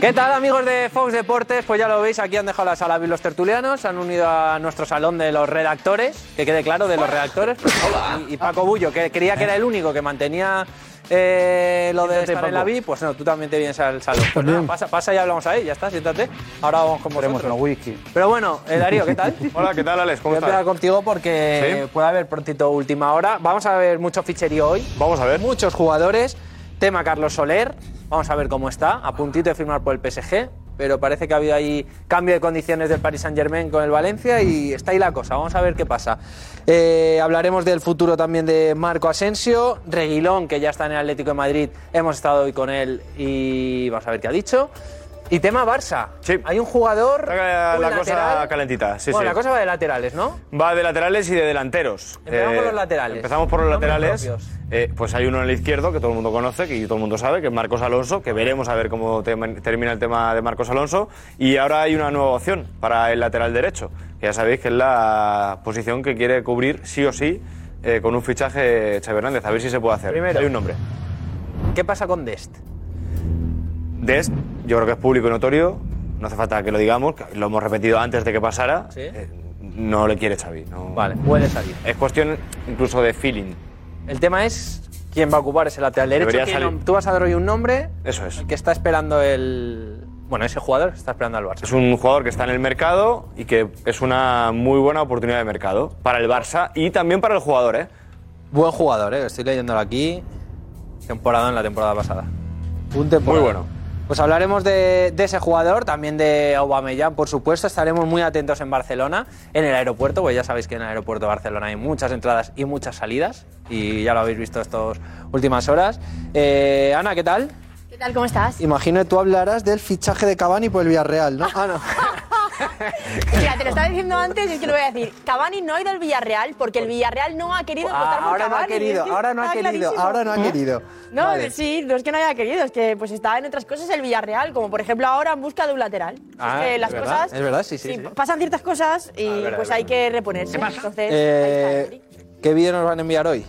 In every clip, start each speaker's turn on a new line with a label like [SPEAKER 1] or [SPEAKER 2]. [SPEAKER 1] ¿Qué tal amigos de Fox Deportes? Pues ya lo veis, aquí han dejado la sala VIP los tertulianos, se han unido a nuestro salón de los redactores, que quede claro, de los redactores. Y, y Paco Bullo, que creía que era el único que mantenía eh, lo de estar en la VIP, pues no, tú también te vienes al salón. Pues nada, pasa, pasa y hablamos ahí, ya está, siéntate. Ahora vamos con
[SPEAKER 2] Tenemos
[SPEAKER 1] vosotros.
[SPEAKER 2] unos whisky.
[SPEAKER 1] Pero bueno, eh, Darío, ¿qué tal?
[SPEAKER 3] Hola, ¿qué tal, Alex? ¿Cómo
[SPEAKER 1] Voy a empezar
[SPEAKER 3] estás?
[SPEAKER 1] contigo porque puede haber prontito última hora. Vamos a ver mucho ficherío hoy.
[SPEAKER 3] Vamos a ver.
[SPEAKER 1] Muchos jugadores. Tema Carlos Soler. Vamos a ver cómo está. A puntito de firmar por el PSG. Pero parece que ha habido ahí cambio de condiciones del Paris Saint Germain con el Valencia y está ahí la cosa. Vamos a ver qué pasa. Eh, hablaremos del futuro también de Marco Asensio. Reguilón, que ya está en el Atlético de Madrid. Hemos estado hoy con él y vamos a ver qué ha dicho. Y tema Barça.
[SPEAKER 3] Sí.
[SPEAKER 1] Hay un jugador.
[SPEAKER 3] Está
[SPEAKER 1] un
[SPEAKER 3] la cosa
[SPEAKER 1] lateral.
[SPEAKER 3] calentita, sí,
[SPEAKER 1] bueno,
[SPEAKER 3] sí.
[SPEAKER 1] la cosa va de laterales, ¿no?
[SPEAKER 3] Va de laterales y de delanteros.
[SPEAKER 1] Empezamos por los laterales.
[SPEAKER 3] Empezamos por los
[SPEAKER 1] Nombres
[SPEAKER 3] laterales.
[SPEAKER 1] propios.
[SPEAKER 3] Eh, pues hay uno en el izquierdo que todo el mundo conoce, que todo el mundo sabe, que es Marcos Alonso, que veremos a ver cómo tem- termina el tema de Marcos Alonso. Y ahora hay una nueva opción para el lateral derecho, que ya sabéis que es la posición que quiere cubrir sí o sí eh, con un fichaje Xavi Hernández. A ver si se puede hacer.
[SPEAKER 1] Primero.
[SPEAKER 3] Hay un nombre.
[SPEAKER 1] ¿Qué pasa con Dest?
[SPEAKER 3] Dest, yo creo que es público y notorio, no hace falta que lo digamos, que lo hemos repetido antes de que pasara.
[SPEAKER 1] Sí.
[SPEAKER 3] Eh, no le quiere Xavi. no-
[SPEAKER 1] Vale, puede salir.
[SPEAKER 3] Es cuestión incluso de feeling.
[SPEAKER 1] El tema es quién va a ocupar ese lateral derecho.
[SPEAKER 3] Debería
[SPEAKER 1] quién
[SPEAKER 3] salir.
[SPEAKER 1] no- Tú vas a dar hoy un nombre
[SPEAKER 3] Eso es.
[SPEAKER 1] el que está esperando el. Bueno, ese jugador está esperando al Barça.
[SPEAKER 3] Es un jugador que está en el mercado y que es una muy buena oportunidad de mercado para el Barça y también para el jugador, ¿eh?
[SPEAKER 1] Buen jugador, ¿eh? estoy leyéndolo aquí. Temporada en la temporada pasada. Un temporada.
[SPEAKER 3] Muy bueno.
[SPEAKER 1] Pues hablaremos de, de ese jugador, también de Aubameyang, por supuesto. Estaremos muy atentos en Barcelona, en el aeropuerto, pues ya sabéis que en el aeropuerto de Barcelona hay muchas entradas y muchas salidas, y ya lo habéis visto estas últimas horas. Eh, Ana, ¿qué tal?
[SPEAKER 4] ¿Qué tal? ¿Cómo estás?
[SPEAKER 5] Imagino que tú hablarás del fichaje de Cavani por el Villarreal, ¿no?
[SPEAKER 1] Ah, no.
[SPEAKER 4] Mira, te lo estaba diciendo antes y es que lo voy a decir. Cavani no ha ido al Villarreal porque el Villarreal no ha querido votar por
[SPEAKER 5] Ah, ahora no ha
[SPEAKER 4] Cavani.
[SPEAKER 5] querido,
[SPEAKER 4] Es que
[SPEAKER 5] ahora no ha
[SPEAKER 4] está
[SPEAKER 5] querido,
[SPEAKER 4] clarísimo. ¿Eh?
[SPEAKER 5] ahora no ha querido.
[SPEAKER 4] No,
[SPEAKER 5] Vale.
[SPEAKER 4] sí, no es que no haya querido, es que pues está en otras cosas el Villarreal, como por ejemplo ahora en busca de un lateral.
[SPEAKER 1] Ah,
[SPEAKER 4] es que
[SPEAKER 1] es
[SPEAKER 4] las
[SPEAKER 1] verdad,
[SPEAKER 4] cosas
[SPEAKER 1] es verdad, sí, sí, sí. Ah,
[SPEAKER 4] pasan ciertas cosas y
[SPEAKER 3] verdad,
[SPEAKER 4] pues
[SPEAKER 3] es
[SPEAKER 4] hay que reponerse. Entonces, ahí está el
[SPEAKER 5] Eh,
[SPEAKER 4] Madrid.
[SPEAKER 5] ¿Qué vídeo nos van a enviar hoy?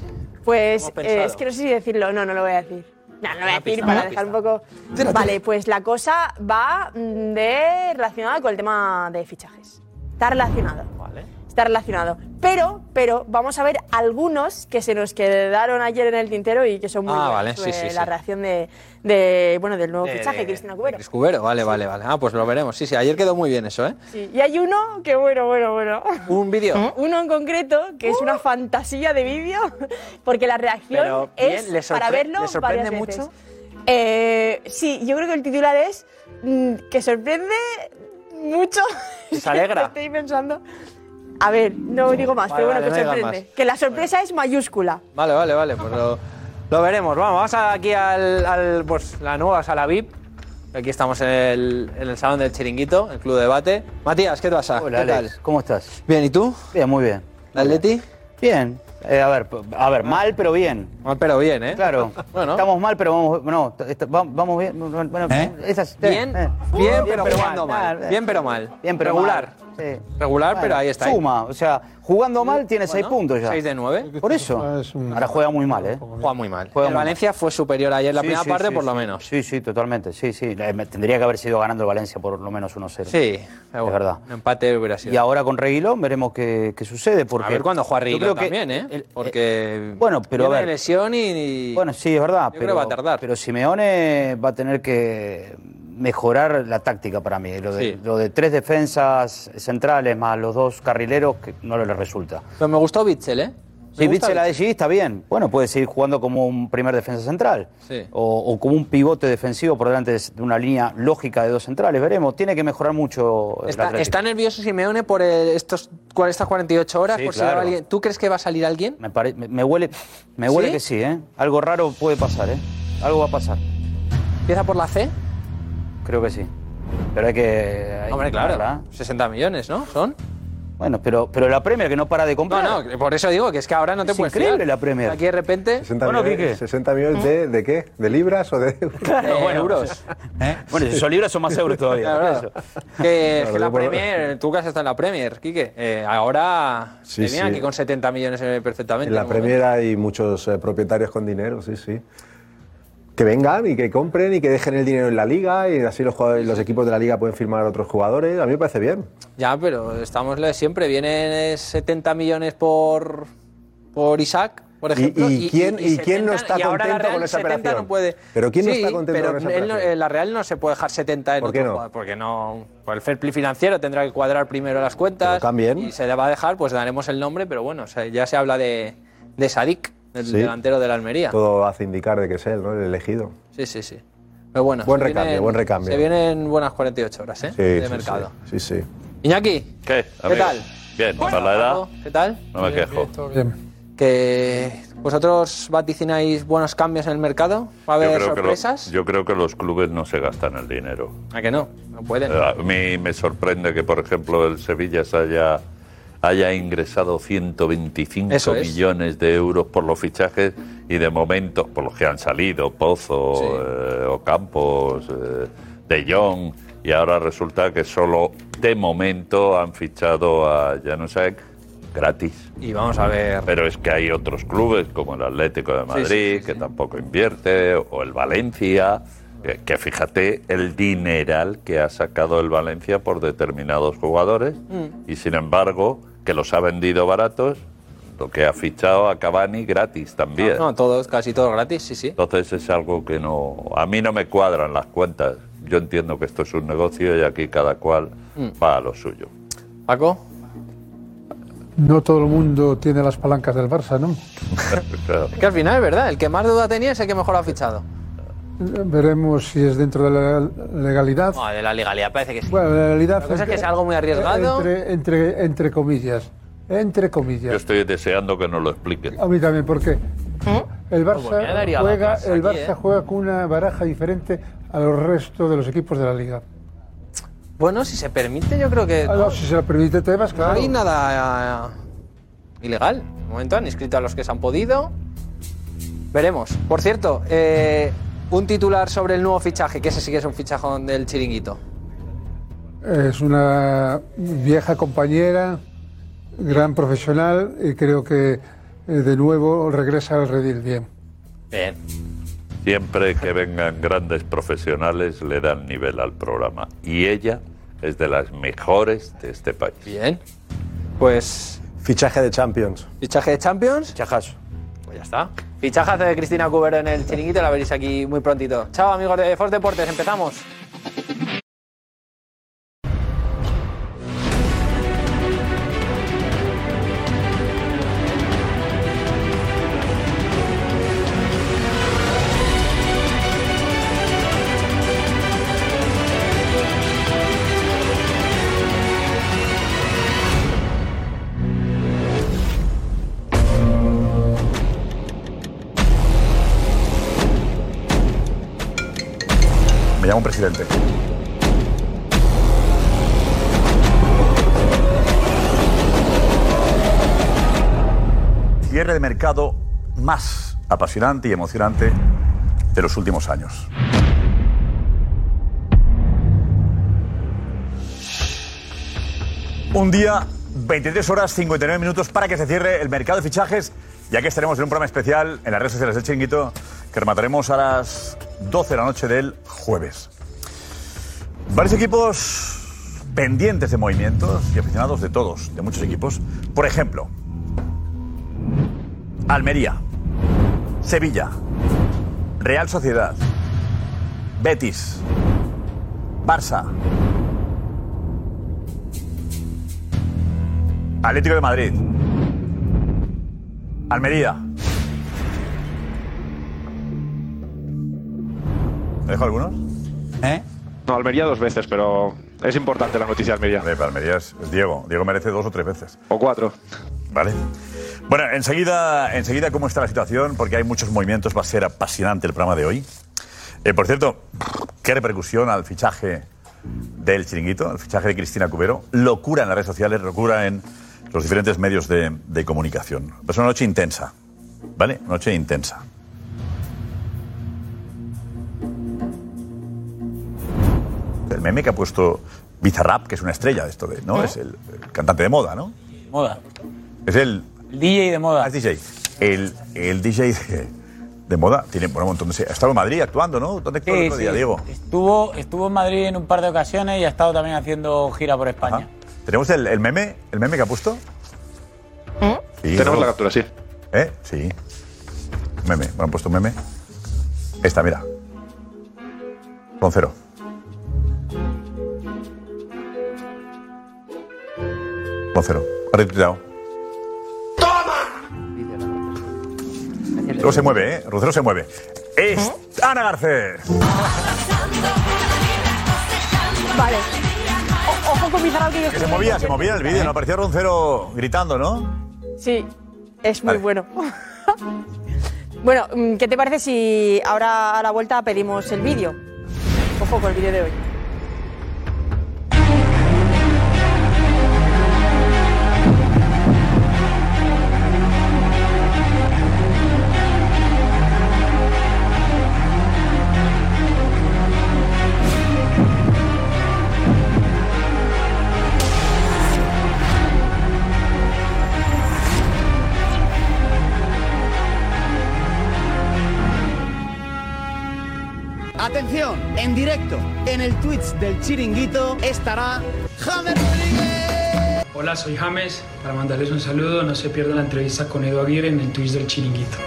[SPEAKER 4] Pues
[SPEAKER 1] Hemos
[SPEAKER 4] eh,
[SPEAKER 1] pensado.
[SPEAKER 4] es que no sé si decirlo, no, no lo voy a decir. No, no lo voy a decir
[SPEAKER 1] pista,
[SPEAKER 4] para
[SPEAKER 1] una
[SPEAKER 4] dejar un
[SPEAKER 1] pista.
[SPEAKER 4] poco.
[SPEAKER 5] Tírate.
[SPEAKER 4] Vale, pues la cosa va mm, de relacionada con el tema de fichajes. Está relacionado.
[SPEAKER 1] Vale.
[SPEAKER 4] Está relacionado. Pero, pero vamos a ver algunos que se nos quedaron ayer en el tintero y que son muy
[SPEAKER 1] Ah,
[SPEAKER 4] buenos
[SPEAKER 1] vale, sí,
[SPEAKER 4] sobre
[SPEAKER 1] sí, sí.
[SPEAKER 4] la reacción de, de, bueno del nuevo
[SPEAKER 1] De-
[SPEAKER 4] fichaje
[SPEAKER 1] de-
[SPEAKER 4] Cristina Cubero.
[SPEAKER 1] Escubero, vale, vale, vale. Ah, pues lo veremos. Sí, sí, ayer quedó muy bien eso, ¿eh?
[SPEAKER 4] Sí, Y hay uno que bueno, bueno, bueno.
[SPEAKER 1] Un vídeo.
[SPEAKER 4] Uno en concreto, que es una fantasía de vídeo, porque la reacción
[SPEAKER 1] Pero, bien,
[SPEAKER 4] es
[SPEAKER 1] ¿le sorpre-
[SPEAKER 4] para verlo
[SPEAKER 1] le sorprende
[SPEAKER 4] varias veces.
[SPEAKER 1] mucho?
[SPEAKER 4] Eh, sí, yo creo que el titular es mm, que sorprende mucho.
[SPEAKER 1] ¿Se alegra?
[SPEAKER 4] Estoy pensando. A ver, no digo más,
[SPEAKER 1] Vale,
[SPEAKER 4] pero bueno,
[SPEAKER 1] vale,
[SPEAKER 4] que
[SPEAKER 1] no digas
[SPEAKER 4] sorprende.
[SPEAKER 1] más.
[SPEAKER 4] Que la sorpresa es mayúscula.
[SPEAKER 1] Vale, vale, vale. Pues lo, lo veremos. Vamos, vamos aquí al, al- pues, la nueva sala VIP. Aquí estamos en el, en el salón del chiringuito, el club de debate. Matías, ¿qué te pasa?
[SPEAKER 2] Hola,
[SPEAKER 1] ¿Qué
[SPEAKER 2] Alex.
[SPEAKER 1] tal?
[SPEAKER 2] ¿Cómo estás?
[SPEAKER 1] Bien, ¿y tú?
[SPEAKER 2] Bien, muy bien.
[SPEAKER 1] ¿La Atleti?
[SPEAKER 2] Bien. Eh, a ver, p- a ver, mal pero bien.
[SPEAKER 1] Mal, pero bien, ¿eh?
[SPEAKER 2] Claro.
[SPEAKER 1] Bueno.
[SPEAKER 2] Estamos mal, pero vamos, no, t- est- va- vamos bien. Bueno, bueno, esas-
[SPEAKER 1] Bien,
[SPEAKER 2] eh.
[SPEAKER 1] bien, pero jugando mal.
[SPEAKER 2] Ah, eh.
[SPEAKER 1] Bien, pero mal.
[SPEAKER 2] Bien, pero
[SPEAKER 1] Regular.
[SPEAKER 2] mal. Sí.
[SPEAKER 1] Regular, pero
[SPEAKER 2] Bueno,
[SPEAKER 1] ahí está.
[SPEAKER 2] Suma, o sea, jugando mal tiene seis puntos ya.
[SPEAKER 1] 6 de 9.
[SPEAKER 2] Por eso. Ahora juega muy mal, ¿eh?
[SPEAKER 1] Juega muy mal.
[SPEAKER 2] Juega
[SPEAKER 1] el
[SPEAKER 2] muy mal.
[SPEAKER 1] Valencia fue superior ayer en la
[SPEAKER 2] Sí,
[SPEAKER 1] primera
[SPEAKER 2] sí,
[SPEAKER 1] parte,
[SPEAKER 2] sí,
[SPEAKER 1] por lo
[SPEAKER 2] sí.
[SPEAKER 1] menos.
[SPEAKER 2] Sí, sí, totalmente. Sí, sí. Eh, me- Tendría que haber sido ganando el Valencia por lo menos 1-0.
[SPEAKER 1] Sí, pero bueno,
[SPEAKER 2] verdad.
[SPEAKER 1] Un empate hubiera sido.
[SPEAKER 2] Y ahora con Reguilón veremos qué, qué sucede. Porque
[SPEAKER 1] a ver cuándo juega
[SPEAKER 2] yo
[SPEAKER 1] Reguilón
[SPEAKER 2] creo que
[SPEAKER 1] también, ¿eh?
[SPEAKER 2] el- el-
[SPEAKER 1] Porque.
[SPEAKER 2] bueno, pero a
[SPEAKER 1] viene
[SPEAKER 2] ver.
[SPEAKER 1] de lesión y. y-
[SPEAKER 2] Bueno, sí, es verdad.
[SPEAKER 1] Yo creo
[SPEAKER 2] pero,
[SPEAKER 1] que va a tardar.
[SPEAKER 2] Pero Simeone va a tener que mejorar la táctica para mí. Lo de,
[SPEAKER 1] Sí.
[SPEAKER 2] lo de tres defensas centrales más los dos carrileros que no le resulta.
[SPEAKER 1] Pero me gustó Bitzel, ¿eh?
[SPEAKER 2] Si
[SPEAKER 1] Me gusta
[SPEAKER 2] Bitzel la decidí, está bien. Bueno, puede seguir jugando como un primer defensa central.
[SPEAKER 1] Sí.
[SPEAKER 2] O, o como un pivote defensivo por delante de una línea lógica de dos centrales. Veremos. Tiene que mejorar mucho el
[SPEAKER 1] Está,
[SPEAKER 2] Atlético.
[SPEAKER 1] está nervioso Simeone por el- estos, cua- estas 48 horas?
[SPEAKER 2] Sí,
[SPEAKER 1] por si
[SPEAKER 2] claro.
[SPEAKER 1] va alguien- ¿Tú crees que va a salir alguien?
[SPEAKER 2] Me, pare- me- me huele, me huele
[SPEAKER 1] ¿Sí?
[SPEAKER 2] que sí, ¿eh? Algo raro puede pasar, ¿eh? Algo va a pasar.
[SPEAKER 1] ¿Empieza por la C?
[SPEAKER 2] Creo que sí. Pero hay que. hay
[SPEAKER 1] Hombre,
[SPEAKER 2] que
[SPEAKER 1] claro.
[SPEAKER 2] mirarla, ¿eh?
[SPEAKER 1] 60 millones, ¿no? ¿Son?
[SPEAKER 2] Bueno, pero, pero la Premier que no para de comprar.
[SPEAKER 1] No, no, por eso digo que es que ahora no te
[SPEAKER 2] Es
[SPEAKER 1] puedes
[SPEAKER 2] increíble
[SPEAKER 1] fiar.
[SPEAKER 2] la Premier.
[SPEAKER 1] Aquí de repente,
[SPEAKER 6] 60
[SPEAKER 2] Bueno, Quique.
[SPEAKER 6] millones, 60 millones de, de qué? ¿De libras o de euros?
[SPEAKER 1] eh, euros.
[SPEAKER 2] Bueno, si son libras son más
[SPEAKER 1] La
[SPEAKER 2] euros todavía.
[SPEAKER 1] verdad. Que, es
[SPEAKER 6] ¿Eh? Claro,
[SPEAKER 1] que la
[SPEAKER 6] yo por-
[SPEAKER 1] Premier, tú que has estado en la Premier, Quique, eh, ahora
[SPEAKER 6] Sí,
[SPEAKER 1] te viene
[SPEAKER 6] sí.
[SPEAKER 1] aquí con 70 millones eh, perfectamente.
[SPEAKER 6] En la
[SPEAKER 1] en un momento.
[SPEAKER 6] Premier hay muchos eh, propietarios con dinero, sí, sí. Que vengan y que compren y que dejen el dinero en la liga y así los, jugadores- los equipos de la liga pueden firmar a otros jugadores. A mí me parece bien.
[SPEAKER 1] Ya, pero estamos lo de siempre. Vienen eh, 70 millones por, por Isaac, por
[SPEAKER 6] ¿Y-
[SPEAKER 1] ejemplo.
[SPEAKER 6] y quién- y quién no está
[SPEAKER 1] y ahora la
[SPEAKER 6] contento
[SPEAKER 1] Real
[SPEAKER 6] con esa
[SPEAKER 1] 70
[SPEAKER 6] operación?
[SPEAKER 1] No puede.
[SPEAKER 6] ¿Pero quién no
[SPEAKER 1] Sí,
[SPEAKER 6] está contento
[SPEAKER 1] pero
[SPEAKER 6] con esa
[SPEAKER 1] él no-
[SPEAKER 6] operación?
[SPEAKER 1] eh, la Real no se puede dejar 70 en
[SPEAKER 6] ¿Por qué
[SPEAKER 1] otro
[SPEAKER 6] no?
[SPEAKER 1] jugador, Porque no. Por el fair play financiero tendrá que cuadrar primero las cuentas.
[SPEAKER 6] Pero cambien.
[SPEAKER 1] Y se le va a dejar, pues daremos el nombre, pero bueno, o sea, ya se habla de, de Sadik, el
[SPEAKER 6] Sí.
[SPEAKER 1] delantero de la Almería.
[SPEAKER 6] Todo hace indicar de que es él, ¿no? El elegido.
[SPEAKER 1] Sí, sí, sí. Pero bueno,
[SPEAKER 6] Buen
[SPEAKER 1] se
[SPEAKER 6] recambio, buen recambio.
[SPEAKER 1] Se vienen buenas 48 horas, ¿eh?
[SPEAKER 6] Sí,
[SPEAKER 1] de
[SPEAKER 6] sí,
[SPEAKER 1] mercado.
[SPEAKER 6] Sí, sí. sí.
[SPEAKER 1] Iñaki,
[SPEAKER 7] ¿Qué?
[SPEAKER 1] ¿qué
[SPEAKER 7] amigo?
[SPEAKER 1] tal?
[SPEAKER 7] Bien, para la edad
[SPEAKER 1] Paco, ¿Qué tal?
[SPEAKER 7] no me quejo.
[SPEAKER 1] que vosotros vaticináis buenos cambios en el mercado, va a
[SPEAKER 7] Yo
[SPEAKER 1] haber
[SPEAKER 7] creo, que lo-
[SPEAKER 1] sorpresas.
[SPEAKER 7] yo creo que los clubes no se gastan el dinero.
[SPEAKER 1] ¿A que no? No pueden.
[SPEAKER 7] Eh, A mí me sorprende que, por ejemplo, el Sevilla se haya, haya ingresado 125
[SPEAKER 1] Eso es.
[SPEAKER 7] millones de euros por los fichajes y de momento, por los que han salido, Pozo, eh, Ocampos, eh, De Jong, y ahora resulta que solo de momento han fichado a Janusek gratis.
[SPEAKER 1] Y vamos a ver.
[SPEAKER 7] Pero es que hay otros clubes como el Atlético de Madrid que tampoco invierte, o el Valencia, eh, que fíjate el dineral que ha sacado el Valencia por determinados jugadores
[SPEAKER 1] Mm.
[SPEAKER 7] y sin embargo que los ha vendido baratos, lo que ha fichado a Cavani gratis también.
[SPEAKER 1] No, todos, casi todos gratis, sí, sí.
[SPEAKER 7] Entonces es algo que no... A mí no me cuadran las cuentas. Yo entiendo que esto es un negocio y aquí cada cual va a lo suyo.
[SPEAKER 1] Mm. Paco,
[SPEAKER 8] No todo el mundo tiene las palancas del Barça, ¿no?
[SPEAKER 7] Claro.
[SPEAKER 1] es que al final es verdad, el que más duda tenía es el que mejor ha fichado.
[SPEAKER 8] Veremos si es dentro de la legalidad.
[SPEAKER 1] No, de la legalidad parece que sí.
[SPEAKER 8] Bueno, la legalidad.
[SPEAKER 1] La cosa es que es algo muy arriesgado.
[SPEAKER 8] Entre, entre, entre comillas. Entre
[SPEAKER 7] Yo
[SPEAKER 8] comillas.
[SPEAKER 7] estoy deseando que nos lo expliquen.
[SPEAKER 8] A mí también, porque el
[SPEAKER 1] Pues me daría
[SPEAKER 8] Barça,
[SPEAKER 1] la
[SPEAKER 8] juega,
[SPEAKER 1] clase
[SPEAKER 8] el
[SPEAKER 1] aquí,
[SPEAKER 8] Barça
[SPEAKER 1] ¿eh?
[SPEAKER 8] juega con una baraja diferente a los restos de los equipos de la liga.
[SPEAKER 1] Bueno, si se permite, yo creo que
[SPEAKER 8] Ah,
[SPEAKER 1] Eh, no,
[SPEAKER 8] no, si se lo permite, te vas,
[SPEAKER 1] no
[SPEAKER 8] claro.
[SPEAKER 1] hay nada eh, ilegal. De momento han inscrito a los que se han podido. Veremos. Por cierto, eh, un titular sobre el nuevo fichaje, que ese sí que es un fichajón del chiringuito.
[SPEAKER 8] Es una vieja compañera, gran profesional y creo que eh, de nuevo regresa al redil bien.
[SPEAKER 1] Bien.
[SPEAKER 7] Siempre que vengan grandes profesionales le dan nivel al programa. Y ella es de las mejores de este país.
[SPEAKER 1] Bien. Pues
[SPEAKER 6] Fichaje de Champions.
[SPEAKER 1] fichaje de Champions.
[SPEAKER 2] Chajazo.
[SPEAKER 1] Pues ya está. Fichajazo de Cristina Cubero en el chiringuito, la veréis aquí muy prontito. Chao amigos de Fox Deportes, empezamos.
[SPEAKER 9] Me llamo presidente. Cierre de mercado más apasionante y emocionante de los últimos años. Un día, 23 horas 59 minutos para que se cierre el mercado de fichajes, ya que estaremos en un programa especial en las redes sociales del Chinguito, que remataremos a las 12 de la noche del jueves. Varios equipos pendientes de movimientos y aficionados de todos, de muchos equipos. Por ejemplo, Almería, Sevilla, Real Sociedad, Betis, Barça, Atlético de Madrid, Almería. ¿Me dejo algunos? ¿Eh?
[SPEAKER 10] No, Almería dos veces, pero es importante la noticia de Almería.
[SPEAKER 9] Hombre, para Almería es es Diego. Diego merece dos o tres veces.
[SPEAKER 10] O cuatro.
[SPEAKER 9] Vale. Bueno, enseguida, enseguida cómo está la situación, porque hay muchos movimientos. Va a ser apasionante el programa de hoy. Eh, por cierto, qué repercusión al fichaje del chiringuito, el fichaje de Cristina Cubero. Locura en las redes sociales, locura en los diferentes medios de, de comunicación. Es una noche intensa, ¿vale? Una noche intensa. El meme que ha puesto Bizarrap, que es una estrella de esto, de, ¿no? Es el el cantante de moda, ¿no?
[SPEAKER 2] Moda.
[SPEAKER 9] Es el
[SPEAKER 2] El DJ de moda.
[SPEAKER 9] Ah, es DJ. El, el DJ de, de moda, tiene bueno, un montón de... Ha estado en Madrid actuando, ¿no? ¿Dónde estuvo el
[SPEAKER 11] Sí,
[SPEAKER 9] otro
[SPEAKER 11] sí.
[SPEAKER 9] día, Diego?
[SPEAKER 11] Estuvo, estuvo en Madrid en un par de ocasiones y ha estado también haciendo gira por España.
[SPEAKER 9] ¿Tenemos el, el meme? ¿El meme que ha puesto?
[SPEAKER 10] Tenemos la captura, sí.
[SPEAKER 9] ¿Eh? Sí. Meme. Bueno, han puesto un meme. Esta, mira. Roncero. Roncero. Ha retuiteado. ¡Toma! Luego se mueve, ¿eh? Roncero se mueve. Es Ana Garcés.
[SPEAKER 4] Vale. O- ojo con Pizarro que yo
[SPEAKER 9] Que se
[SPEAKER 4] estoy-
[SPEAKER 9] movía, se movía el vídeo, ¿no? Aparecía Roncero gritando, ¿no?
[SPEAKER 4] Sí, es muy bueno. bueno, mm, ¿qué te parece si ahora a la vuelta pedimos el vídeo? Ojo con el vídeo de hoy.
[SPEAKER 12] Atención, en directo, en el Twitch del chiringuito estará James
[SPEAKER 13] Hola, soy James. Para mandarles un saludo, no se pierdan la entrevista con Edu Aguirre en el Twitch del Chiringuito.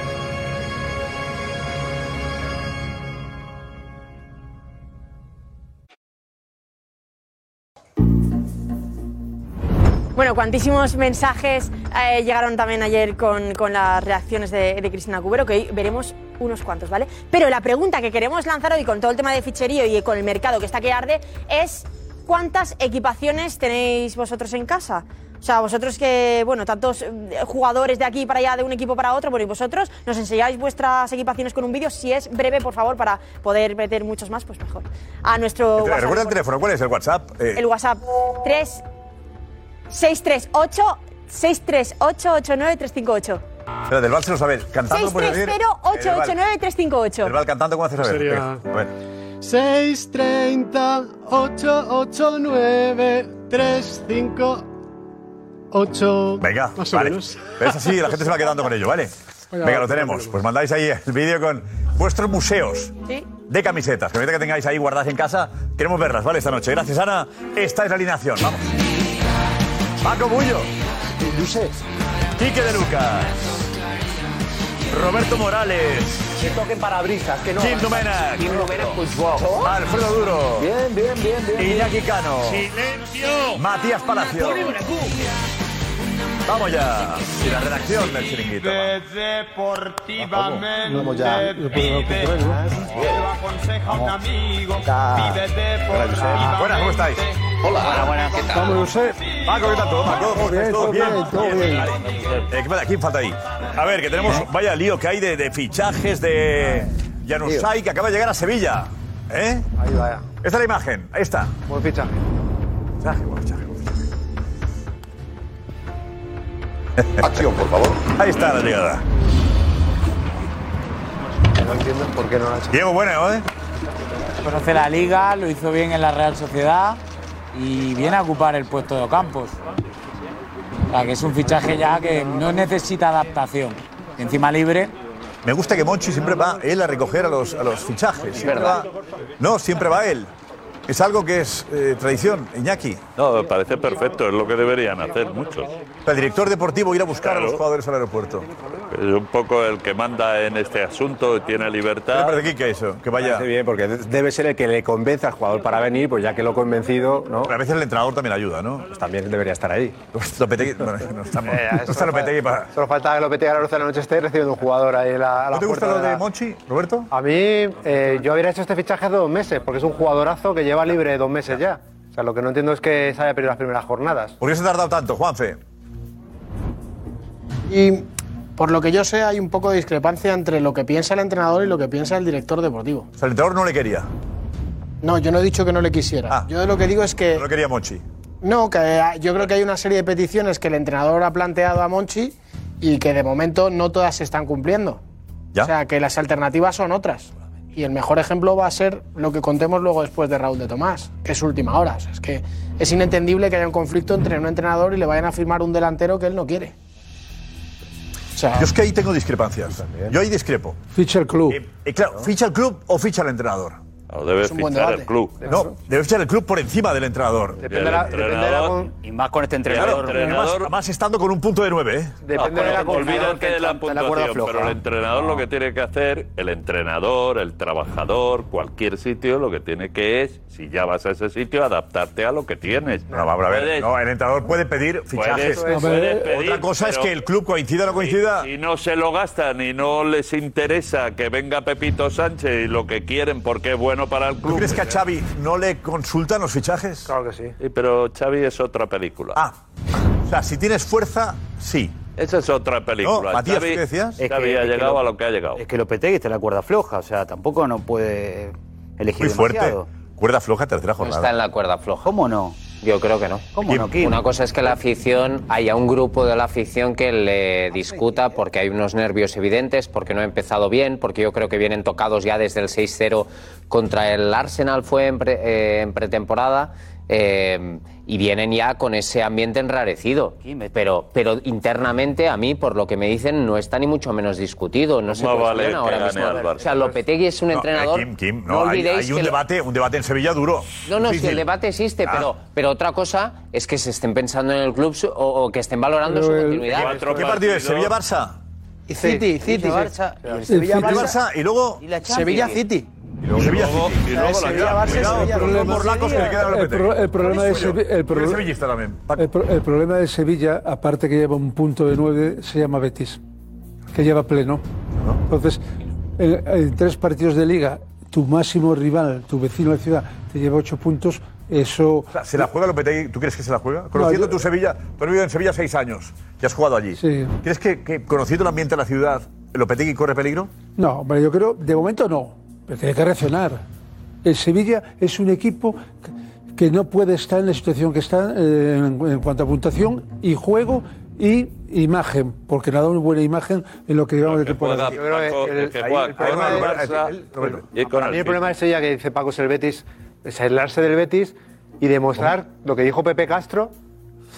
[SPEAKER 4] Bueno, cuantísimos mensajes eh, llegaron también ayer con, con las reacciones de, de Cristina Cubero, que hoy veremos unos cuantos, ¿vale? Pero la pregunta que queremos lanzar hoy con todo el tema de ficherío y con el mercado que está que arde es ¿cuántas equipaciones tenéis vosotros en casa? O sea, vosotros que, bueno, tantos eh, jugadores de aquí para allá, de un equipo para otro, bueno, y vosotros nos enseñáis vuestras equipaciones con un vídeo, si es breve, por favor, para poder meter muchos más, pues mejor. A nuestro...
[SPEAKER 9] Te-
[SPEAKER 4] WhatsApp,
[SPEAKER 9] Recuerda el teléfono, ¿cuál es el WhatsApp? Eh,
[SPEAKER 4] el WhatsApp 3 638 638 89358
[SPEAKER 9] Espera, del Val se lo sabe. Cantando puede decir.
[SPEAKER 4] 630 889 358
[SPEAKER 9] El Val cantando, ¿cómo haces saber?
[SPEAKER 14] Sería-
[SPEAKER 9] Venga, a ver.
[SPEAKER 14] 630 889 358
[SPEAKER 9] Venga,
[SPEAKER 14] más o
[SPEAKER 9] vale.
[SPEAKER 14] menos.
[SPEAKER 9] Pero es así, la gente se va quedando con ello, ¿vale?
[SPEAKER 14] Venga,
[SPEAKER 9] Venga, lo
[SPEAKER 14] vamos,
[SPEAKER 9] tenemos. Pues mandáis ahí el vídeo con vuestros museos
[SPEAKER 4] Sí.
[SPEAKER 9] de camisetas. Que ahorita que tengáis ahí guardadas en casa, queremos verlas, ¿vale? Esta noche. Gracias, Ana. Esta es la alineación. Vamos. Paco Bullo. Luce. Quique de Lucas. Roberto Morales.
[SPEAKER 15] Que toquen parabrisas, que no.
[SPEAKER 9] Kim Domena.
[SPEAKER 15] Kim Domena, pues,
[SPEAKER 9] Alfredo Duro.
[SPEAKER 15] Bien, bien, bien, bien, bien.
[SPEAKER 9] Iñaki Cano. Silencio. Matías Palacio. Vamos ya. Y la redacción del chiringuito. va.
[SPEAKER 16] Deportivamente
[SPEAKER 9] Vamos ya. Hola, Josep. Buenas, ¿cómo estáis? Hola, buenas. ¿Qué tal? Josep? Paco, ¿qué tal todo? Paco, ¿cómo estáis? ¿Todo bien? Todo bien. Vale. Eh, ¿qué pasa? ¿Quién falta ahí? A ver, que tenemos, vaya lío que hay de, de fichajes de Januzaj que acaba de llegar a Sevilla. ¿Eh? Ahí va. Esta es la imagen, ahí está. Buen fichaje. Fichaje, buen fichaje. Acción, por favor. Ahí está la llegada.
[SPEAKER 11] No entiendo por qué no lo ha hecho.
[SPEAKER 9] Diego, bueno, ¿eh?
[SPEAKER 11] Conoce la liga, lo hizo bien en la Real Sociedad y viene a ocupar el puesto de Ocampos. O sea, que es un fichaje ya que no necesita adaptación. Encima libre.
[SPEAKER 9] Me gusta que Monchi siempre va él a recoger a los, a los fichajes. Siempre
[SPEAKER 7] verdad.
[SPEAKER 9] va- no, siempre va él. Es algo que es eh, tradición, Iñaki.
[SPEAKER 7] No, me parece perfecto, es lo que deberían hacer muchos.
[SPEAKER 9] El director deportivo ir a buscar a los
[SPEAKER 7] Claro.
[SPEAKER 9] jugadores al aeropuerto.
[SPEAKER 7] Es un poco el que manda en este asunto, tiene libertad.
[SPEAKER 9] Pero aquí que eso, que vaya.
[SPEAKER 6] Parece bien, porque debe ser el que le convence al jugador para venir, pues ya que lo ha convencido, ¿no? Pero
[SPEAKER 9] a veces el entrenador también ayuda, ¿no?
[SPEAKER 6] Pues también debería estar ahí.
[SPEAKER 9] Lopetegui, bueno, no estamos.
[SPEAKER 6] Eh,
[SPEAKER 9] no está Lopetegui para.
[SPEAKER 17] Solo falta que Lopetegui a la luz de la noche esté recibiendo un jugador ahí a la, a la
[SPEAKER 9] ¿No te gusta
[SPEAKER 17] puerta
[SPEAKER 9] lo de
[SPEAKER 17] la-
[SPEAKER 9] Monchi, Roberto?
[SPEAKER 17] A mí, eh, yo habría hecho este fichaje hace dos meses, porque es un jugadorazo que lleva libre dos meses ya. O sea, lo que no entiendo es que se haya perdido las primeras jornadas.
[SPEAKER 9] ¿Por qué se ha tardado tanto, Juanfe?
[SPEAKER 18] Y por lo que yo sé, hay un poco de discrepancia entre lo que piensa el entrenador y lo que piensa el director deportivo.
[SPEAKER 9] O sea, el entrenador no le quería. Ah.
[SPEAKER 18] No, yo no he dicho que no le quisiera. yo lo que digo es que.
[SPEAKER 9] No quería Monchi.
[SPEAKER 18] No, que eh, yo creo que hay una serie de peticiones que el entrenador ha planteado a Monchi y que de momento no todas se están cumpliendo. O sea, que las alternativas son otras. Y el mejor ejemplo va a ser lo que contemos luego después de Raúl de Tomás, que es última hora. O sea, es que es inentendible que haya un conflicto entre un entrenador y le vayan a firmar un delantero que él no quiere. O
[SPEAKER 9] Yo es que ahí tengo discrepancias. Yo ahí discrepo.
[SPEAKER 8] Ficha el club.
[SPEAKER 9] Eh, claro, ¿ficha el club o ficha el entrenador?
[SPEAKER 7] O debe fichar el club.
[SPEAKER 9] No, debe fichar el club por encima del entrenador.
[SPEAKER 7] Depende de la- depende de la con-
[SPEAKER 2] Y más con este
[SPEAKER 7] entrenador.
[SPEAKER 9] Claro, además, además estando con un punto de nueve. ¿eh?
[SPEAKER 7] No, pero Ah, olvídate de la puntuación, pero el entrenador lo que tiene que hacer, el entrenador, el trabajador, cualquier sitio, lo que tiene que es, si ya vas a ese sitio, adaptarte a lo que tienes. No,
[SPEAKER 9] A ver, no, el entrenador puede pedir fichajes. Otra cosa es que el club coincida o no coincida.
[SPEAKER 7] Si, no se lo gastan y no les interesa que venga Pepito Sánchez y lo que quieren porque es bueno para el club.
[SPEAKER 9] ¿Tú crees que a Xavi no le consultan los fichajes? Claro que sí.
[SPEAKER 7] Sí, pero Xavi es otra película.
[SPEAKER 9] Ah, o sea, si tienes fuerza, sí.
[SPEAKER 7] Esa es otra película.
[SPEAKER 9] No, Matías,
[SPEAKER 7] Xavi-
[SPEAKER 9] ¿qué decías?
[SPEAKER 7] Xavi ha llegado a lo que ha llegado.
[SPEAKER 2] Es que Lopetegui está en la cuerda floja, o sea, tampoco no puede elegir
[SPEAKER 9] Muy fuerte.
[SPEAKER 2] demasiado.
[SPEAKER 9] Cuerda floja, tercera
[SPEAKER 19] No está en la cuerda floja.
[SPEAKER 2] ¿Cómo no?
[SPEAKER 19] Yo creo que no.
[SPEAKER 2] ¿Cómo no, Kim?
[SPEAKER 19] Una cosa es que la afición, haya un grupo de la afición que le discuta porque hay unos nervios evidentes, porque no ha empezado bien, porque yo creo que vienen tocados ya desde el 6-0 contra el Arsenal, fue en, pre- eh, en pretemporada, eh, y vienen ya con ese ambiente enrarecido.
[SPEAKER 9] eh.
[SPEAKER 19] Pero, pero internamente, a mí, por lo que me dicen, no está ni mucho menos discutido. No se
[SPEAKER 7] Más vale
[SPEAKER 19] cuestiona
[SPEAKER 7] que
[SPEAKER 19] ahora
[SPEAKER 7] gane
[SPEAKER 19] mismo.
[SPEAKER 7] al Barça.
[SPEAKER 19] O sea, Lopetegui es un
[SPEAKER 9] No, eh,
[SPEAKER 19] entrenador.
[SPEAKER 9] Kim, Kim, no, hay, hay un
[SPEAKER 19] que-
[SPEAKER 9] debate, un debate en Sevilla duro.
[SPEAKER 19] no, no, si
[SPEAKER 9] Difícil.
[SPEAKER 19] el debate existe,
[SPEAKER 9] Ah.
[SPEAKER 19] pero, pero otra cosa es que se estén pensando en el club su- o, o que estén valorando su continuidad.
[SPEAKER 9] ¿Qué partido es? ¿Sevilla-Barça?
[SPEAKER 19] Y
[SPEAKER 9] City, City,
[SPEAKER 19] Barça.
[SPEAKER 9] sí. Sevilla-Barça y luego
[SPEAKER 18] Sevilla-City.
[SPEAKER 9] Y luego Sevilla-City.
[SPEAKER 8] y luego la Champions.
[SPEAKER 9] Cuidado,
[SPEAKER 8] Sevilla-
[SPEAKER 9] los morlacos que le quedan a
[SPEAKER 8] El,
[SPEAKER 9] Lopetegui.
[SPEAKER 8] pro- el problema de
[SPEAKER 9] Soy yo.
[SPEAKER 8] Sevilla, el,
[SPEAKER 9] Tú eres
[SPEAKER 8] pro-
[SPEAKER 9] sevillista también.
[SPEAKER 8] el pro- el problema de Sevilla, aparte que lleva un punto de nueve, se llama Betis, que lleva pleno. Entonces, en, en tres partidos de liga, tu máximo rival, tu vecino de ciudad, te lleva ocho puntos. Eso
[SPEAKER 9] O sea, ¿Se la juega Lopetegui? ¿Tú crees que se la juega?
[SPEAKER 8] No,
[SPEAKER 9] Conociendo
[SPEAKER 8] yo-
[SPEAKER 9] tu Sevilla, tú has vivido en Sevilla seis años y has jugado allí. ¿Crees que, que conociendo el ambiente de la ciudad, Lopetegui corre peligro?
[SPEAKER 8] No, hombre, yo creo, de momento no, pero tiene que reaccionar. El Sevilla es un equipo que- que no puede estar en la situación que está eh, en, en cuanto a puntuación y juego y imagen, porque no ha dado una buena imagen en lo que llevamos de temporada.
[SPEAKER 17] Para mí el problema es ella que dice Paco es el Betis, es aislarse del Betis y demostrar lo que dijo Pepe Castro,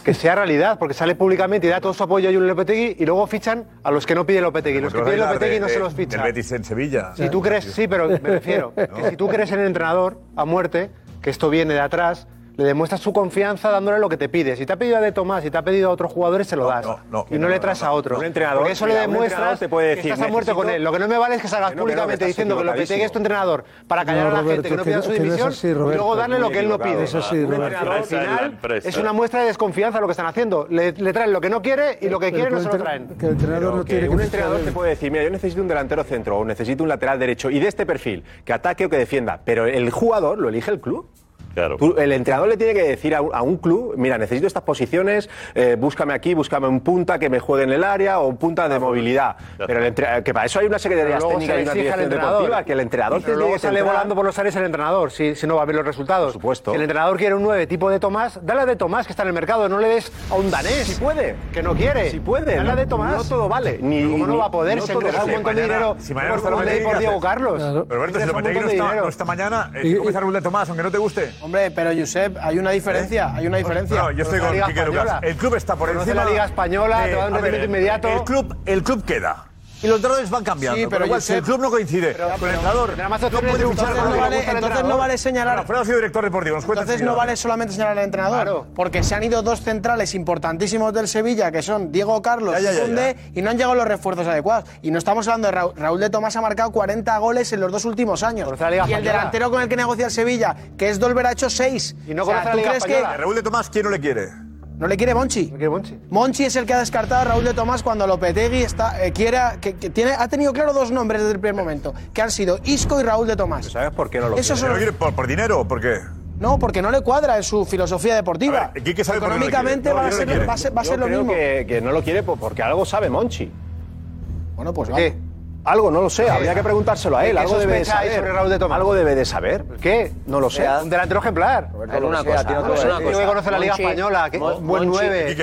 [SPEAKER 17] que sea realidad, porque sale públicamente y da todo su apoyo a Julen Lopetegui y luego fichan a los que no pide Lopetegui. Los que piden Lopetegui no se los
[SPEAKER 9] El
[SPEAKER 17] fichan.
[SPEAKER 9] Betis en Sevilla.
[SPEAKER 17] Si tú crees, sí, pero me refiero, que si tú crees en el entrenador a muerte, que esto viene de atrás, le demuestras su confianza dándole lo que te pide. Si te ha pedido a De Tomás, si te ha pedido a otros jugadores, se lo das.
[SPEAKER 9] no,
[SPEAKER 17] y no, le traes a otro.
[SPEAKER 6] Un entrenador-
[SPEAKER 17] Porque eso le
[SPEAKER 6] mira, un entrenador
[SPEAKER 17] demuestras
[SPEAKER 6] te puede
[SPEAKER 17] que
[SPEAKER 6] decir,
[SPEAKER 17] estás a muerte con
[SPEAKER 6] necesito-
[SPEAKER 17] él. Lo que no me vale es que salgas
[SPEAKER 6] Que no, que no, que
[SPEAKER 17] públicamente
[SPEAKER 6] estás
[SPEAKER 17] diciendo que lo que es tu entrenador para callar
[SPEAKER 8] No,
[SPEAKER 17] a la gente, que
[SPEAKER 8] Roberto,
[SPEAKER 17] no
[SPEAKER 8] que
[SPEAKER 17] pida
[SPEAKER 8] no-
[SPEAKER 17] su
[SPEAKER 8] que no es
[SPEAKER 17] división,
[SPEAKER 8] así,
[SPEAKER 17] y
[SPEAKER 8] Roberto.
[SPEAKER 17] luego darle lo que él no
[SPEAKER 8] No
[SPEAKER 17] pide.
[SPEAKER 8] es así,
[SPEAKER 17] Un
[SPEAKER 8] Roberto.
[SPEAKER 17] entrenador, al
[SPEAKER 8] Empresa es la
[SPEAKER 17] final,
[SPEAKER 8] empresa.
[SPEAKER 17] es una muestra de desconfianza lo que están haciendo. Le, le traen lo que no quiere y lo que
[SPEAKER 8] Eh,
[SPEAKER 17] quiere
[SPEAKER 8] Pero que
[SPEAKER 17] no
[SPEAKER 8] el
[SPEAKER 17] se lo
[SPEAKER 8] entren-
[SPEAKER 17] traen.
[SPEAKER 8] que el entrenador no
[SPEAKER 17] que
[SPEAKER 8] tiene que
[SPEAKER 17] un
[SPEAKER 8] fichar
[SPEAKER 6] entrenador te puede decir, mira, yo necesito un delantero centro o necesito un lateral derecho y de este perfil, que ataque o que defienda, pero el jugador lo elige el club.
[SPEAKER 7] Claro.
[SPEAKER 6] el entrenador le tiene que decir a un, a un club, mira, necesito estas posiciones, eh, búscame aquí, búscame un punta que me juegue en el área o un punta de movilidad. Pero el entre- que para eso hay una secretaría
[SPEAKER 17] Pero luego
[SPEAKER 6] técnica
[SPEAKER 17] se
[SPEAKER 6] y una
[SPEAKER 17] exige al
[SPEAKER 6] dirección
[SPEAKER 17] entrenador.
[SPEAKER 6] deportiva, que el entrenador
[SPEAKER 17] Pero
[SPEAKER 6] tiene
[SPEAKER 17] luego
[SPEAKER 6] que
[SPEAKER 17] sale
[SPEAKER 6] centrar-
[SPEAKER 17] volando por los aires el entrenador, si, si no va a ver los resultados. Por supuesto. Si el entrenador quiere un 9 tipo de Tomás, dale a de Tomás que está en el mercado, no le des a un danés.
[SPEAKER 6] Si puede.
[SPEAKER 17] Que no quiere.
[SPEAKER 6] Si puede.
[SPEAKER 17] Dale a de
[SPEAKER 6] No-
[SPEAKER 17] Tomás.
[SPEAKER 6] no todo vale. Ni-
[SPEAKER 17] Pero ¿Cómo no
[SPEAKER 6] ni-
[SPEAKER 17] va a poder?
[SPEAKER 6] no
[SPEAKER 17] se
[SPEAKER 6] todo
[SPEAKER 17] engrasa un
[SPEAKER 6] vale.
[SPEAKER 17] montón
[SPEAKER 6] Si
[SPEAKER 17] de dinero.
[SPEAKER 6] mañana- si mañana no está
[SPEAKER 17] por,
[SPEAKER 6] Lopetegui,
[SPEAKER 17] por
[SPEAKER 6] ¿qué
[SPEAKER 17] Diego
[SPEAKER 6] haces?
[SPEAKER 17] Carlos.
[SPEAKER 9] Pero Roberto,
[SPEAKER 17] Ingresa
[SPEAKER 9] si
[SPEAKER 17] un
[SPEAKER 9] Lopetegui no
[SPEAKER 17] montón de
[SPEAKER 9] está,
[SPEAKER 17] dinero.
[SPEAKER 9] no está mañana, eh, tú puedes dar un de Tomás, aunque no te guste. ¿Eh? Pues,
[SPEAKER 18] Hombre, pero Josep, hay una diferencia, hay una diferencia.
[SPEAKER 9] No, yo estoy
[SPEAKER 18] La
[SPEAKER 9] con
[SPEAKER 18] Liga
[SPEAKER 9] Quique Lucas.
[SPEAKER 18] Española.
[SPEAKER 9] El club está por
[SPEAKER 18] Conoce
[SPEAKER 9] encima.
[SPEAKER 18] la Liga Española, te va a dar un
[SPEAKER 9] a ver,
[SPEAKER 18] rendimiento inmediato.
[SPEAKER 9] El club, el club queda. Y los entrenadores van cambiando.
[SPEAKER 18] Sí,
[SPEAKER 9] con
[SPEAKER 18] pero
[SPEAKER 9] lo cual,
[SPEAKER 18] Josep-
[SPEAKER 9] si el club no coincide con el entrenador,
[SPEAKER 18] pero además
[SPEAKER 9] no
[SPEAKER 18] tú eres
[SPEAKER 9] puede
[SPEAKER 18] director
[SPEAKER 9] luchar
[SPEAKER 18] del
[SPEAKER 9] con lo que
[SPEAKER 18] no
[SPEAKER 9] le
[SPEAKER 18] vale-
[SPEAKER 9] gusta al
[SPEAKER 18] entonces no
[SPEAKER 9] entrenador.
[SPEAKER 18] vale señalar-
[SPEAKER 9] Bueno, Fran ha sido director deportivo, nos cuenta
[SPEAKER 18] Entonces
[SPEAKER 9] enseguida.
[SPEAKER 18] no vale solamente señalar al entrenador, porque se han ido dos centrales importantísimos del Sevilla, que son Diego Carlos
[SPEAKER 9] Ya, ya,
[SPEAKER 18] y
[SPEAKER 9] ya,
[SPEAKER 18] Koundé, y no han llegado los refuerzos adecuados. Y no estamos hablando de Raúl, Raúl de Tomás ha marcado 40 goles en los dos últimos años.
[SPEAKER 17] la Liga
[SPEAKER 18] Y el
[SPEAKER 17] Española.
[SPEAKER 18] delantero con el que negocia el Sevilla, que es Dolber, ha hecho 6.
[SPEAKER 17] Y no conoce la Liga
[SPEAKER 9] A Raúl de Tomás, ¿quién no le quiere?
[SPEAKER 18] No le quiere Monchi. No
[SPEAKER 17] quiere Monchi.
[SPEAKER 18] es el que ha descartado a Raúl de Tomás cuando Lopetegui está, eh, quiere, a- que, que tiene, ha tenido claro dos nombres desde el primer momento, que han sido Isco y Raúl de Tomás.
[SPEAKER 9] ¿Sabes por qué no
[SPEAKER 18] lo Eso quiere?
[SPEAKER 9] quiere?
[SPEAKER 18] solo-
[SPEAKER 9] ¿Lo quiere por, por dinero o por qué?
[SPEAKER 18] No, porque no le cuadra en su filosofía deportiva.
[SPEAKER 9] Quique sabe por qué no le
[SPEAKER 18] Económicamente
[SPEAKER 9] quiere.
[SPEAKER 18] va a
[SPEAKER 9] No, yo no le
[SPEAKER 18] ser,
[SPEAKER 9] quiere.
[SPEAKER 18] va a ser- va a
[SPEAKER 6] Yo
[SPEAKER 18] ser lo
[SPEAKER 6] creo
[SPEAKER 18] mismo.
[SPEAKER 6] Que, que no lo quiere po- porque algo sabe Monchi.
[SPEAKER 18] Bueno, pues
[SPEAKER 6] ¿Qué? Algo, no lo sé, habría que preguntárselo a
[SPEAKER 17] ¿Qué-
[SPEAKER 6] él.
[SPEAKER 17] qué
[SPEAKER 6] Algo debe de
[SPEAKER 17] sospecha hay
[SPEAKER 6] saber.
[SPEAKER 17] sobre Raúl de Tomás?
[SPEAKER 6] Algo debe de saber.
[SPEAKER 17] ¿Qué?
[SPEAKER 6] No lo sé.
[SPEAKER 17] Un delantero ejemplar.
[SPEAKER 6] Roberto, lo que sea, tiene otro
[SPEAKER 17] Yo
[SPEAKER 6] perfil.
[SPEAKER 17] creo que conoce la Liga Española, que un buen 9.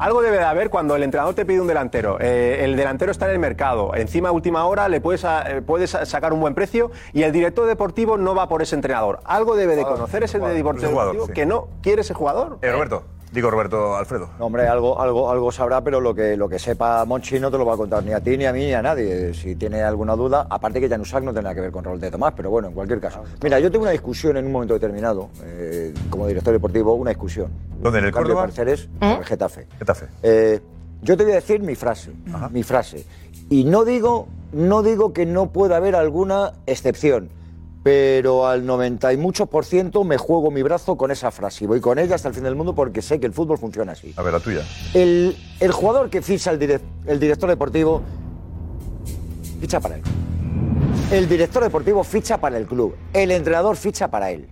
[SPEAKER 6] Algo debe de haber cuando el entrenador te pide un delantero. Eh, el delantero está en el mercado. Encima, a última hora, le puedes, a- eh, puedes a- sacar un buen precio y el director deportivo no va por ese entrenador. Algo debe de conocer ese
[SPEAKER 9] jugador,
[SPEAKER 6] deportivo
[SPEAKER 9] jugador, sí.
[SPEAKER 6] que no quiere ese jugador.
[SPEAKER 9] Eh, Roberto. Digo, Roberto Alfredo.
[SPEAKER 20] No, hombre, algo, algo, algo sabrá, pero lo que, lo que sepa Monchi no te lo va a contar ni a ti, ni a mí, ni a nadie. Si tiene alguna duda, aparte que Janusak no tendrá que ver con Raúl de Tomás, pero bueno, en cualquier caso. Mira, yo tengo una discusión en un momento determinado, eh, como director deportivo, una discusión.
[SPEAKER 9] ¿Dónde, en el
[SPEAKER 20] Un cambio de
[SPEAKER 9] Córdoba?
[SPEAKER 20] pareceres
[SPEAKER 9] ¿Eh?
[SPEAKER 20] con el Getafe.
[SPEAKER 9] Getafe.
[SPEAKER 20] Eh, yo te voy a decir mi frase, mi frase. Y no digo, no digo que no pueda haber alguna excepción, pero al 90 y muchos por ciento me juego mi brazo con esa frase y voy con ella hasta el fin del mundo porque sé que el fútbol funciona así.
[SPEAKER 9] A ver, la tuya.
[SPEAKER 20] El, el jugador que ficha el, direc- el director deportivo ficha para él. El director deportivo ficha para el club. El entrenador ficha para él.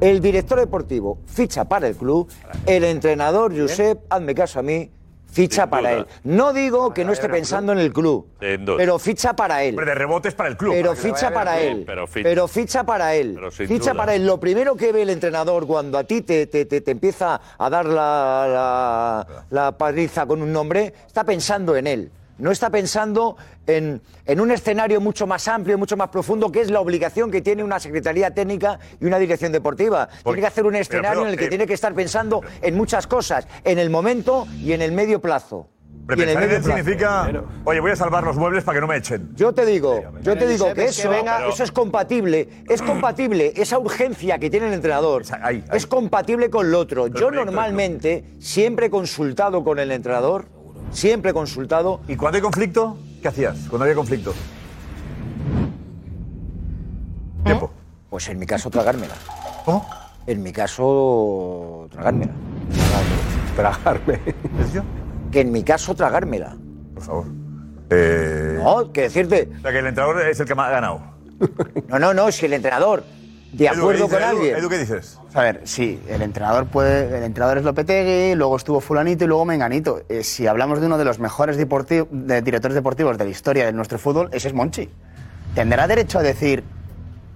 [SPEAKER 20] El director deportivo ficha para el club. El entrenador, Josep, hazme caso a mí, ficha para
[SPEAKER 7] duda.
[SPEAKER 20] él. No digo que no esté pensando en el club.
[SPEAKER 7] Sin duda.
[SPEAKER 20] Pero ficha para él.
[SPEAKER 9] Hombre, de rebotes para el club.
[SPEAKER 20] Pero
[SPEAKER 9] Para que le
[SPEAKER 20] ficha
[SPEAKER 9] vaya bien
[SPEAKER 20] para
[SPEAKER 9] al
[SPEAKER 20] él.
[SPEAKER 9] club. Pero ficha.
[SPEAKER 20] Pero ficha para él.
[SPEAKER 9] Pero sin
[SPEAKER 20] Ficha
[SPEAKER 9] duda.
[SPEAKER 20] para él. Lo primero que ve el entrenador cuando a ti te, te- te- te empieza a dar la, la, la paliza con un nombre, está pensando en él. No está pensando en, en un escenario mucho más amplio, mucho más profundo, que es la obligación que tiene una secretaría técnica y una dirección deportiva. tiene que hacer un escenario
[SPEAKER 9] pero,
[SPEAKER 20] en el que
[SPEAKER 9] eh,
[SPEAKER 20] tiene que estar pensando en muchas cosas, en el momento y en el medio plazo.
[SPEAKER 9] Pero
[SPEAKER 20] Y en el
[SPEAKER 9] pensar en
[SPEAKER 20] medio
[SPEAKER 9] él
[SPEAKER 20] plazo.
[SPEAKER 9] significa, oye, voy a salvar los muebles para que no me echen.
[SPEAKER 20] Yo te digo, Yo te digo que
[SPEAKER 9] Pero
[SPEAKER 20] eso,
[SPEAKER 9] venga-
[SPEAKER 20] eso es compatible, es compatible, esa urgencia que tiene el entrenador es compatible con lo otro. Yo normalmente siempre he consultado con el entrenador, siempre he consultado.
[SPEAKER 9] ¿Y cuando hay conflicto? ¿Qué hacías cuando había conflicto?
[SPEAKER 20] Tiempo. ¿Eh? Pues en mi caso tragármela.
[SPEAKER 9] ¿Cómo?
[SPEAKER 20] En mi caso tragármela.
[SPEAKER 9] Tragarme.
[SPEAKER 20] Que en mi caso tragármela.
[SPEAKER 9] Por favor. Eh...
[SPEAKER 20] No, que decirte.
[SPEAKER 9] O sea, que el entrenador es el que más ha ganado.
[SPEAKER 20] No, no, no, si el entrenador de
[SPEAKER 9] Edu,
[SPEAKER 20] acuerdo
[SPEAKER 9] ¿qué
[SPEAKER 20] con
[SPEAKER 9] dices, Edu?
[SPEAKER 20] alguien.
[SPEAKER 9] Edu, ¿qué dices?
[SPEAKER 21] A ver, sí, el entrenador puede, el entrenador es Lopetegui, luego estuvo fulanito y luego Menganito. Eh, si hablamos de uno de los mejores deporti- de directores deportivos de la historia de nuestro fútbol, ese es Monchi. Tendrá derecho a decir,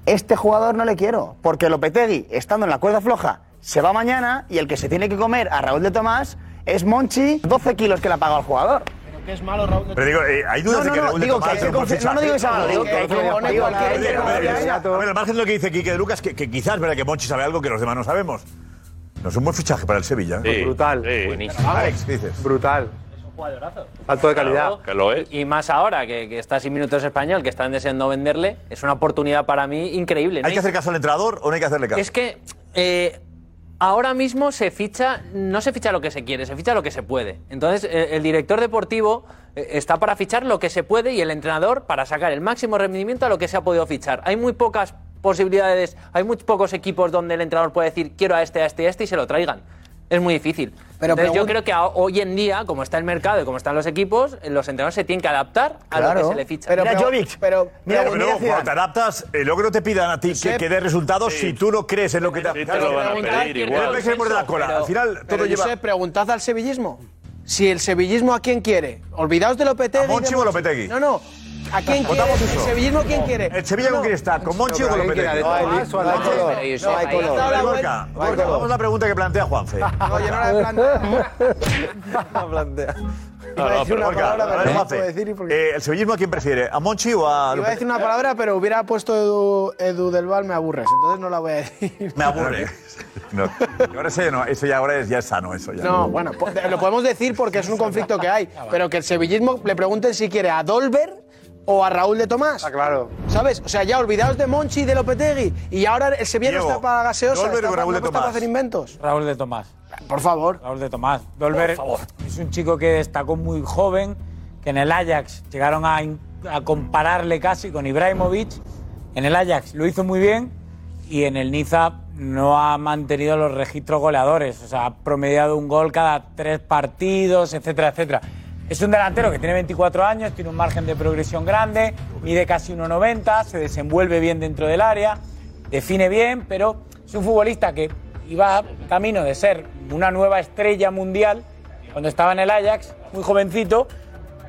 [SPEAKER 21] este jugador no le quiero, porque Lopetegui, estando en la cuerda floja, se va mañana y el que se tiene que comer a Raúl de Tomás es Monchi, 12 kilos que le ha pagado al jugador.
[SPEAKER 14] Que es malo, Raúl.
[SPEAKER 9] Pero digo, eh, hay dudas
[SPEAKER 21] No,
[SPEAKER 9] de
[SPEAKER 21] no,
[SPEAKER 9] que
[SPEAKER 21] no,
[SPEAKER 9] Raúl de
[SPEAKER 21] digo
[SPEAKER 9] Tomás
[SPEAKER 21] que hay
[SPEAKER 9] sea un
[SPEAKER 21] que
[SPEAKER 9] buen
[SPEAKER 21] confi-
[SPEAKER 9] fichaje.
[SPEAKER 21] no, no digo que sea malo, digo que hay que
[SPEAKER 9] Oye,
[SPEAKER 21] poner
[SPEAKER 9] oye,
[SPEAKER 21] cualquier
[SPEAKER 9] oye,
[SPEAKER 21] tema
[SPEAKER 9] oye,
[SPEAKER 21] que haya.
[SPEAKER 9] A ver, al margen de lo que dice Quique de Lucas, que, que quizás, ¿verdad? Que Monchi sabe algo que los demás no sabemos. No es un buen fichaje para el Sevilla.
[SPEAKER 6] brutal.
[SPEAKER 9] Alex, ¿qué dices?
[SPEAKER 6] Brutal.
[SPEAKER 9] Alto de
[SPEAKER 1] Claro, Y más ahora, que, que está sin minutos español, que están deseando venderle, es una oportunidad para mí increíble. ¿no?
[SPEAKER 9] ¿Hay que hacer caso al entrenador o no hay que hacerle caso?
[SPEAKER 1] Es que eh, ahora mismo se ficha, no se ficha lo que se quiere, se ficha lo que se puede. Entonces, eh, el director deportivo eh, está para fichar lo que se puede y el entrenador para sacar el máximo rendimiento a lo que se ha podido fichar. Hay muy pocas posibilidades, hay muy pocos equipos donde el entrenador puede decir quiero a este, a este, a este y se lo traigan. Es muy difícil.
[SPEAKER 18] Pero
[SPEAKER 1] Entonces, yo
[SPEAKER 18] pregun-
[SPEAKER 1] creo que a- hoy en día, como está el mercado y como están los equipos, los entrenadores se tienen que adaptar a lo que
[SPEAKER 21] Claro.
[SPEAKER 1] se le ficha.
[SPEAKER 21] Pero- Mira pero- Jovic.
[SPEAKER 1] pero,
[SPEAKER 9] Mira, pero luego, cuando te adaptas, eh, luego que no te pidan a ti que, que des resultados si tú no crees en lo que te,
[SPEAKER 7] te lo van a pedir igual.
[SPEAKER 9] El pez se muerde la cola.
[SPEAKER 7] Pero-
[SPEAKER 9] al final todo
[SPEAKER 18] Pero,
[SPEAKER 9] lleva.
[SPEAKER 18] Josep, preguntad al sevillismo. Si el sevillismo a quién quiere. Olvidaos de Lopetegui.
[SPEAKER 9] ¿A Monchi
[SPEAKER 18] de
[SPEAKER 9] o Lopetegui?
[SPEAKER 18] No, no. ¿A quién quiere?
[SPEAKER 9] Votamos
[SPEAKER 18] ¿El
[SPEAKER 9] eso.
[SPEAKER 18] sevillismo a quién
[SPEAKER 9] No.
[SPEAKER 18] quiere?
[SPEAKER 9] ¿El Sevilla
[SPEAKER 18] No,
[SPEAKER 9] con
[SPEAKER 18] no.
[SPEAKER 9] quién está? ¿Con Monchi o con Lopetegui?
[SPEAKER 18] quién quiere?
[SPEAKER 9] No,
[SPEAKER 18] No hay color. No hay color.
[SPEAKER 9] Gorka, Gorka, Vamos a la pregunta que plantea Juanfe. No, yo no la plantea.
[SPEAKER 18] Iba a decir una palabra, pero no la puedo
[SPEAKER 9] ¿El sevillismo a quién prefiere? ¿A Monchi o a
[SPEAKER 18] Iba a decir
[SPEAKER 9] Lopetegui?
[SPEAKER 18] una palabra, pero hubiera puesto Edu, Edu del Val, me aburres. Entonces no la voy a decir.
[SPEAKER 9] Me aburre. No. Ahora eso ya no, eso ya ahora es, ya es sano, eso ya.
[SPEAKER 18] No, bueno, po- lo podemos decir porque es un conflicto que
[SPEAKER 11] Ah,
[SPEAKER 18] hay. Pero que el sevillismo le pregunten si quiere a Dolber o a Raúl de
[SPEAKER 11] Ah,
[SPEAKER 18] Tomás. claro. ¿Sabes? O sea, ya olvidaos de Monchi y de Lopetegui. Y ahora el Sevilla no
[SPEAKER 11] Diego,
[SPEAKER 18] está para gaseosa.
[SPEAKER 11] Dolber
[SPEAKER 18] está
[SPEAKER 11] o
[SPEAKER 18] para-
[SPEAKER 11] Raúl de
[SPEAKER 18] no está para
[SPEAKER 11] Tomás.
[SPEAKER 18] hacer inventos.
[SPEAKER 11] Raúl de Tomás.
[SPEAKER 18] Por favor.
[SPEAKER 11] Raúl de Tomás. Dolber es un chico que destacó muy joven, que en el Ajax llegaron a, in- a compararle casi con Ibrahimovic. En el Ajax lo hizo muy bien y en el Niza no ha mantenido los registros goleadores. O sea, ha promediado un gol cada tres partidos, etcétera, etcétera. Es un delantero que tiene 24 años, tiene un margen de progresión grande, mide casi 1,90, se desenvuelve bien dentro del área, define bien, pero es un futbolista que iba camino de ser una nueva estrella mundial cuando estaba en el Ajax, muy jovencito,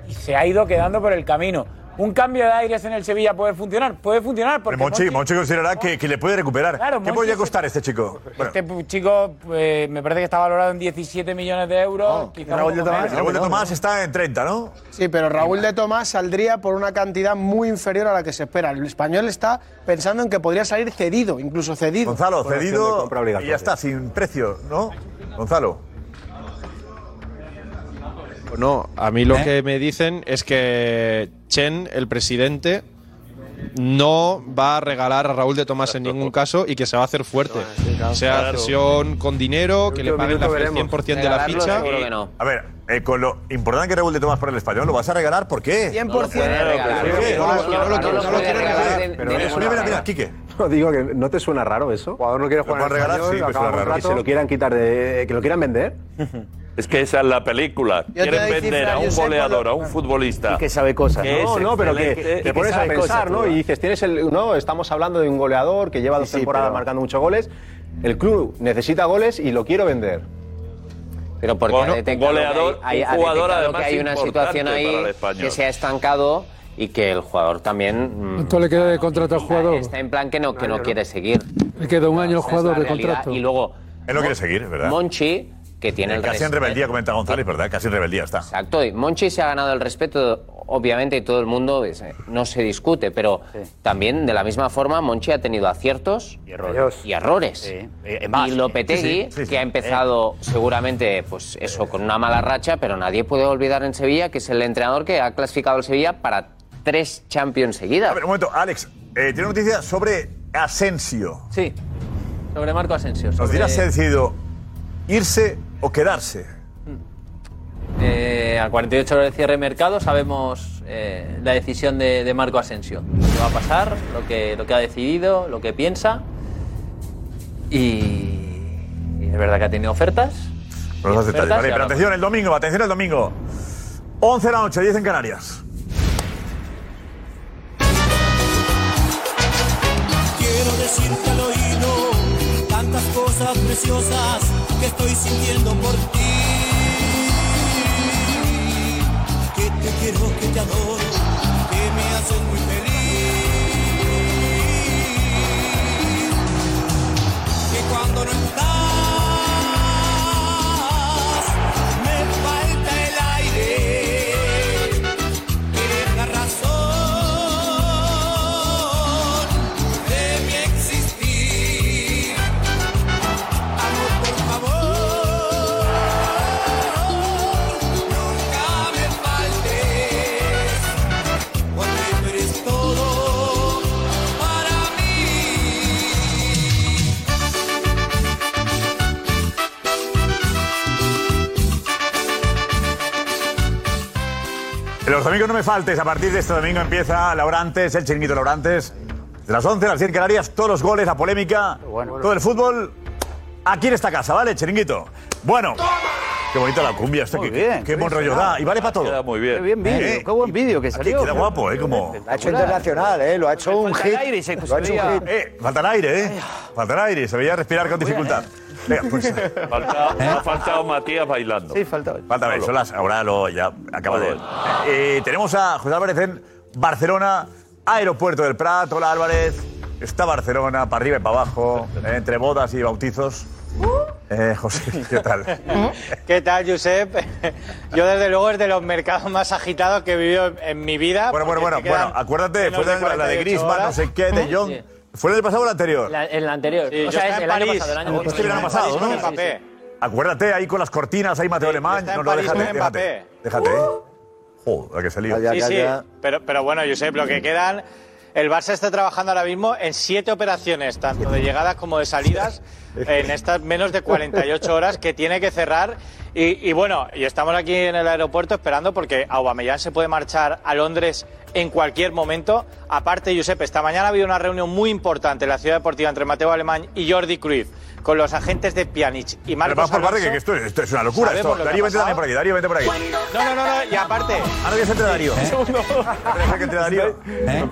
[SPEAKER 11] y se ha ido quedando por el camino. ¿Un cambio de aires en el Sevilla puede funcionar? Puede funcionar porque...
[SPEAKER 9] Pero Monchi,
[SPEAKER 11] Monchi-
[SPEAKER 9] Monchi considerará que, que le puede recuperar.
[SPEAKER 11] Claro,
[SPEAKER 9] ¿Qué
[SPEAKER 11] Monchi
[SPEAKER 9] podría
[SPEAKER 11] es-
[SPEAKER 9] costar este chico? Bueno,
[SPEAKER 11] Este pu- chico eh, me parece que está valorado en 17 millones de euros.
[SPEAKER 22] Oh,
[SPEAKER 11] quizá un
[SPEAKER 9] Raúl de
[SPEAKER 11] poco
[SPEAKER 9] Tomás,
[SPEAKER 11] menos.
[SPEAKER 9] Raúl de Tomás está en 30, ¿no?
[SPEAKER 18] Sí, pero Raúl de Tomás saldría por una cantidad muy inferior a la que se espera. El español está pensando en que podría salir cedido, incluso cedido.
[SPEAKER 9] Gonzalo, cedido y ya está, sin precio, ¿no? Gonzalo.
[SPEAKER 3] No, a mí lo
[SPEAKER 9] ¿Eh?
[SPEAKER 3] que me dicen es que Chen, el presidente, no va a regalar a Raúl de Tomás en ningún caso y que se va a hacer fuerte. Sea
[SPEAKER 9] Claro.
[SPEAKER 3] cesión con dinero, que le paguen la- el 100% de la ficha.
[SPEAKER 9] A ver, eh, con lo importante que era de Tomás para el español, ¿lo vas a regalar? ¿Por qué?
[SPEAKER 3] 100% No lo puede regalar.
[SPEAKER 9] ¿Por qué? No lo-
[SPEAKER 3] No lo-
[SPEAKER 9] no lo-
[SPEAKER 3] no
[SPEAKER 9] no
[SPEAKER 3] lo
[SPEAKER 9] lo
[SPEAKER 3] puede
[SPEAKER 9] quiere
[SPEAKER 3] regalar
[SPEAKER 9] regalar.
[SPEAKER 3] de-
[SPEAKER 9] Pero
[SPEAKER 3] de
[SPEAKER 9] mira,
[SPEAKER 3] ninguna
[SPEAKER 9] mira, mira,
[SPEAKER 3] manera.
[SPEAKER 9] Quique.
[SPEAKER 6] No, digo que no te suena raro eso. Jugador no quiere
[SPEAKER 7] jugar
[SPEAKER 6] jugar
[SPEAKER 7] en el español, acaba un
[SPEAKER 6] Que
[SPEAKER 7] rato.
[SPEAKER 6] se lo quieran quitar de. Que lo quieran vender.
[SPEAKER 7] Es que esa es la película.
[SPEAKER 6] te
[SPEAKER 7] Quieren
[SPEAKER 6] doy
[SPEAKER 7] vender
[SPEAKER 6] cifras,
[SPEAKER 7] a
[SPEAKER 6] yo
[SPEAKER 7] un
[SPEAKER 6] sé
[SPEAKER 7] goleador, a un futbolista.
[SPEAKER 6] que sabe cosas,
[SPEAKER 7] que
[SPEAKER 6] No,
[SPEAKER 7] es
[SPEAKER 6] no, pero que-
[SPEAKER 7] excelente.
[SPEAKER 6] que te pones a pensar, ¿no?
[SPEAKER 7] ¿eh?
[SPEAKER 6] Y dices, tienes el. No, estamos hablando de un goleador que lleva dos temporadas marcando muchos goles. El club necesita goles y lo quiero vender.
[SPEAKER 19] Pero porque
[SPEAKER 6] Bueno,
[SPEAKER 19] ha detectado
[SPEAKER 6] un goleador,
[SPEAKER 19] que hay,
[SPEAKER 6] un
[SPEAKER 19] ha
[SPEAKER 6] jugador
[SPEAKER 19] detectado
[SPEAKER 6] además
[SPEAKER 19] que hay una
[SPEAKER 6] importante
[SPEAKER 19] situación
[SPEAKER 6] para el
[SPEAKER 19] ahí
[SPEAKER 6] español.
[SPEAKER 19] que se ha estancado y que el jugador también mm,
[SPEAKER 8] ¿Cuánto le queda de contrato al jugador?
[SPEAKER 19] está en plan que no, que no quiere seguir.
[SPEAKER 8] Le queda un año
[SPEAKER 19] este. Esa
[SPEAKER 8] al
[SPEAKER 19] es
[SPEAKER 8] jugador
[SPEAKER 19] la
[SPEAKER 8] de
[SPEAKER 19] realidad.
[SPEAKER 8] contrato.
[SPEAKER 19] Y luego.
[SPEAKER 9] Él no quiere seguir, ¿verdad? Eh,
[SPEAKER 19] Monchi, que tiene el
[SPEAKER 9] Casi en
[SPEAKER 19] respeto-
[SPEAKER 9] rebeldía, comenta González, ¿verdad? Casi en rebeldía está.
[SPEAKER 19] Exacto, y Monchi se ha ganado el respeto, obviamente, y todo el mundo es, eh, no se discute, pero también de la misma forma Monchi ha tenido aciertos y errores. Y,
[SPEAKER 9] Eh,
[SPEAKER 19] Lopetegui,
[SPEAKER 11] Sí, sí, sí, sí.
[SPEAKER 19] que ha empezado seguramente pues eso con una mala racha, pero nadie puede olvidar en Sevilla que es el entrenador que ha clasificado al Sevilla para tres Champions seguidas.
[SPEAKER 9] A ver, un momento, Alex, eh, tiene noticia sobre Asensio.
[SPEAKER 1] Sí, sobre Marco Asensio.
[SPEAKER 9] Nos
[SPEAKER 1] sobre-
[SPEAKER 9] dirá si ha decidido irse o quedarse.
[SPEAKER 1] Eh, a 48 horas de cierre de mercado sabemos eh, la decisión de, de Marco Asensio. Lo que va a pasar, lo que, lo que ha decidido, lo que piensa. Y, y es verdad que ha tenido ofertas.
[SPEAKER 9] No los detalles,
[SPEAKER 1] Ofertas,
[SPEAKER 9] ¿vale?
[SPEAKER 1] ya
[SPEAKER 9] Pero
[SPEAKER 1] lo-
[SPEAKER 9] atención, el domingo, atención el domingo. 11 de la noche, 10 en Canarias.
[SPEAKER 23] Quiero decirte al oído tantas cosas preciosas que estoy sintiendo por ti. Que te quiero, que te adoro, que me haces muy feliz. Que cuando no estás, me falta el aire. Que es la razón de mi existir. Amor, por favor, nunca me faltes, porque tú eres todo para mí.
[SPEAKER 9] Los domingos no me faltes, a partir de este domingo empieza Laurantes, el chiringuito Laurantes. De las 11 a las 10 Canarias, todos los goles, la polémica, todo el fútbol, aquí en esta casa, ¿vale, chiringuito? Bueno, qué bonita la cumbia esta, qué, qué, buen rollo da, y vale para todo.
[SPEAKER 7] Queda muy bien.
[SPEAKER 2] Qué bien vídeo, qué buen vídeo que salió.
[SPEAKER 9] Queda guapo, ¿eh? Como...
[SPEAKER 20] Lo ha hecho internacional, ¿eh? Lo ha hecho un hit. Lo ha hecho un hit.
[SPEAKER 9] Eh, falta el aire, ¿eh? Falta el aire, se veía respirar con dificultad. Venga, pues...
[SPEAKER 6] ¿Eh?
[SPEAKER 7] Falta- Ha faltado Matías bailando.
[SPEAKER 9] Sí, falta. Falta ver, son las- ahora lo, ya acaba de. Eh, tenemos a José Álvarez en Barcelona, aeropuerto del Prat. Hola Álvarez. Está Barcelona, para arriba y para abajo, eh, entre bodas y bautizos.
[SPEAKER 22] Uh.
[SPEAKER 9] Eh, José, ¿qué tal?
[SPEAKER 22] ¿Qué tal, Josep? Yo, desde luego, es de los mercados más agitados que he vivido en- en mi vida.
[SPEAKER 9] Bueno, bueno, bueno, bueno, acuérdate, fue la de, la de Griezmann, no sé qué, de Young.
[SPEAKER 22] Sí.
[SPEAKER 9] ¿Fue el año pasado o el anterior?
[SPEAKER 1] La- el anterior.
[SPEAKER 22] Sí, yo
[SPEAKER 1] o sea, es
[SPEAKER 22] estaba en
[SPEAKER 1] el año
[SPEAKER 22] París. Este
[SPEAKER 1] pasado. El año
[SPEAKER 22] Yo
[SPEAKER 1] pasado.
[SPEAKER 22] estaba en París con Mbappé.
[SPEAKER 9] Acuérdate, ahí con las cortinas, ahí Mateo Alemán.
[SPEAKER 22] está en
[SPEAKER 9] No,
[SPEAKER 22] Uh.
[SPEAKER 9] no,
[SPEAKER 22] París
[SPEAKER 9] déjate,
[SPEAKER 22] con
[SPEAKER 9] déjate. Déjate. eh. Joder, la que salió.
[SPEAKER 22] Sí, sí, pero, pero bueno, Josep, lo que quedan. El Barça está trabajando ahora mismo en siete operaciones, tanto de llegadas como de salidas, en estas menos de 48 horas que tiene que cerrar. Y, y bueno, y estamos aquí en el aeropuerto esperando porque Aubameyang se puede marchar a Londres en cualquier momento. Aparte, Josep, esta mañana ha habido una reunión muy importante en la ciudad deportiva entre Mateo Alemán y Jordi Cruyff, con los agentes de Pjanic y
[SPEAKER 9] Pero
[SPEAKER 22] Marcos
[SPEAKER 9] vamos por parte,
[SPEAKER 22] Alonso.
[SPEAKER 9] que esto, esto es una locura.
[SPEAKER 22] Sabemos
[SPEAKER 9] Esto.
[SPEAKER 22] lo que
[SPEAKER 9] Darío,
[SPEAKER 22] ha
[SPEAKER 9] vente también
[SPEAKER 22] pasado.
[SPEAKER 9] por aquí. Darío, vente por aquí.
[SPEAKER 22] No, no, no, no, y aparte...
[SPEAKER 9] Ahora que se entre Darío.
[SPEAKER 22] Un segundo.
[SPEAKER 9] Parece que entre Darío.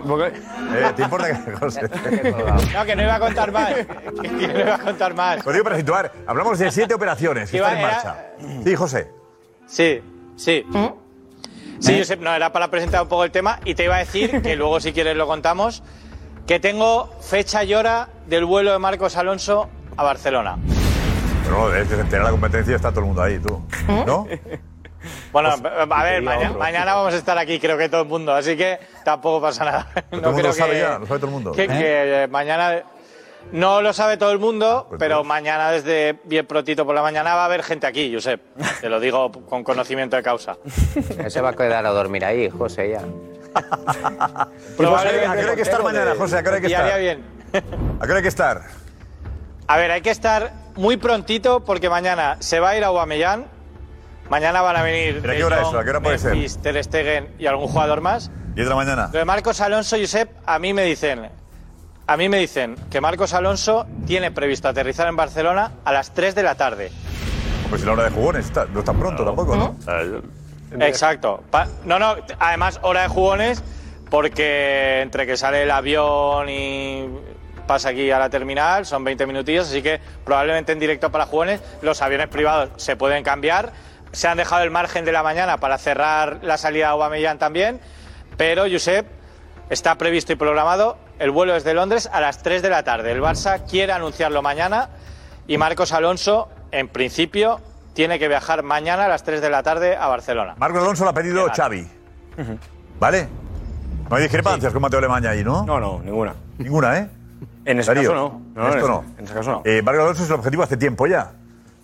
[SPEAKER 9] Eh, ¿Te importa que José?
[SPEAKER 22] No, que no iba a contar más. Que no iba a contar más.
[SPEAKER 9] Lo digo para situar. Hablamos de siete operaciones que
[SPEAKER 22] Iba-
[SPEAKER 9] están en
[SPEAKER 22] era-
[SPEAKER 9] marcha. Sí, José.
[SPEAKER 22] Sí, sí. Sí, Josep, no, era para presentar un poco el tema y te iba a decir, que luego si quieres lo contamos, que tengo fecha y hora del vuelo de Marcos Alonso a Barcelona.
[SPEAKER 9] Pero no, desde que se entera la competencia está todo el mundo ahí, tú. ¿No?
[SPEAKER 22] Bueno, a ver,
[SPEAKER 9] diga
[SPEAKER 22] maña-
[SPEAKER 9] otro.
[SPEAKER 22] mañana vamos a estar aquí, creo que todo el mundo, así que tampoco pasa nada.
[SPEAKER 9] todo el mundo
[SPEAKER 22] creo
[SPEAKER 9] lo sabe
[SPEAKER 22] que-
[SPEAKER 9] ya, lo sabe todo el mundo.
[SPEAKER 22] Que,
[SPEAKER 9] ¿Eh?
[SPEAKER 22] que, eh, mañana No lo sabe todo el mundo, pero mañana desde bien prontito por la mañana va a haber gente aquí, Josep. Te lo digo con conocimiento de causa.
[SPEAKER 19] Se va a quedar a dormir ahí, José, ya.
[SPEAKER 22] Probablemente.
[SPEAKER 9] Pues ¿A qué hora hay que estar mañana, José? ¿A qué hora hay que
[SPEAKER 22] Y
[SPEAKER 9] estar?
[SPEAKER 22] haría bien.
[SPEAKER 9] ¿A qué hora hay que estar?
[SPEAKER 22] A ver, hay que estar muy prontito porque mañana se va a ir a Guamellán. Mañana van a venir.
[SPEAKER 9] ¿Pero a qué hora
[SPEAKER 22] Deschamps,
[SPEAKER 9] es? ¿A qué hora puede ser?
[SPEAKER 22] Memphis, Ter Stegen y algún jugador más.
[SPEAKER 9] ¿10 de la mañana?
[SPEAKER 22] Lo de Marcos Alonso, Josep, a mí me dicen. A mí me dicen que Marcos Alonso tiene previsto aterrizar en Barcelona a las 3 de la tarde.
[SPEAKER 9] Pues es la hora de jugones. está- No es tan pronto tampoco, ¿no?
[SPEAKER 5] Ah,
[SPEAKER 22] Exacto. Pa- no, no, t- además hora de jugones porque entre que sale el avión y pasa aquí a la terminal son 20 minutillos, así que probablemente en directo para jugones los aviones privados se pueden cambiar. Se han dejado el margen de la mañana para cerrar la salida a Aubameyang también, pero Josep está previsto y programado el vuelo desde Londres a las 3 de la tarde. El Barça quiere anunciarlo mañana y Marcos Alonso en principio tiene que viajar mañana a las 3 de la tarde a Barcelona.
[SPEAKER 9] Marcos Alonso lo ha pedido
[SPEAKER 22] Qué
[SPEAKER 9] Xavi. ¿Vale? No hay discrepancias con Mateo Alemania ahí, ¿no? No,
[SPEAKER 5] no, ninguna.
[SPEAKER 9] Ninguna, ¿eh?
[SPEAKER 5] En ese
[SPEAKER 9] Darío,
[SPEAKER 5] caso no. No, en
[SPEAKER 9] en esto
[SPEAKER 5] ese-
[SPEAKER 9] no.
[SPEAKER 5] en ese caso no.
[SPEAKER 9] Eh, Marcos Alonso es el objetivo hace tiempo ya.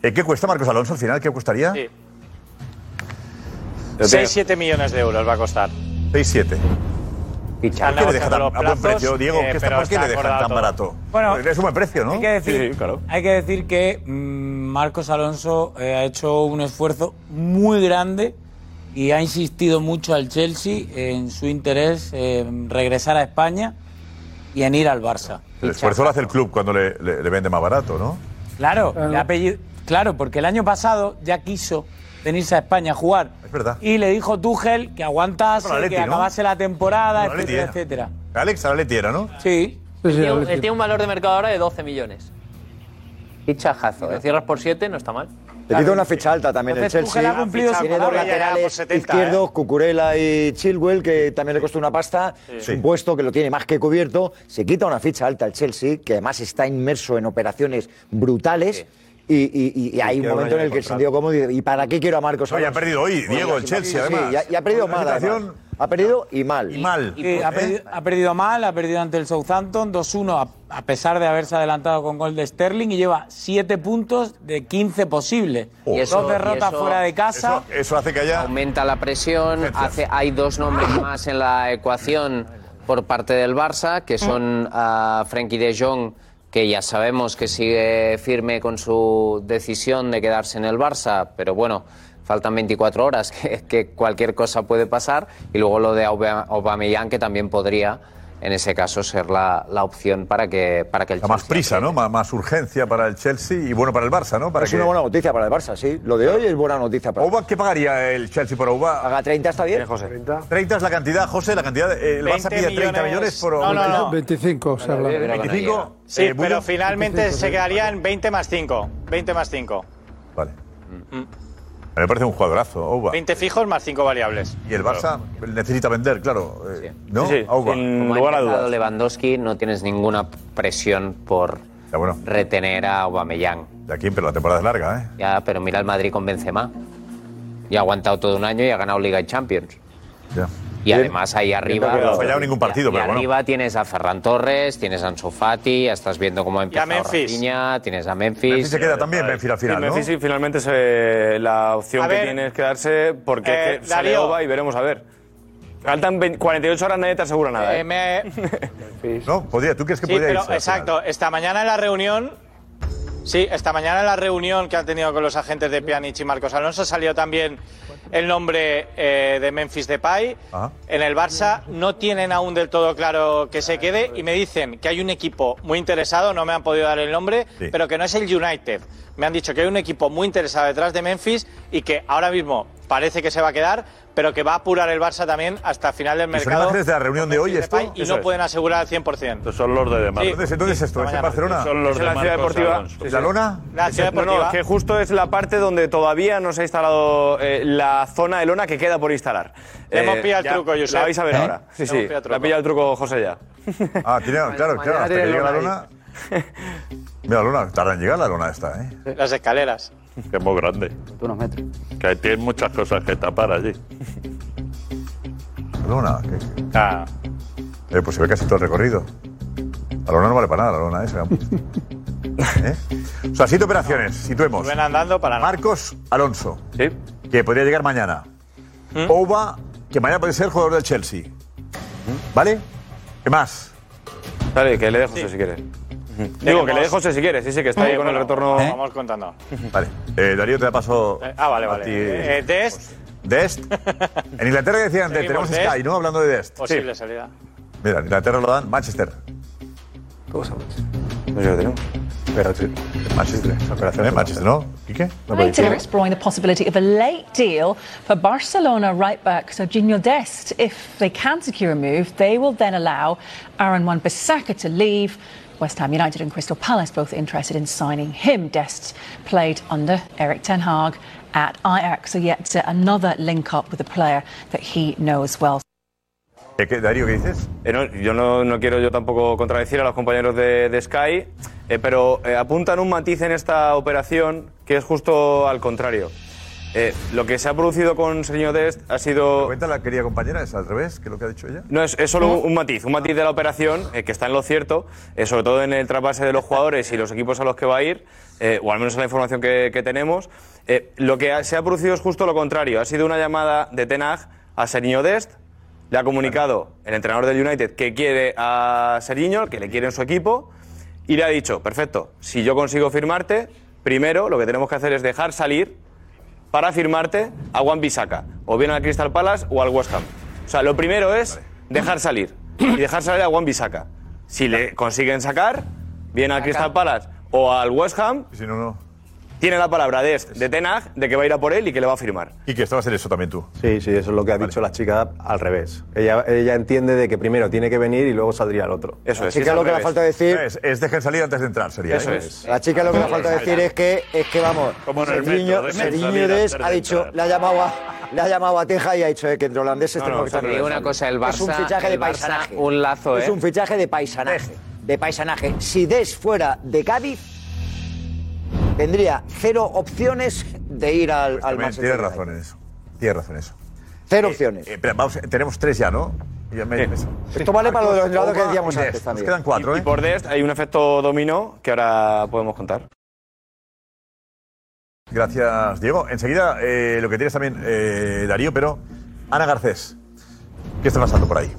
[SPEAKER 9] Eh, ¿Qué cuesta Marcos Alonso al final? ¿Qué costaría?
[SPEAKER 22] Sí. 6-7 millones de euros va a costar.
[SPEAKER 9] 6-7.
[SPEAKER 19] ¿Por
[SPEAKER 9] qué le deja tan, a buen precio, Diego?
[SPEAKER 22] eh,
[SPEAKER 9] ¿Qué está- ¿Por qué le dejan tan barato?
[SPEAKER 22] Bueno,
[SPEAKER 9] es un buen precio, ¿no?
[SPEAKER 11] Hay que decir, hay que, decir que mm, Marcos Alonso eh, ha hecho un esfuerzo muy grande y ha insistido mucho al Chelsea en su interés en regresar a España y en ir al Barça.
[SPEAKER 9] El esfuerzo lo hace el club cuando le, le- le vende más barato, ¿no?
[SPEAKER 11] Claro, el apellido- claro, porque el año pasado ya quiso venirse a España a jugar.
[SPEAKER 9] Es verdad.
[SPEAKER 11] Y le dijo Tuchel que aguantase,
[SPEAKER 9] Con la Leti,
[SPEAKER 11] que
[SPEAKER 9] ¿no?
[SPEAKER 11] acabase la temporada,
[SPEAKER 9] Con la Leti era.
[SPEAKER 11] etcétera, etcétera.
[SPEAKER 9] Alex a la letiera, ¿no?
[SPEAKER 11] Sí.
[SPEAKER 1] Tiene un- Él tiene un valor de mercado ahora de 12 millones.
[SPEAKER 19] Fichajazo,
[SPEAKER 1] Lo cierras por 7, no está mal.
[SPEAKER 20] Le pido una fecha alta también el
[SPEAKER 1] Entonces,
[SPEAKER 20] Chelsea.
[SPEAKER 1] Tuchel ha cumplido su
[SPEAKER 20] Tiene dos
[SPEAKER 1] palabra, ya era por
[SPEAKER 20] laterales
[SPEAKER 1] 70,
[SPEAKER 20] izquierdos, Cucurella y Chilwell, que también le costó una pasta. Es un puesto que lo tiene más que cubierto. Se quita una ficha alta al Chelsea, que además está inmerso en operaciones brutales. Y, y- y- y hay un
[SPEAKER 9] queda un
[SPEAKER 20] momento en
[SPEAKER 9] año
[SPEAKER 20] el
[SPEAKER 9] de
[SPEAKER 20] que el sentido cómodo dice, ¿y para qué quiero a Marcos
[SPEAKER 9] No, y ha
[SPEAKER 20] Alonso?".
[SPEAKER 9] perdido hoy,
[SPEAKER 20] Bueno,
[SPEAKER 9] Diego, el
[SPEAKER 20] sí,
[SPEAKER 9] Chelsea,
[SPEAKER 20] sí,
[SPEAKER 9] además.
[SPEAKER 20] y ha- y ha perdido
[SPEAKER 9] Una
[SPEAKER 20] mal, además.
[SPEAKER 9] situación-
[SPEAKER 20] Ha perdido y mal. Eh,
[SPEAKER 9] Y mal.
[SPEAKER 11] Sí, ha, perdido, ha perdido mal, ha perdido ante el Southampton 2-1 a, a pesar de haberse adelantado con gol de Sterling y lleva 7 puntos de 15 posibles.
[SPEAKER 19] Oh. Y eso-
[SPEAKER 11] Dos derrotas
[SPEAKER 19] y eso-
[SPEAKER 11] fuera de casa.
[SPEAKER 9] hace que
[SPEAKER 19] Aumenta la presión, hace, hay dos nombres más en la ecuación por parte del Barça, que son ah, Frenkie de Jong, que ya sabemos que sigue firme con su decisión de quedarse en el Barça, pero bueno, faltan 24 horas, que, que cualquier cosa puede pasar, y luego lo de Aubame- Aubameyang, que también podría, en ese caso, ser la, la opción para que, para que el
[SPEAKER 9] Hay más prisa, ¿no? Más, más urgencia para el Chelsea y bueno para el Barça, ¿no? Para
[SPEAKER 20] Es una buena noticia para el Barça, sí. Lo de hoy es buena noticia para
[SPEAKER 9] ¿Qué pagaría el Chelsea por Auba?
[SPEAKER 20] Paga 30, está bien.
[SPEAKER 9] 30. es la cantidad, José, la cantidad. de- el Barça
[SPEAKER 22] 20
[SPEAKER 9] pide 30 millones,
[SPEAKER 22] millones.
[SPEAKER 9] por
[SPEAKER 22] No, no, no.
[SPEAKER 8] 25, se habla.
[SPEAKER 9] 25.
[SPEAKER 22] eh, Sí,
[SPEAKER 9] eh,
[SPEAKER 22] pero
[SPEAKER 9] Bullo,
[SPEAKER 22] finalmente
[SPEAKER 9] 25,
[SPEAKER 22] se
[SPEAKER 9] sí.
[SPEAKER 22] quedaría en 20 más 5. 20 más 5.
[SPEAKER 9] Me parece un jugadorazo, Auba.
[SPEAKER 22] 20 fijos más 5 variables.
[SPEAKER 9] Y el Barça necesita vender, claro. eh, ¿No? Auba.
[SPEAKER 19] Como ha empezado Lewandowski, no tienes ninguna presión por retener a Aubameyang.
[SPEAKER 9] ¿De quién? Pero la temporada es larga, ¿eh?
[SPEAKER 19] Ya, pero mira el Madrid con Benzema. Y ha aguantado todo un año y ha ganado Liga y Champions.
[SPEAKER 9] Ya.
[SPEAKER 19] Y además ahí arriba...
[SPEAKER 9] que no ha fallado ningún partido,
[SPEAKER 19] y- y
[SPEAKER 9] pero bueno.
[SPEAKER 19] arriba tienes a Ferran Torres, tienes a Ansu Fati, ya estás viendo cómo ha empezado Rafinha, tienes a Memphis...
[SPEAKER 9] Memphis se queda también, Memphis al final,
[SPEAKER 19] Sí,
[SPEAKER 9] ¿no?
[SPEAKER 19] Memphis
[SPEAKER 5] Sí, finalmente se- la opción
[SPEAKER 19] A
[SPEAKER 5] que
[SPEAKER 19] ver,
[SPEAKER 5] tiene es quedarse porque
[SPEAKER 22] eh,
[SPEAKER 5] es que sale
[SPEAKER 22] Darío.
[SPEAKER 5] Oba y veremos a ver. Faltan 20 48 horas, nadie te asegura nada. ¿eh?
[SPEAKER 22] Eh, me-
[SPEAKER 9] No, podía, ¿tú crees que
[SPEAKER 22] Sí,
[SPEAKER 5] podía
[SPEAKER 22] pero
[SPEAKER 5] irse al final?
[SPEAKER 22] exacto. Esta mañana en la reunión, sí, esta mañana en la reunión que han tenido con los agentes de Pjanic y Marcos Alonso salió también el nombre eh, de Memphis Depay.
[SPEAKER 9] Ajá.
[SPEAKER 22] En el Barça no tienen aún del todo claro que se quede y me dicen que hay un equipo muy interesado, no me han podido dar el nombre,
[SPEAKER 9] Sí.
[SPEAKER 22] pero que no es el United. Me han dicho que hay un equipo muy interesado detrás de Memphis y que ahora mismo parece que se va a quedar, pero que va a apurar el Barça también hasta final del
[SPEAKER 9] ¿Y son
[SPEAKER 22] mercado.
[SPEAKER 9] imágenes de la reunión de hoy
[SPEAKER 22] Memphis
[SPEAKER 9] esto? ¿Eh?
[SPEAKER 22] Depay Y no pueden asegurar al 100%.
[SPEAKER 7] Son los de
[SPEAKER 22] Sí.
[SPEAKER 7] Madrid.
[SPEAKER 9] ¿Dónde es- ¿Dónde es esto? ¿Es en
[SPEAKER 22] mañana.
[SPEAKER 9] Barcelona?
[SPEAKER 7] Son los
[SPEAKER 5] Es en la
[SPEAKER 7] de
[SPEAKER 5] ciudad
[SPEAKER 7] Marcos
[SPEAKER 5] deportiva.
[SPEAKER 7] Alonso.
[SPEAKER 5] Sí, sí.
[SPEAKER 9] ¿La lona?
[SPEAKER 22] La
[SPEAKER 5] Es-
[SPEAKER 22] ciudad
[SPEAKER 5] no, no,
[SPEAKER 22] deportiva.
[SPEAKER 5] es que justo es la parte donde todavía no se ha instalado eh, la zona de lona que queda por instalar. Eh,
[SPEAKER 22] Le hemos pillado el
[SPEAKER 5] ya
[SPEAKER 22] truco, Josep.
[SPEAKER 5] La vais a ver
[SPEAKER 22] ¿Eh?
[SPEAKER 5] ahora.
[SPEAKER 22] Le
[SPEAKER 5] Sí,
[SPEAKER 22] hemos
[SPEAKER 5] sí.
[SPEAKER 22] pillado el
[SPEAKER 5] La
[SPEAKER 22] truco.
[SPEAKER 5] pilla el truco José ya.
[SPEAKER 9] Ah, tiene, claro, claro.
[SPEAKER 22] Mañana
[SPEAKER 9] Hasta que
[SPEAKER 22] tiene
[SPEAKER 9] llegue la
[SPEAKER 22] lona
[SPEAKER 9] lona. Mira, la lona, tarda en llegar la lona esta, ¿eh?
[SPEAKER 22] Las escaleras.
[SPEAKER 7] Que es muy grande.
[SPEAKER 2] unos metros.
[SPEAKER 7] Que tiene muchas cosas que tapar allí.
[SPEAKER 9] Ah, La lona. que- Eh, pues se ve casi todo el recorrido. La lona no vale para nada, la lona esa. ¿Eh? O sea, siete operaciones, situemos.
[SPEAKER 22] Rubén andando para nada.
[SPEAKER 9] Marcos Alonso, que podría llegar mañana.
[SPEAKER 22] ¿Mm?
[SPEAKER 9] Ova, que mañana puede ser jugador del Chelsea. ¿Vale? ¿Qué más?
[SPEAKER 3] Dale, que le dejo José si quiere. Digo, que le dejo José si quiere. Sí, sí, que está ahí
[SPEAKER 22] Eh,
[SPEAKER 3] con el
[SPEAKER 22] bueno,
[SPEAKER 3] retorno.
[SPEAKER 22] Vamos contando.
[SPEAKER 9] Vale. Eh, Darío, te da paso.
[SPEAKER 22] Eh, ah, vale,
[SPEAKER 9] a
[SPEAKER 22] vale.
[SPEAKER 9] ti.
[SPEAKER 22] Eh, Dest,
[SPEAKER 9] Dest. En Inglaterra decían, de- tenemos
[SPEAKER 22] Seguimos, Dest.
[SPEAKER 9] Sky, ¿no? Hablando de Dest.
[SPEAKER 22] posible salida.
[SPEAKER 9] Mira, en Inglaterra lo dan Manchester. ¿Cómo se No sé lo tenemos. Pero sí. Manchester. Operación, ¿eh? Manchester, ¿no? ¿Y qué? No,
[SPEAKER 10] Later, we're exploring the possibility of a late deal for Barcelona right back Sergio Dest. If they can secure a move, they will then allow Aaron Wan Bissaka to leave. West Ham United and Crystal Palace both interested in signing him. Dest played under Eric Ten Hag at Ajax, so yet another link up with a player that he knows well.
[SPEAKER 9] ¿Qué- qué- Darío, ¿qué dices?
[SPEAKER 3] Eh, no, yo no, no quiero yo tampoco contradecir a los compañeros de, de Sky, eh, pero eh, apuntan un matiz en esta operación que es justo al contrario. Eh, lo que se ha producido con Sergio Dest ha sido...
[SPEAKER 9] ¿Cuenta la querida compañera? ¿Es al revés que lo que ha dicho ella?
[SPEAKER 3] No, es, es solo un matiz, un matiz de la operación eh, que está en lo cierto, eh, sobre todo en el traspase de los jugadores y los equipos a los que va a ir, eh, o al menos en la información que, que tenemos. Eh, lo que ha- se ha producido es justo lo contrario. Ha sido una llamada de Tenag a Seriño Dest. Le ha comunicado el entrenador del United que quiere a Seriño, que le quiere en su equipo, y le ha dicho: perfecto, si yo consigo firmarte, primero lo que tenemos que hacer es dejar salir para firmarte a Juan Bisaca, o bien al Crystal Palace o al West Ham. O sea, lo primero es dejar salir. Y dejar salir a Juan Bisaca. Si le consiguen sacar, bien al Crystal Palace o al West Ham.
[SPEAKER 9] Si no, no.
[SPEAKER 3] Tiene la palabra de, Est- de Ten Hag de que va a ir a por él y que le va a firmar.
[SPEAKER 9] Y que esto va a ser eso también tú.
[SPEAKER 6] Sí, sí, eso es lo que ha dicho la chica al revés. Ella, ella entiende de que primero tiene que venir y luego saldría el otro.
[SPEAKER 20] La chica lo que le falta decir.
[SPEAKER 9] Es, es dejen salir antes de entrar, sería.
[SPEAKER 6] Eso
[SPEAKER 9] ¿eh?
[SPEAKER 6] es.
[SPEAKER 20] La chica lo que le falta decir es que, es que vamos,
[SPEAKER 9] Como en el
[SPEAKER 20] Serginho-
[SPEAKER 9] metro, dejen
[SPEAKER 20] Serginho
[SPEAKER 9] salir
[SPEAKER 20] Des
[SPEAKER 9] antes de
[SPEAKER 20] ha dicho, le ha llamado a, le ha llamado a Teja y ha dicho eh, que entre holandeses
[SPEAKER 19] No, no,
[SPEAKER 20] tenemos que
[SPEAKER 19] eso no
[SPEAKER 20] estar
[SPEAKER 19] es
[SPEAKER 20] pendientes.
[SPEAKER 19] una cosa, el
[SPEAKER 20] Es un
[SPEAKER 19] Barça-
[SPEAKER 20] fichaje de
[SPEAKER 19] el Barça,
[SPEAKER 20] paisanaje.
[SPEAKER 19] un lazo,
[SPEAKER 20] Es
[SPEAKER 19] ¿eh?
[SPEAKER 20] un fichaje de paisanaje. De paisanaje. Si Des fuera de Cádiz, tendría cero opciones de ir al, al
[SPEAKER 9] También
[SPEAKER 20] Manchester
[SPEAKER 9] Tienes
[SPEAKER 20] United.
[SPEAKER 9] razón en eso. Tienes razón en eso.
[SPEAKER 20] Cero opciones.
[SPEAKER 9] Eh, espera, vamos, tenemos tres ya, ¿no? Y ya me-
[SPEAKER 20] Esto vale para lo de los lados que
[SPEAKER 9] Oba
[SPEAKER 20] decíamos
[SPEAKER 9] y
[SPEAKER 20] antes
[SPEAKER 9] Dest. Nos
[SPEAKER 20] también.
[SPEAKER 9] quedan cuatro,
[SPEAKER 3] Y,
[SPEAKER 9] ¿eh?
[SPEAKER 3] y por Dest hay un efecto dominó que ahora podemos contar.
[SPEAKER 9] Gracias, Diego. Enseguida, eh, lo que tienes también, eh, Darío, pero Ana Garcés, ¿qué está pasando por ahí?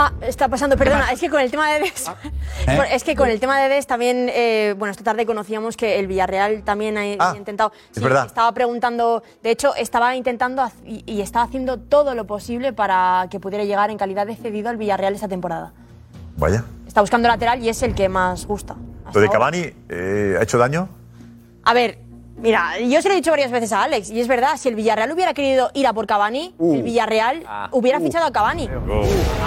[SPEAKER 4] Ah, está pasando, perdona, es que con el tema de Des.
[SPEAKER 9] ¿Eh?
[SPEAKER 4] Bueno, Es que con el tema de Des también, eh, bueno, esta tarde conocíamos que el Villarreal también ha ha intentado.
[SPEAKER 9] Ah, es verdad.
[SPEAKER 4] Estaba preguntando, de hecho, estaba intentando haz- y, y estaba haciendo todo lo posible para que pudiera llegar en calidad de cedido al Villarreal esta temporada.
[SPEAKER 9] Vaya.
[SPEAKER 4] Está buscando lateral y es el que más gusta.
[SPEAKER 9] Lo de Cavani eh, ha hecho daño.
[SPEAKER 4] A ver, mira, yo se lo he dicho varias veces a Alex, y es verdad, si el Villarreal hubiera querido ir a por Cavani,
[SPEAKER 9] Uh.
[SPEAKER 4] el Villarreal
[SPEAKER 9] Ah.
[SPEAKER 4] hubiera
[SPEAKER 9] Uh.
[SPEAKER 4] fichado a Cavani.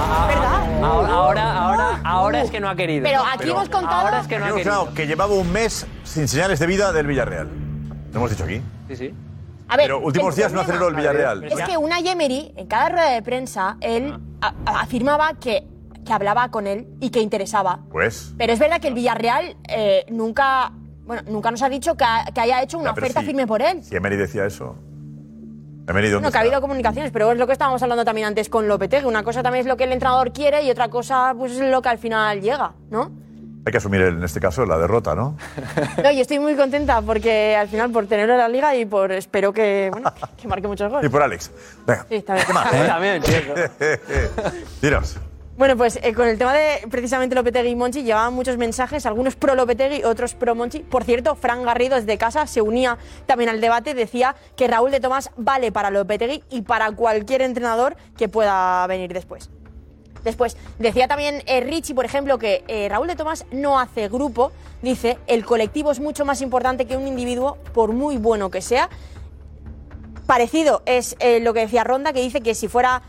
[SPEAKER 1] Ahora, ahora, ahora, ahora es que no ha querido.
[SPEAKER 4] Pero aquí hemos contado-
[SPEAKER 1] Ahora es que no ha
[SPEAKER 9] Hemos
[SPEAKER 1] querido.
[SPEAKER 9] hablado que llevaba un mes sin señales de vida del Villarreal. Lo hemos dicho aquí.
[SPEAKER 1] Sí, sí.
[SPEAKER 4] A ver,
[SPEAKER 9] Pero últimos
[SPEAKER 4] el
[SPEAKER 9] días no
[SPEAKER 4] problema-
[SPEAKER 9] aceleró el Villarreal.
[SPEAKER 4] Es que una Emery, en cada rueda de prensa, él
[SPEAKER 9] Ah.
[SPEAKER 4] a- a- afirmaba que, que hablaba con él y que interesaba.
[SPEAKER 9] Pues.
[SPEAKER 4] Pero es verdad que el Villarreal eh, nunca, bueno, nunca nos ha dicho que, ha- que haya hecho una
[SPEAKER 9] Ya, pero
[SPEAKER 4] oferta
[SPEAKER 9] sí.
[SPEAKER 4] firme por él.
[SPEAKER 9] Si Emery decía eso. Emery, ¿dónde
[SPEAKER 4] No, que ha
[SPEAKER 9] está?
[SPEAKER 4] habido comunicaciones, pero es lo que estábamos hablando también antes con Lopetegui. Una cosa también es lo que el entrenador quiere y otra cosa pues, es lo que al final llega, ¿no?
[SPEAKER 9] Hay que asumir en este caso la derrota, ¿no?
[SPEAKER 4] No, yo estoy muy contenta porque al final por tenerlo en la liga y por espero que, bueno, que marque muchos
[SPEAKER 9] Y
[SPEAKER 4] goles.
[SPEAKER 9] por Alex. Venga,
[SPEAKER 4] Sí, está bien.
[SPEAKER 9] También, Dinos.
[SPEAKER 4] Bueno, pues eh, con el tema de precisamente Lopetegui y Monchi llegaban muchos mensajes, algunos pro Lopetegui, otros pro Monchi. Por cierto, Fran Garrido desde casa se unía también al debate, decía que Raúl de Tomás vale para Lopetegui y para cualquier entrenador que pueda venir después. Después, decía también eh, Richie, por ejemplo, que eh, Raúl de Tomás no hace grupo, dice, el colectivo es mucho más importante que un individuo, por muy bueno que sea. Parecido es eh, lo que decía Ronda, que dice que si fuera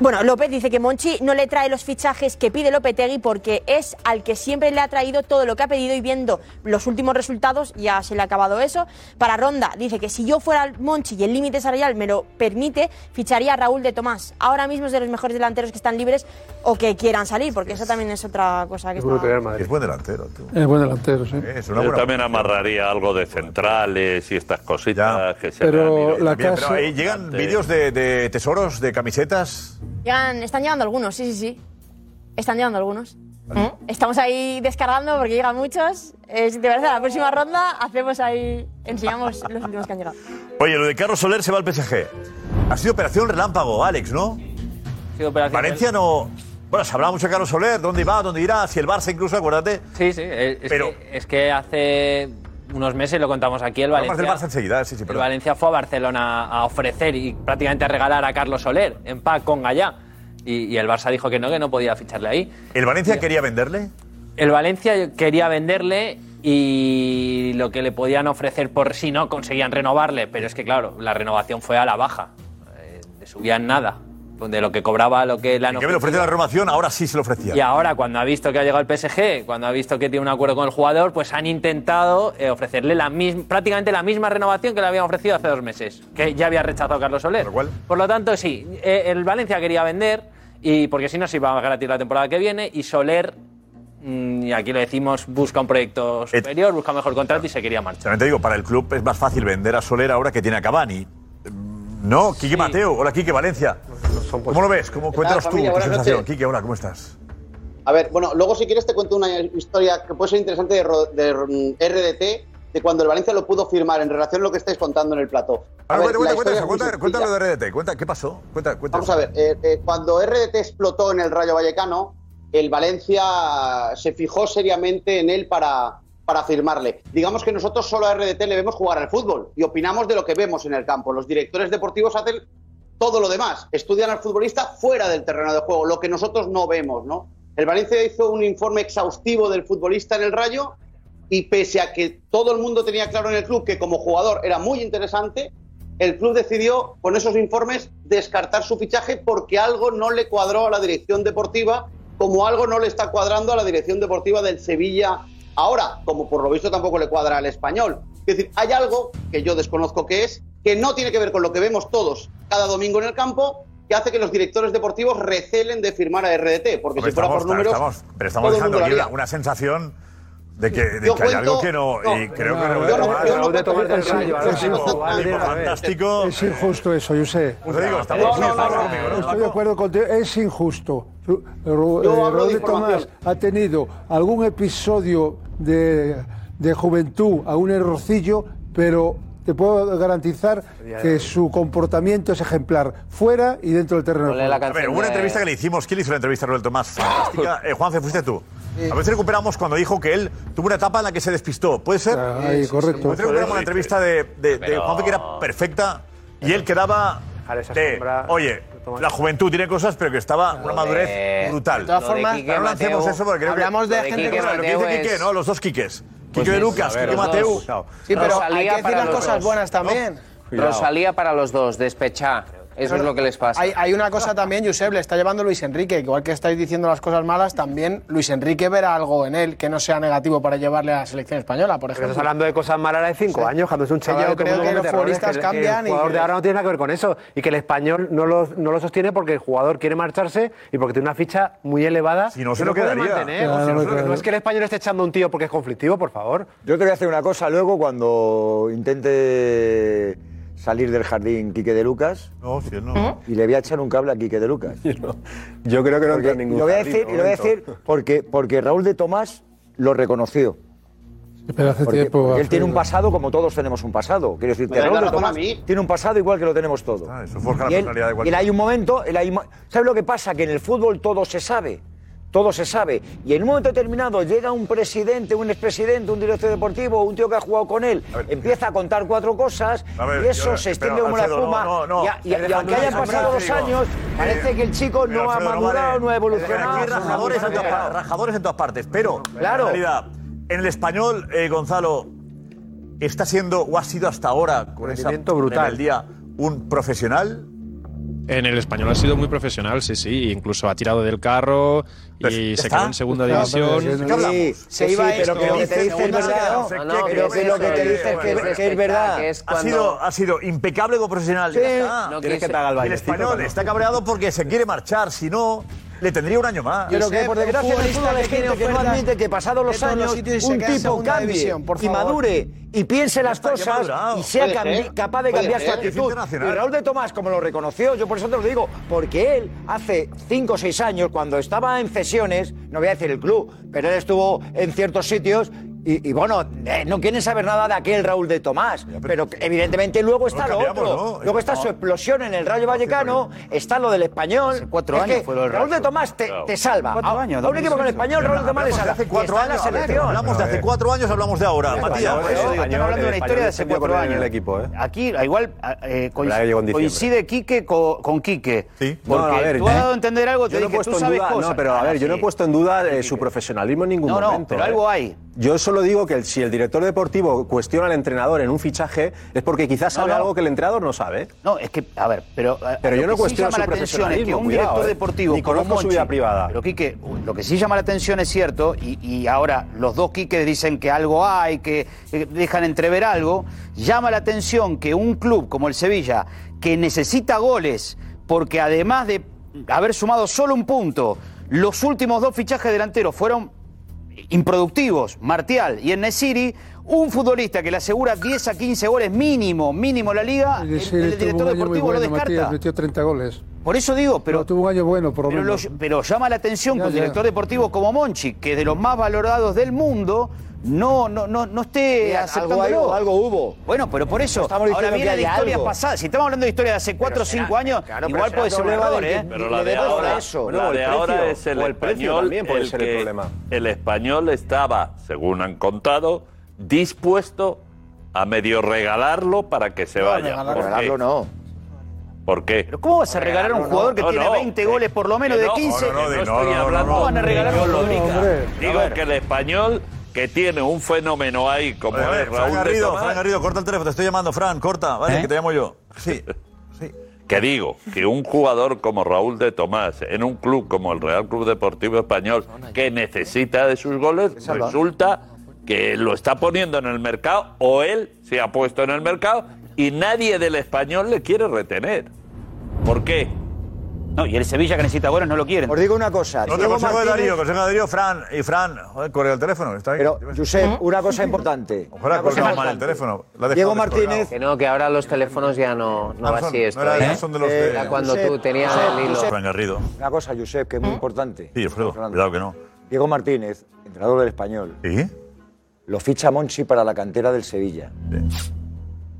[SPEAKER 4] bueno, López dice que Monchi no le trae los fichajes que pide Lopetegui porque es al que siempre le ha traído todo lo que ha pedido y viendo los últimos resultados ya se le ha acabado eso. Para Ronda dice que si yo fuera Monchi y el límite salarial me lo permite, ficharía a Raúl de Tomás. Ahora mismo es de los mejores delanteros que están libres o que quieran salir, porque eso también es otra cosa que está...
[SPEAKER 9] Es buen delantero, tú.
[SPEAKER 8] Es buen delantero, sí.
[SPEAKER 9] Es
[SPEAKER 7] Yo también amarraría algo de centrales y estas cositas que se le han
[SPEAKER 8] Pero
[SPEAKER 7] ido.
[SPEAKER 8] la
[SPEAKER 9] Bien, pero
[SPEAKER 8] casa-
[SPEAKER 9] ahí llegan vídeos de, de tesoros, de camisetas.
[SPEAKER 4] Llegan- están llegando algunos, sí, sí, sí. Están llegando algunos. ¿Eh? Estamos ahí descargando porque llegan muchos. Eh, si te parece, a la próxima ronda hacemos ahí, enseñamos los últimos que han llegado.
[SPEAKER 9] Oye, lo de Carlos Soler se va al PSG. Ha sido operación relámpago, Alex, ¿no? Valencia no... Bueno, se hablaba mucho de Carlos Soler, dónde va, dónde irá, si el Barça incluso, acuérdate.
[SPEAKER 1] Sí, sí. Eh, Es, es
[SPEAKER 9] Pero-
[SPEAKER 1] que, es que hace unos meses, lo contamos aquí, el
[SPEAKER 9] Vamos
[SPEAKER 1] Valencia...
[SPEAKER 9] a hacer Barça enseguida, sí, sí,
[SPEAKER 1] El
[SPEAKER 9] perdón.
[SPEAKER 1] Valencia fue a Barcelona a ofrecer y prácticamente a regalar a Carlos Soler en pack con Gallá. Y, y el Barça dijo que no, que no podía ficharle ahí.
[SPEAKER 9] ¿El Valencia quería venderle?
[SPEAKER 1] El Valencia quería venderle y lo que le podían ofrecer por si no conseguían renovarle, pero es que claro, la renovación fue a la baja. Eh, le subían nada. De lo que cobraba, a lo que la han
[SPEAKER 9] Que me lo ofrece la
[SPEAKER 1] ofrecido.
[SPEAKER 9] renovación, ahora sí se lo ofrecía.
[SPEAKER 1] Y ahora, cuando ha visto que ha llegado el PSG, cuando ha visto que tiene un acuerdo con el jugador, pues han intentado eh, ofrecerle la misma, prácticamente la misma renovación que le habían ofrecido hace dos meses, que ya había rechazado Carlos Soler. Por lo tanto, sí, eh, el Valencia quería vender, y porque si no se iba a gratis la temporada que viene, y Soler, mm, y aquí lo decimos, busca un proyecto superior, busca un mejor contrato y se quería marchar.
[SPEAKER 9] También te digo, para el club es más fácil vender a Soler ahora que tiene a Cavani. Mm, No, Quique Mateo, hola Quique Valencia. ¿Cómo lo ves? ¿Cómo,
[SPEAKER 15] tal,
[SPEAKER 9] cuéntanos
[SPEAKER 15] familia?
[SPEAKER 9] tú tu
[SPEAKER 15] Buenas
[SPEAKER 9] sensación.
[SPEAKER 15] noches.
[SPEAKER 9] Quique, hola, ¿cómo estás?
[SPEAKER 15] A ver, bueno, luego si quieres te cuento una historia que puede ser interesante de, Ro- de mm, RDT, de cuando el Valencia lo pudo firmar en relación a lo que estáis contando en el plató. A
[SPEAKER 9] Ahora,
[SPEAKER 15] ver,
[SPEAKER 9] Ah, cuenta,
[SPEAKER 15] la
[SPEAKER 9] cuenta,
[SPEAKER 15] historia
[SPEAKER 9] cuenta,
[SPEAKER 15] es
[SPEAKER 9] eso,
[SPEAKER 15] muy
[SPEAKER 9] cuenta,
[SPEAKER 15] sencilla.
[SPEAKER 9] cuéntalo de RDT, cuenta, ¿qué pasó? Cuenta, cuenta.
[SPEAKER 15] Vamos a ver, eh, eh, cuando RDT explotó en el Rayo Vallecano, el Valencia se fijó seriamente en él para, para firmarle. Digamos que nosotros solo a RDT le vemos jugar al fútbol y opinamos de lo que vemos en el campo. Los directores deportivos hacen todo lo demás, estudian al futbolista fuera del terreno de juego, lo que nosotros no vemos, ¿no? El Valencia hizo un informe exhaustivo del futbolista en el Rayo y pese a que todo el mundo tenía claro en el club que como jugador era muy interesante, el club decidió con esos informes descartar su fichaje porque algo no le cuadró a la dirección deportiva, como algo no le está cuadrando a la dirección deportiva del Sevilla ahora, como por lo visto tampoco le cuadra al español. Es decir, hay algo que yo desconozco que es, que no tiene que ver con lo que vemos todos cada domingo en el campo, que hace que los directores deportivos recelen de firmar a RDT, porque
[SPEAKER 9] Hombre,
[SPEAKER 15] si fuera por
[SPEAKER 9] estamos-
[SPEAKER 15] números...
[SPEAKER 9] estamos- pero
[SPEAKER 15] todo
[SPEAKER 9] estamos
[SPEAKER 15] el mundo
[SPEAKER 9] dejando
[SPEAKER 15] lo
[SPEAKER 9] aquí una,
[SPEAKER 15] haría.
[SPEAKER 9] una sensación de que, de
[SPEAKER 15] Yo
[SPEAKER 9] que hay
[SPEAKER 15] cuento-
[SPEAKER 9] algo que no. y
[SPEAKER 15] no,
[SPEAKER 9] creo
[SPEAKER 15] no,
[SPEAKER 9] que
[SPEAKER 15] yo
[SPEAKER 9] no.
[SPEAKER 15] no- yo no cuento
[SPEAKER 9] Vale,
[SPEAKER 15] con el Rayo, ahora
[SPEAKER 9] es un
[SPEAKER 15] mismo.
[SPEAKER 9] tipo
[SPEAKER 15] Vale, a ver.
[SPEAKER 9] fantástico.
[SPEAKER 8] Es injusto eso, yo sé.
[SPEAKER 9] Os digo, estamos muy estamos conmigo, ¿no?
[SPEAKER 8] Estoy de acuerdo contigo, es injusto. Ru- Ru-
[SPEAKER 9] Yo
[SPEAKER 8] eh,
[SPEAKER 9] hablo de
[SPEAKER 8] Raúl de
[SPEAKER 9] información.
[SPEAKER 8] Tomás ha tenido algún episodio de, de juventud, algún errorcillo, pero te puedo garantizar que su comportamiento es ejemplar, fuera y dentro del terreno. de juego.
[SPEAKER 9] A ver, hubo una entrevista que le hicimos. ¿Quién le hizo la entrevista a Roberto Más? Fantástica. Eh, Juanfe, fuiste tú. A ver si recuperamos cuando dijo que él tuvo una etapa en la que se despistó. ¿Puede ser?
[SPEAKER 18] Ah,
[SPEAKER 8] Ahí, correcto.
[SPEAKER 9] A ver si recuperamos la entrevista de, de, de Juanfe que era perfecta y él quedaba. de, Oye, la juventud tiene cosas, pero que estaba una madurez brutal.
[SPEAKER 18] de todas Eh, Lo de formas, Quique
[SPEAKER 9] Ahora no lancemos
[SPEAKER 18] Mateu-
[SPEAKER 9] eso porque creo que-
[SPEAKER 18] hablamos de Lo de gente Quique
[SPEAKER 9] Bueno, Lo que
[SPEAKER 18] Mateu
[SPEAKER 9] dice Quique,
[SPEAKER 18] es-
[SPEAKER 9] ¿no? Los dos Quiques.
[SPEAKER 18] Pues
[SPEAKER 9] Quique de
[SPEAKER 18] es,
[SPEAKER 9] Lucas,
[SPEAKER 18] a ver,
[SPEAKER 9] Quique
[SPEAKER 18] los
[SPEAKER 9] Mateu.
[SPEAKER 18] dos. Sí, pero
[SPEAKER 19] Rosalía
[SPEAKER 18] hay que decir
[SPEAKER 19] para
[SPEAKER 18] las
[SPEAKER 19] los
[SPEAKER 18] cosas
[SPEAKER 19] dos.
[SPEAKER 18] buenas también.
[SPEAKER 19] Cuidado. Rosalía para los dos, despechá. Eso es lo que les pasa.
[SPEAKER 18] Hay, hay una cosa también, Josep, le está llevando Luis Enrique. que Igual que estáis diciendo las cosas malas, también Luis Enrique verá algo en él que no sea negativo para llevarle a la selección española, por
[SPEAKER 17] Pero
[SPEAKER 18] ejemplo.
[SPEAKER 17] estás hablando de cosas malas de 5 años, cuando es un chaval todo
[SPEAKER 18] yo
[SPEAKER 17] el
[SPEAKER 18] creo
[SPEAKER 17] mundo
[SPEAKER 18] que
[SPEAKER 17] comete
[SPEAKER 18] los
[SPEAKER 17] errores,
[SPEAKER 18] futbolistas
[SPEAKER 17] que el-
[SPEAKER 18] cambian
[SPEAKER 17] que el
[SPEAKER 18] y
[SPEAKER 17] jugador
[SPEAKER 18] que-
[SPEAKER 17] de ahora no tiene nada que ver con eso y que el español no lo, no lo sostiene porque el jugador quiere marcharse y porque tiene una ficha muy elevada.
[SPEAKER 9] Si no
[SPEAKER 17] que
[SPEAKER 9] se lo
[SPEAKER 17] puede
[SPEAKER 9] quedaría.
[SPEAKER 17] mantener.
[SPEAKER 9] Claro,
[SPEAKER 17] O sea,
[SPEAKER 9] no
[SPEAKER 17] no,
[SPEAKER 9] me quedaría.
[SPEAKER 17] es que el español esté echando a un tío porque es conflictivo, por favor.
[SPEAKER 20] Yo te voy a hacer una cosa luego cuando intente salir del jardín Quique de Lucas.
[SPEAKER 9] No, si no.
[SPEAKER 20] Y le voy a echar un cable a Quique de Lucas.
[SPEAKER 17] Yo creo que no entra en
[SPEAKER 20] Y
[SPEAKER 17] ningún
[SPEAKER 20] lo voy a
[SPEAKER 17] jardín,
[SPEAKER 20] decir, y lo voy a
[SPEAKER 17] momento.
[SPEAKER 20] decir porque, porque Raúl de Tomás lo reconoció.
[SPEAKER 8] Pero hace
[SPEAKER 20] Porque,
[SPEAKER 8] tiempo.
[SPEAKER 20] porque él tiene un
[SPEAKER 8] Alfredo.
[SPEAKER 20] pasado como todos tenemos un pasado. Quiero decir,
[SPEAKER 8] Me dais
[SPEAKER 20] Raúl
[SPEAKER 8] la
[SPEAKER 20] de
[SPEAKER 8] razón
[SPEAKER 20] Tomás
[SPEAKER 8] a
[SPEAKER 20] tiene un pasado igual que lo tenemos todos.
[SPEAKER 9] Ah, forja la
[SPEAKER 20] y, él,
[SPEAKER 9] personalidad de
[SPEAKER 20] y él
[SPEAKER 9] cualquiera.
[SPEAKER 20] hay un momento, él hay un mo- ¿sabes lo que pasa? Que en el fútbol todo se sabe. Todo se sabe. Y en un momento determinado llega un presidente, un expresidente, un director deportivo, un tío que ha jugado con él, empieza a contar cuatro cosas
[SPEAKER 9] A ver,
[SPEAKER 20] y eso
[SPEAKER 9] yo-
[SPEAKER 20] se extiende
[SPEAKER 9] pero,
[SPEAKER 20] como la
[SPEAKER 9] Alfredo,
[SPEAKER 20] espuma.
[SPEAKER 9] no, no, no.
[SPEAKER 20] y, a- y- y aunque hayan pasado dos años,
[SPEAKER 9] Eh,
[SPEAKER 20] parece que el chico no ha madurado, no ha evolucionado.
[SPEAKER 9] Aquí rajadores, en todas partes, rajadores en todas partes, pero
[SPEAKER 20] Claro.
[SPEAKER 9] en realidad, en el español, eh, Gonzalo, está siendo o ha sido hasta ahora con esa
[SPEAKER 6] Rendimiento brutal.
[SPEAKER 9] el día un profesional.
[SPEAKER 6] En el español ha sido muy profesional, sí, sí. Incluso ha tirado del carro y se quedó en segunda división.
[SPEAKER 20] Sí, se iba pero que lo que te dice es verdad. Pero que lo que te dice es que- que es verdad.
[SPEAKER 9] Ha sido, ha sido impecable como profesional.
[SPEAKER 20] Sí.
[SPEAKER 9] Ya está.
[SPEAKER 20] No Tienes quise. que te haga el
[SPEAKER 9] el
[SPEAKER 20] bailecito
[SPEAKER 9] español
[SPEAKER 20] también.
[SPEAKER 9] está cabreado porque se quiere marchar, si no. le tendría un año más.
[SPEAKER 20] Pero que por desgracia
[SPEAKER 9] un
[SPEAKER 20] en el
[SPEAKER 9] futbolista
[SPEAKER 20] fútbol hay
[SPEAKER 9] que tiene
[SPEAKER 20] gente que no
[SPEAKER 9] ofertas
[SPEAKER 20] admite que pasados los
[SPEAKER 9] de todos los
[SPEAKER 20] años
[SPEAKER 9] sitios y se
[SPEAKER 20] un
[SPEAKER 9] queda en
[SPEAKER 20] tipo
[SPEAKER 9] segunda
[SPEAKER 20] cambie
[SPEAKER 9] división, por
[SPEAKER 20] y
[SPEAKER 9] favor.
[SPEAKER 20] madure y piense las
[SPEAKER 9] está, ya ha
[SPEAKER 20] cosas
[SPEAKER 9] madurado.
[SPEAKER 20] y sea
[SPEAKER 9] Puede
[SPEAKER 20] cambi-
[SPEAKER 9] ser.
[SPEAKER 20] capaz de
[SPEAKER 9] Puede
[SPEAKER 20] cambiar su
[SPEAKER 9] ser. Es
[SPEAKER 20] actitud. Y
[SPEAKER 9] internacional.
[SPEAKER 20] Raúl de Tomás, como lo reconoció, yo por eso te lo digo, porque él hace 5 o 6 años, cuando estaba en cesiones, no voy a decir el club, pero él estuvo en ciertos sitios. Y, y bueno, eh, no quieren saber nada de aquel Raúl de Tomás, pero, que evidentemente luego está lo
[SPEAKER 9] cambiamos,
[SPEAKER 20] otro.
[SPEAKER 9] ¿no?
[SPEAKER 20] Luego está su explosión en el Rayo Vallecano, está lo del español.
[SPEAKER 2] cuatro
[SPEAKER 20] Es
[SPEAKER 2] años
[SPEAKER 20] que
[SPEAKER 2] fue lo del
[SPEAKER 20] Raúl de
[SPEAKER 2] Rayo.
[SPEAKER 20] Tomás te, te salva.
[SPEAKER 2] Cuatro
[SPEAKER 20] A-
[SPEAKER 2] años,
[SPEAKER 20] a un equipo con el
[SPEAKER 2] 2006.
[SPEAKER 20] español, Raúl de Tomás le
[SPEAKER 9] Hablamos de
[SPEAKER 20] salva.
[SPEAKER 9] pues hace
[SPEAKER 20] Y
[SPEAKER 9] cuatro
[SPEAKER 20] está en la
[SPEAKER 9] años.
[SPEAKER 20] selección.
[SPEAKER 9] Hablamos de hace cuatro años, hablamos de ahora. Matías, por eso digo,
[SPEAKER 6] español,
[SPEAKER 9] están hablando de
[SPEAKER 6] el
[SPEAKER 9] una historia de hace
[SPEAKER 6] español
[SPEAKER 9] cuatro
[SPEAKER 6] se fue con él en
[SPEAKER 9] años.
[SPEAKER 6] el equipo, ¿eh?
[SPEAKER 2] Aquí, ah, igual, ah, eh,
[SPEAKER 6] Braga llegó
[SPEAKER 2] coinc-
[SPEAKER 6] en diciembre.
[SPEAKER 2] coincide Quique co- con, Quique. Porque
[SPEAKER 6] No, no, a ver, ¿eh?
[SPEAKER 2] tú has dado a entender algo,
[SPEAKER 6] yo
[SPEAKER 2] te
[SPEAKER 6] no he
[SPEAKER 2] dije,
[SPEAKER 6] puesto
[SPEAKER 2] tú
[SPEAKER 6] en
[SPEAKER 2] sabes
[SPEAKER 6] duda-
[SPEAKER 2] cosas.
[SPEAKER 6] No, pero a
[SPEAKER 2] Ah,
[SPEAKER 6] ver, yo no he
[SPEAKER 2] sí.
[SPEAKER 6] puesto en duda eh, su profesionalismo en ningún
[SPEAKER 2] No, no,
[SPEAKER 6] momento.
[SPEAKER 2] pero
[SPEAKER 6] ¿eh?
[SPEAKER 2] algo hay.
[SPEAKER 6] Yo solo digo que el- si el director deportivo cuestiona al entrenador en un fichaje es porque quizás sabe
[SPEAKER 2] no.
[SPEAKER 6] algo que el entrenador no sabe.
[SPEAKER 2] No, es que, a ver, pero. eh,
[SPEAKER 6] Pero
[SPEAKER 2] Lo
[SPEAKER 6] yo no
[SPEAKER 2] que sí
[SPEAKER 6] cuestiono
[SPEAKER 2] llama
[SPEAKER 6] su
[SPEAKER 2] la atención es que
[SPEAKER 6] profesionalismo.
[SPEAKER 2] un
[SPEAKER 6] cuidado,
[SPEAKER 2] director
[SPEAKER 6] ¿eh?
[SPEAKER 2] deportivo
[SPEAKER 6] Ni
[SPEAKER 2] como
[SPEAKER 6] conozco su
[SPEAKER 2] Monchi-
[SPEAKER 6] vida privada.
[SPEAKER 2] Pero Quique, lo que sí llama la atención es cierto, y, y ahora los dos Quique dicen que algo hay, que eh, dejan entrever algo, llama la atención que un club como el Sevilla, que necesita goles, porque además de haber sumado solo un punto, los últimos dos fichajes delanteros fueron improductivos, Martial y Enesiri, un futbolista que le asegura 10 a 15 goles mínimo, mínimo la liga, el,
[SPEAKER 8] Ese
[SPEAKER 2] el
[SPEAKER 8] tuvo un
[SPEAKER 2] director
[SPEAKER 8] año este muy
[SPEAKER 2] deportivo lo
[SPEAKER 8] bueno, Matías,
[SPEAKER 2] descarta.
[SPEAKER 8] metió 30 goles.
[SPEAKER 2] Por eso digo, pero.
[SPEAKER 8] tuvo un año bueno, por lo
[SPEAKER 2] Pero, lo-
[SPEAKER 8] menos.
[SPEAKER 2] pero llama la atención
[SPEAKER 8] Ya,
[SPEAKER 2] que un
[SPEAKER 8] ya.
[SPEAKER 2] director deportivo como Monchi, que es de los más valorados del mundo, no, no, no, no esté
[SPEAKER 20] Eh,
[SPEAKER 2] aceptándolo.
[SPEAKER 20] algo hay- algo
[SPEAKER 2] hubo. Bueno, pero por eso.
[SPEAKER 20] Estamos diciendo
[SPEAKER 2] ahora
[SPEAKER 20] que
[SPEAKER 2] vienen
[SPEAKER 20] hay
[SPEAKER 2] historias
[SPEAKER 20] algo.
[SPEAKER 2] pasadas. Si estamos hablando de historias de hace 4 o 5 años,
[SPEAKER 20] claro, pero
[SPEAKER 2] igual
[SPEAKER 20] será
[SPEAKER 2] puede ser un
[SPEAKER 20] problema
[SPEAKER 2] error,
[SPEAKER 20] del
[SPEAKER 2] ¿eh?
[SPEAKER 7] Pero la de ahora, la de ahora es el, español. el que- el español estaba, según han contado, dispuesto a medio regalarlo para que se vaya.
[SPEAKER 2] regalarlo-
[SPEAKER 7] ¿Por qué?
[SPEAKER 2] regalarlo
[SPEAKER 20] no.
[SPEAKER 7] ¿Por qué?
[SPEAKER 2] ¿Cómo vas a regalar a un jugador que
[SPEAKER 7] no,
[SPEAKER 2] tiene
[SPEAKER 7] no,
[SPEAKER 2] 20 goles por lo menos
[SPEAKER 7] que
[SPEAKER 2] de
[SPEAKER 7] no,
[SPEAKER 2] 15?
[SPEAKER 7] no, no,
[SPEAKER 2] Que
[SPEAKER 7] no,
[SPEAKER 2] estoy
[SPEAKER 7] no, no,
[SPEAKER 2] hablando.
[SPEAKER 7] no,
[SPEAKER 2] ¿Cómo van a
[SPEAKER 7] hombre,
[SPEAKER 2] regalar
[SPEAKER 7] yo
[SPEAKER 2] un
[SPEAKER 7] lo
[SPEAKER 2] jugador?
[SPEAKER 7] diga. Digo
[SPEAKER 2] A ver.
[SPEAKER 7] que el español que tiene un fenómeno ahí como
[SPEAKER 9] Oye, a ver,
[SPEAKER 7] es
[SPEAKER 9] Fran
[SPEAKER 7] Raúl de
[SPEAKER 9] Garrido,
[SPEAKER 7] Tomás,
[SPEAKER 9] Fran Garrido, corta el teléfono, te estoy llamando, Fran, corta, vale, que te llamo yo. Sí.
[SPEAKER 7] que digo que un jugador como Raúl de Tomás en un club como el Real Club Deportivo Español que necesita de sus goles
[SPEAKER 9] salva.
[SPEAKER 7] resulta que lo está poniendo en el mercado o él se ha puesto en el mercado y nadie del español le quiere retener. ¿Por qué?
[SPEAKER 2] No, y el Sevilla que necesita goles no lo quieren.
[SPEAKER 20] Os digo una cosa.
[SPEAKER 9] No te
[SPEAKER 20] Diego
[SPEAKER 9] consejo de
[SPEAKER 20] Martínez-
[SPEAKER 9] Darío, consejo de Darío, Fran. Y Fran, joder, corre el teléfono, está ahí.
[SPEAKER 20] Pero, Josep, una cosa importante.
[SPEAKER 9] Ojalá
[SPEAKER 20] Una cosa
[SPEAKER 9] colgado mal el
[SPEAKER 20] importante.
[SPEAKER 9] teléfono. Lo ha dejado
[SPEAKER 20] Diego
[SPEAKER 9] descolgado.
[SPEAKER 20] Martínez.
[SPEAKER 19] Que no, que ahora los teléfonos ya no, no va
[SPEAKER 20] Ah, son-
[SPEAKER 19] así esto.
[SPEAKER 20] no era-
[SPEAKER 19] ¿eh?
[SPEAKER 20] no son de los de-
[SPEAKER 19] Era cuando
[SPEAKER 20] Josep,
[SPEAKER 19] tú tenías
[SPEAKER 20] Josep,
[SPEAKER 19] el hilo.
[SPEAKER 20] Josep.
[SPEAKER 9] Fran Garrido.
[SPEAKER 20] Una cosa, Josep, que es muy importante.
[SPEAKER 9] Sí, Alfredo,
[SPEAKER 20] Fernando.
[SPEAKER 9] cuidado que no.
[SPEAKER 20] Diego Martínez, entrenador del español.
[SPEAKER 9] ¿Sí?
[SPEAKER 20] Lo ficha Monchi para la cantera del Sevilla.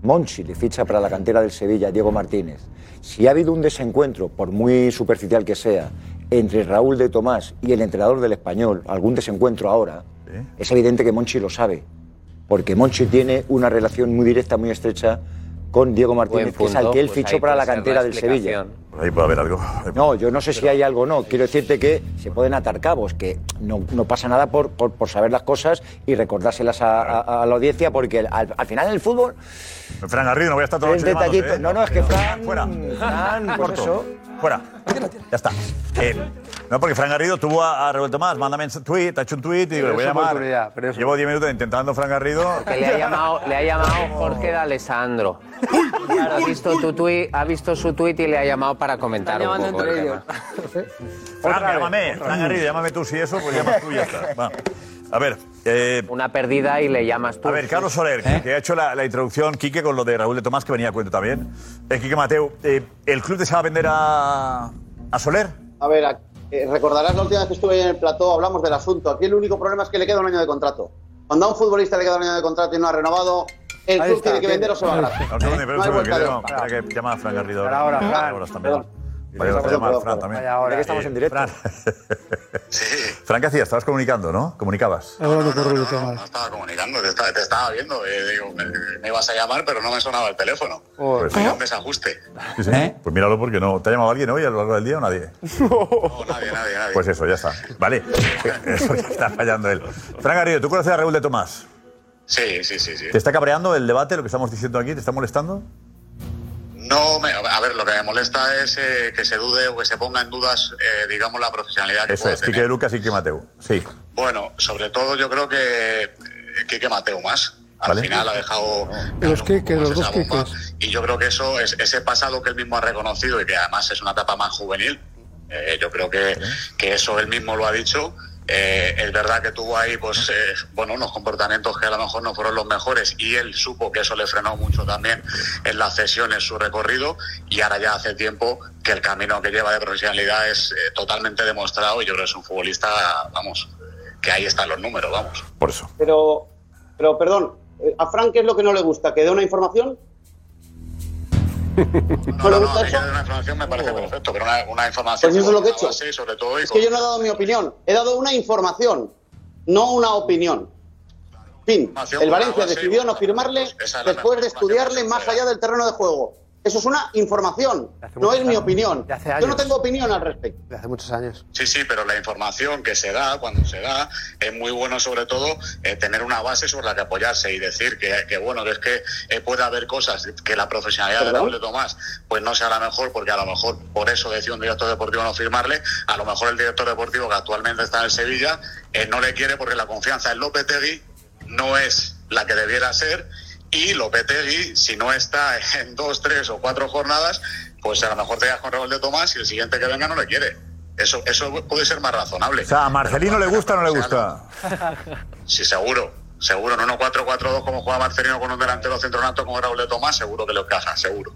[SPEAKER 20] Monchi le ficha para la cantera del Sevilla, Diego Martínez. Si ha habido un desencuentro, por muy superficial que sea, entre Raúl de Tomás y el entrenador del español, algún desencuentro ahora, es evidente que Monchi lo sabe. Porque Monchi tiene una relación muy directa, muy estrecha con Diego Martínez, que es al
[SPEAKER 19] punto,
[SPEAKER 20] que él
[SPEAKER 19] pues
[SPEAKER 20] fichó
[SPEAKER 19] ahí
[SPEAKER 20] para la
[SPEAKER 19] puede ser
[SPEAKER 20] cantera
[SPEAKER 19] la
[SPEAKER 20] del Sevilla.
[SPEAKER 19] explicación.
[SPEAKER 9] Pues Ahí puede haber algo.
[SPEAKER 20] No, yo no sé si hay algo o no. Quiero decirte que se pueden atar cabos, que no, no pasa nada por, por, por saber las cosas y recordárselas a, a- a la audiencia, porque al, al final en el fútbol.
[SPEAKER 9] Fran Garrido, no voy a estar todo
[SPEAKER 20] Tres
[SPEAKER 9] el noche llamándote,
[SPEAKER 20] detallitos.
[SPEAKER 9] ¿eh?
[SPEAKER 20] No, no, es que Fran.
[SPEAKER 9] Fuera.
[SPEAKER 20] Fran, por
[SPEAKER 9] Corto.
[SPEAKER 20] eso.
[SPEAKER 9] Fuera. Ya está. Eh, no, porque Fran Garrido tuvo a, a Raúl Tomás, mándame un tweet, ha hecho un tweet y digo,
[SPEAKER 19] Pero
[SPEAKER 9] le voy a
[SPEAKER 19] es
[SPEAKER 9] llamar.
[SPEAKER 19] oportunidad,
[SPEAKER 9] Llevo 10 minutos intentando Fran Garrido.
[SPEAKER 19] Que le ha llamado, le ha llamado Jorge de Alessandro. Claro, ha, visto tu tuit- ha visto su tuit y le ha llamado para comentar un poco el tema.
[SPEAKER 9] Fran, llámame. Fran Garrido, llámame tú si eso, pues llamas tú y ya está. eh, Va. A ver.
[SPEAKER 19] Una pérdida y le llamas tú.
[SPEAKER 9] A ver, Carlos Soler, que ha hecho la, la introducción, Quique, con lo de Raúl de Tomás, que venía a cuento también. Eh, Quique Mateo, eh, ¿el club desea vender a, a Soler?
[SPEAKER 15] A ver, a- eh, recordarás la última vez que estuve en el plató, hablamos del asunto. Aquí el único problema es que le queda un año de contrato. Cuando a un futbolista le queda un año de contrato y no ha renovado, el
[SPEAKER 9] Ahí
[SPEAKER 15] club
[SPEAKER 9] está,
[SPEAKER 15] tiene que
[SPEAKER 9] bien.
[SPEAKER 15] vender o se va gratis.
[SPEAKER 9] No, perdón,
[SPEAKER 15] ¿Eh? No hay
[SPEAKER 9] perdón,
[SPEAKER 15] vuelta
[SPEAKER 9] que
[SPEAKER 15] de
[SPEAKER 9] no,
[SPEAKER 15] hoja.
[SPEAKER 9] espera que llama a Fran Garrido.
[SPEAKER 15] Ahora, ahora,
[SPEAKER 9] Ahora,
[SPEAKER 15] Fran.
[SPEAKER 9] ahora también.
[SPEAKER 15] Perdón.
[SPEAKER 9] Vale, vamos a llamar a Fran
[SPEAKER 15] Perdón, perdón.
[SPEAKER 9] también.
[SPEAKER 15] Vaya, ahora que
[SPEAKER 9] Eh,
[SPEAKER 15] estamos en directo.
[SPEAKER 9] Fran. Fran, ¿qué hacías? Estabas comunicando, ¿no? Comunicabas.
[SPEAKER 8] Ahora no corre de Tomás.
[SPEAKER 14] estaba comunicando, te estaba, te estaba viendo. eh, digo, me, me ibas a llamar, pero no me sonaba el teléfono.
[SPEAKER 9] Pues-
[SPEAKER 14] Fue un desajuste.
[SPEAKER 9] Sí, sí. Pues míralo porque no. ¿Te ha llamado alguien hoy a lo largo del día o nadie?
[SPEAKER 14] No, nadie, nadie, nadie.
[SPEAKER 9] Pues eso, ya está. Vale. Eso ya está fallando él. Fran Garrido, ¿tú conoces a Raúl de Tomás?
[SPEAKER 14] Sí, sí, sí, sí.
[SPEAKER 9] ¿Te está cabreando el debate, lo que estamos diciendo aquí? ¿Te está molestando?
[SPEAKER 14] No, me- a ver, lo que me molesta es eh, que se dude o que se ponga en dudas, eh, digamos, la profesionalidad que
[SPEAKER 9] Eso
[SPEAKER 14] puede
[SPEAKER 9] es,
[SPEAKER 14] tener.
[SPEAKER 9] Quique de Lucas y Quique Mateu. Sí.
[SPEAKER 14] Bueno, sobre todo yo creo que eh, Quique Mateo más. Al
[SPEAKER 9] Vale.
[SPEAKER 14] final ha dejado
[SPEAKER 8] Los queques, los dos queques.
[SPEAKER 14] Eh, yo creo que, que eso él mismo lo ha dicho. Eh, es verdad que tuvo ahí, pues, eh, bueno, unos comportamientos que a lo mejor no fueron los mejores y él supo que eso le frenó mucho también en las sesiones, su recorrido y ahora ya hace tiempo que el camino que lleva de profesionalidad es eh, totalmente demostrado y yo creo que es un futbolista, vamos, que ahí están los números, vamos.
[SPEAKER 9] Por eso.
[SPEAKER 15] Pero, pero perdón, eh, a Frank, ¿qué es lo que no le gusta? ¿Que dé una información?
[SPEAKER 14] No, no, no, si hay una información me parece perfecto, pero una, una información...
[SPEAKER 15] Pues eso es lo que he
[SPEAKER 14] con
[SPEAKER 15] hecho.
[SPEAKER 14] base, sobre todo, y
[SPEAKER 15] Es
[SPEAKER 14] con-
[SPEAKER 15] que yo no he dado mi opinión, he dado una información, no una opinión. Fin, el Valencia decidió no firmarle
[SPEAKER 14] pues
[SPEAKER 15] después de estudiarle más allá del terreno de juego. Eso es una información, no es mi opinión. Yo no
[SPEAKER 21] años.
[SPEAKER 15] tengo opinión al respecto.
[SPEAKER 21] De hace muchos años.
[SPEAKER 14] Sí, sí, pero la información que se da, cuando se da, es muy bueno sobre todo eh, tener una base sobre la que apoyarse y decir que, que, bueno, que es que eh, puede haber cosas que la profesionalidad de
[SPEAKER 16] ¿Perdón?
[SPEAKER 14] Raúl de Tomás pues no sea la mejor, porque a lo mejor por eso decía un director deportivo no firmarle, a lo mejor el director deportivo que actualmente está en el Sevilla eh, no le quiere porque la confianza en Lopetegui no es la que debiera ser y Lopetegui, si no está en dos, tres o cuatro jornadas, pues a lo mejor te das con Raúl de Tomás y el siguiente que venga no le quiere. Eso, eso puede ser más razonable.
[SPEAKER 9] O sea, ¿a Marcelino le gusta o no le gusta?
[SPEAKER 14] Sí, seguro. Seguro, en 1-4-4-2 como juega Marcelino con un delantero centronato como Raúl de Tomás, seguro que lo encaja, seguro.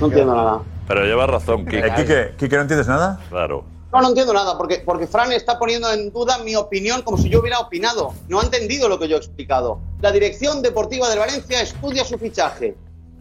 [SPEAKER 15] No entiendo nada.
[SPEAKER 7] Pero lleva razón, Kike.
[SPEAKER 9] Eh, Quique, Quique, ¿no entiendes nada?
[SPEAKER 7] Claro.
[SPEAKER 15] No, no entiendo nada, porque, porque Fran está poniendo en duda mi opinión como si yo hubiera opinado. No ha entendido lo que yo he explicado. La dirección deportiva del Valencia estudia su fichaje.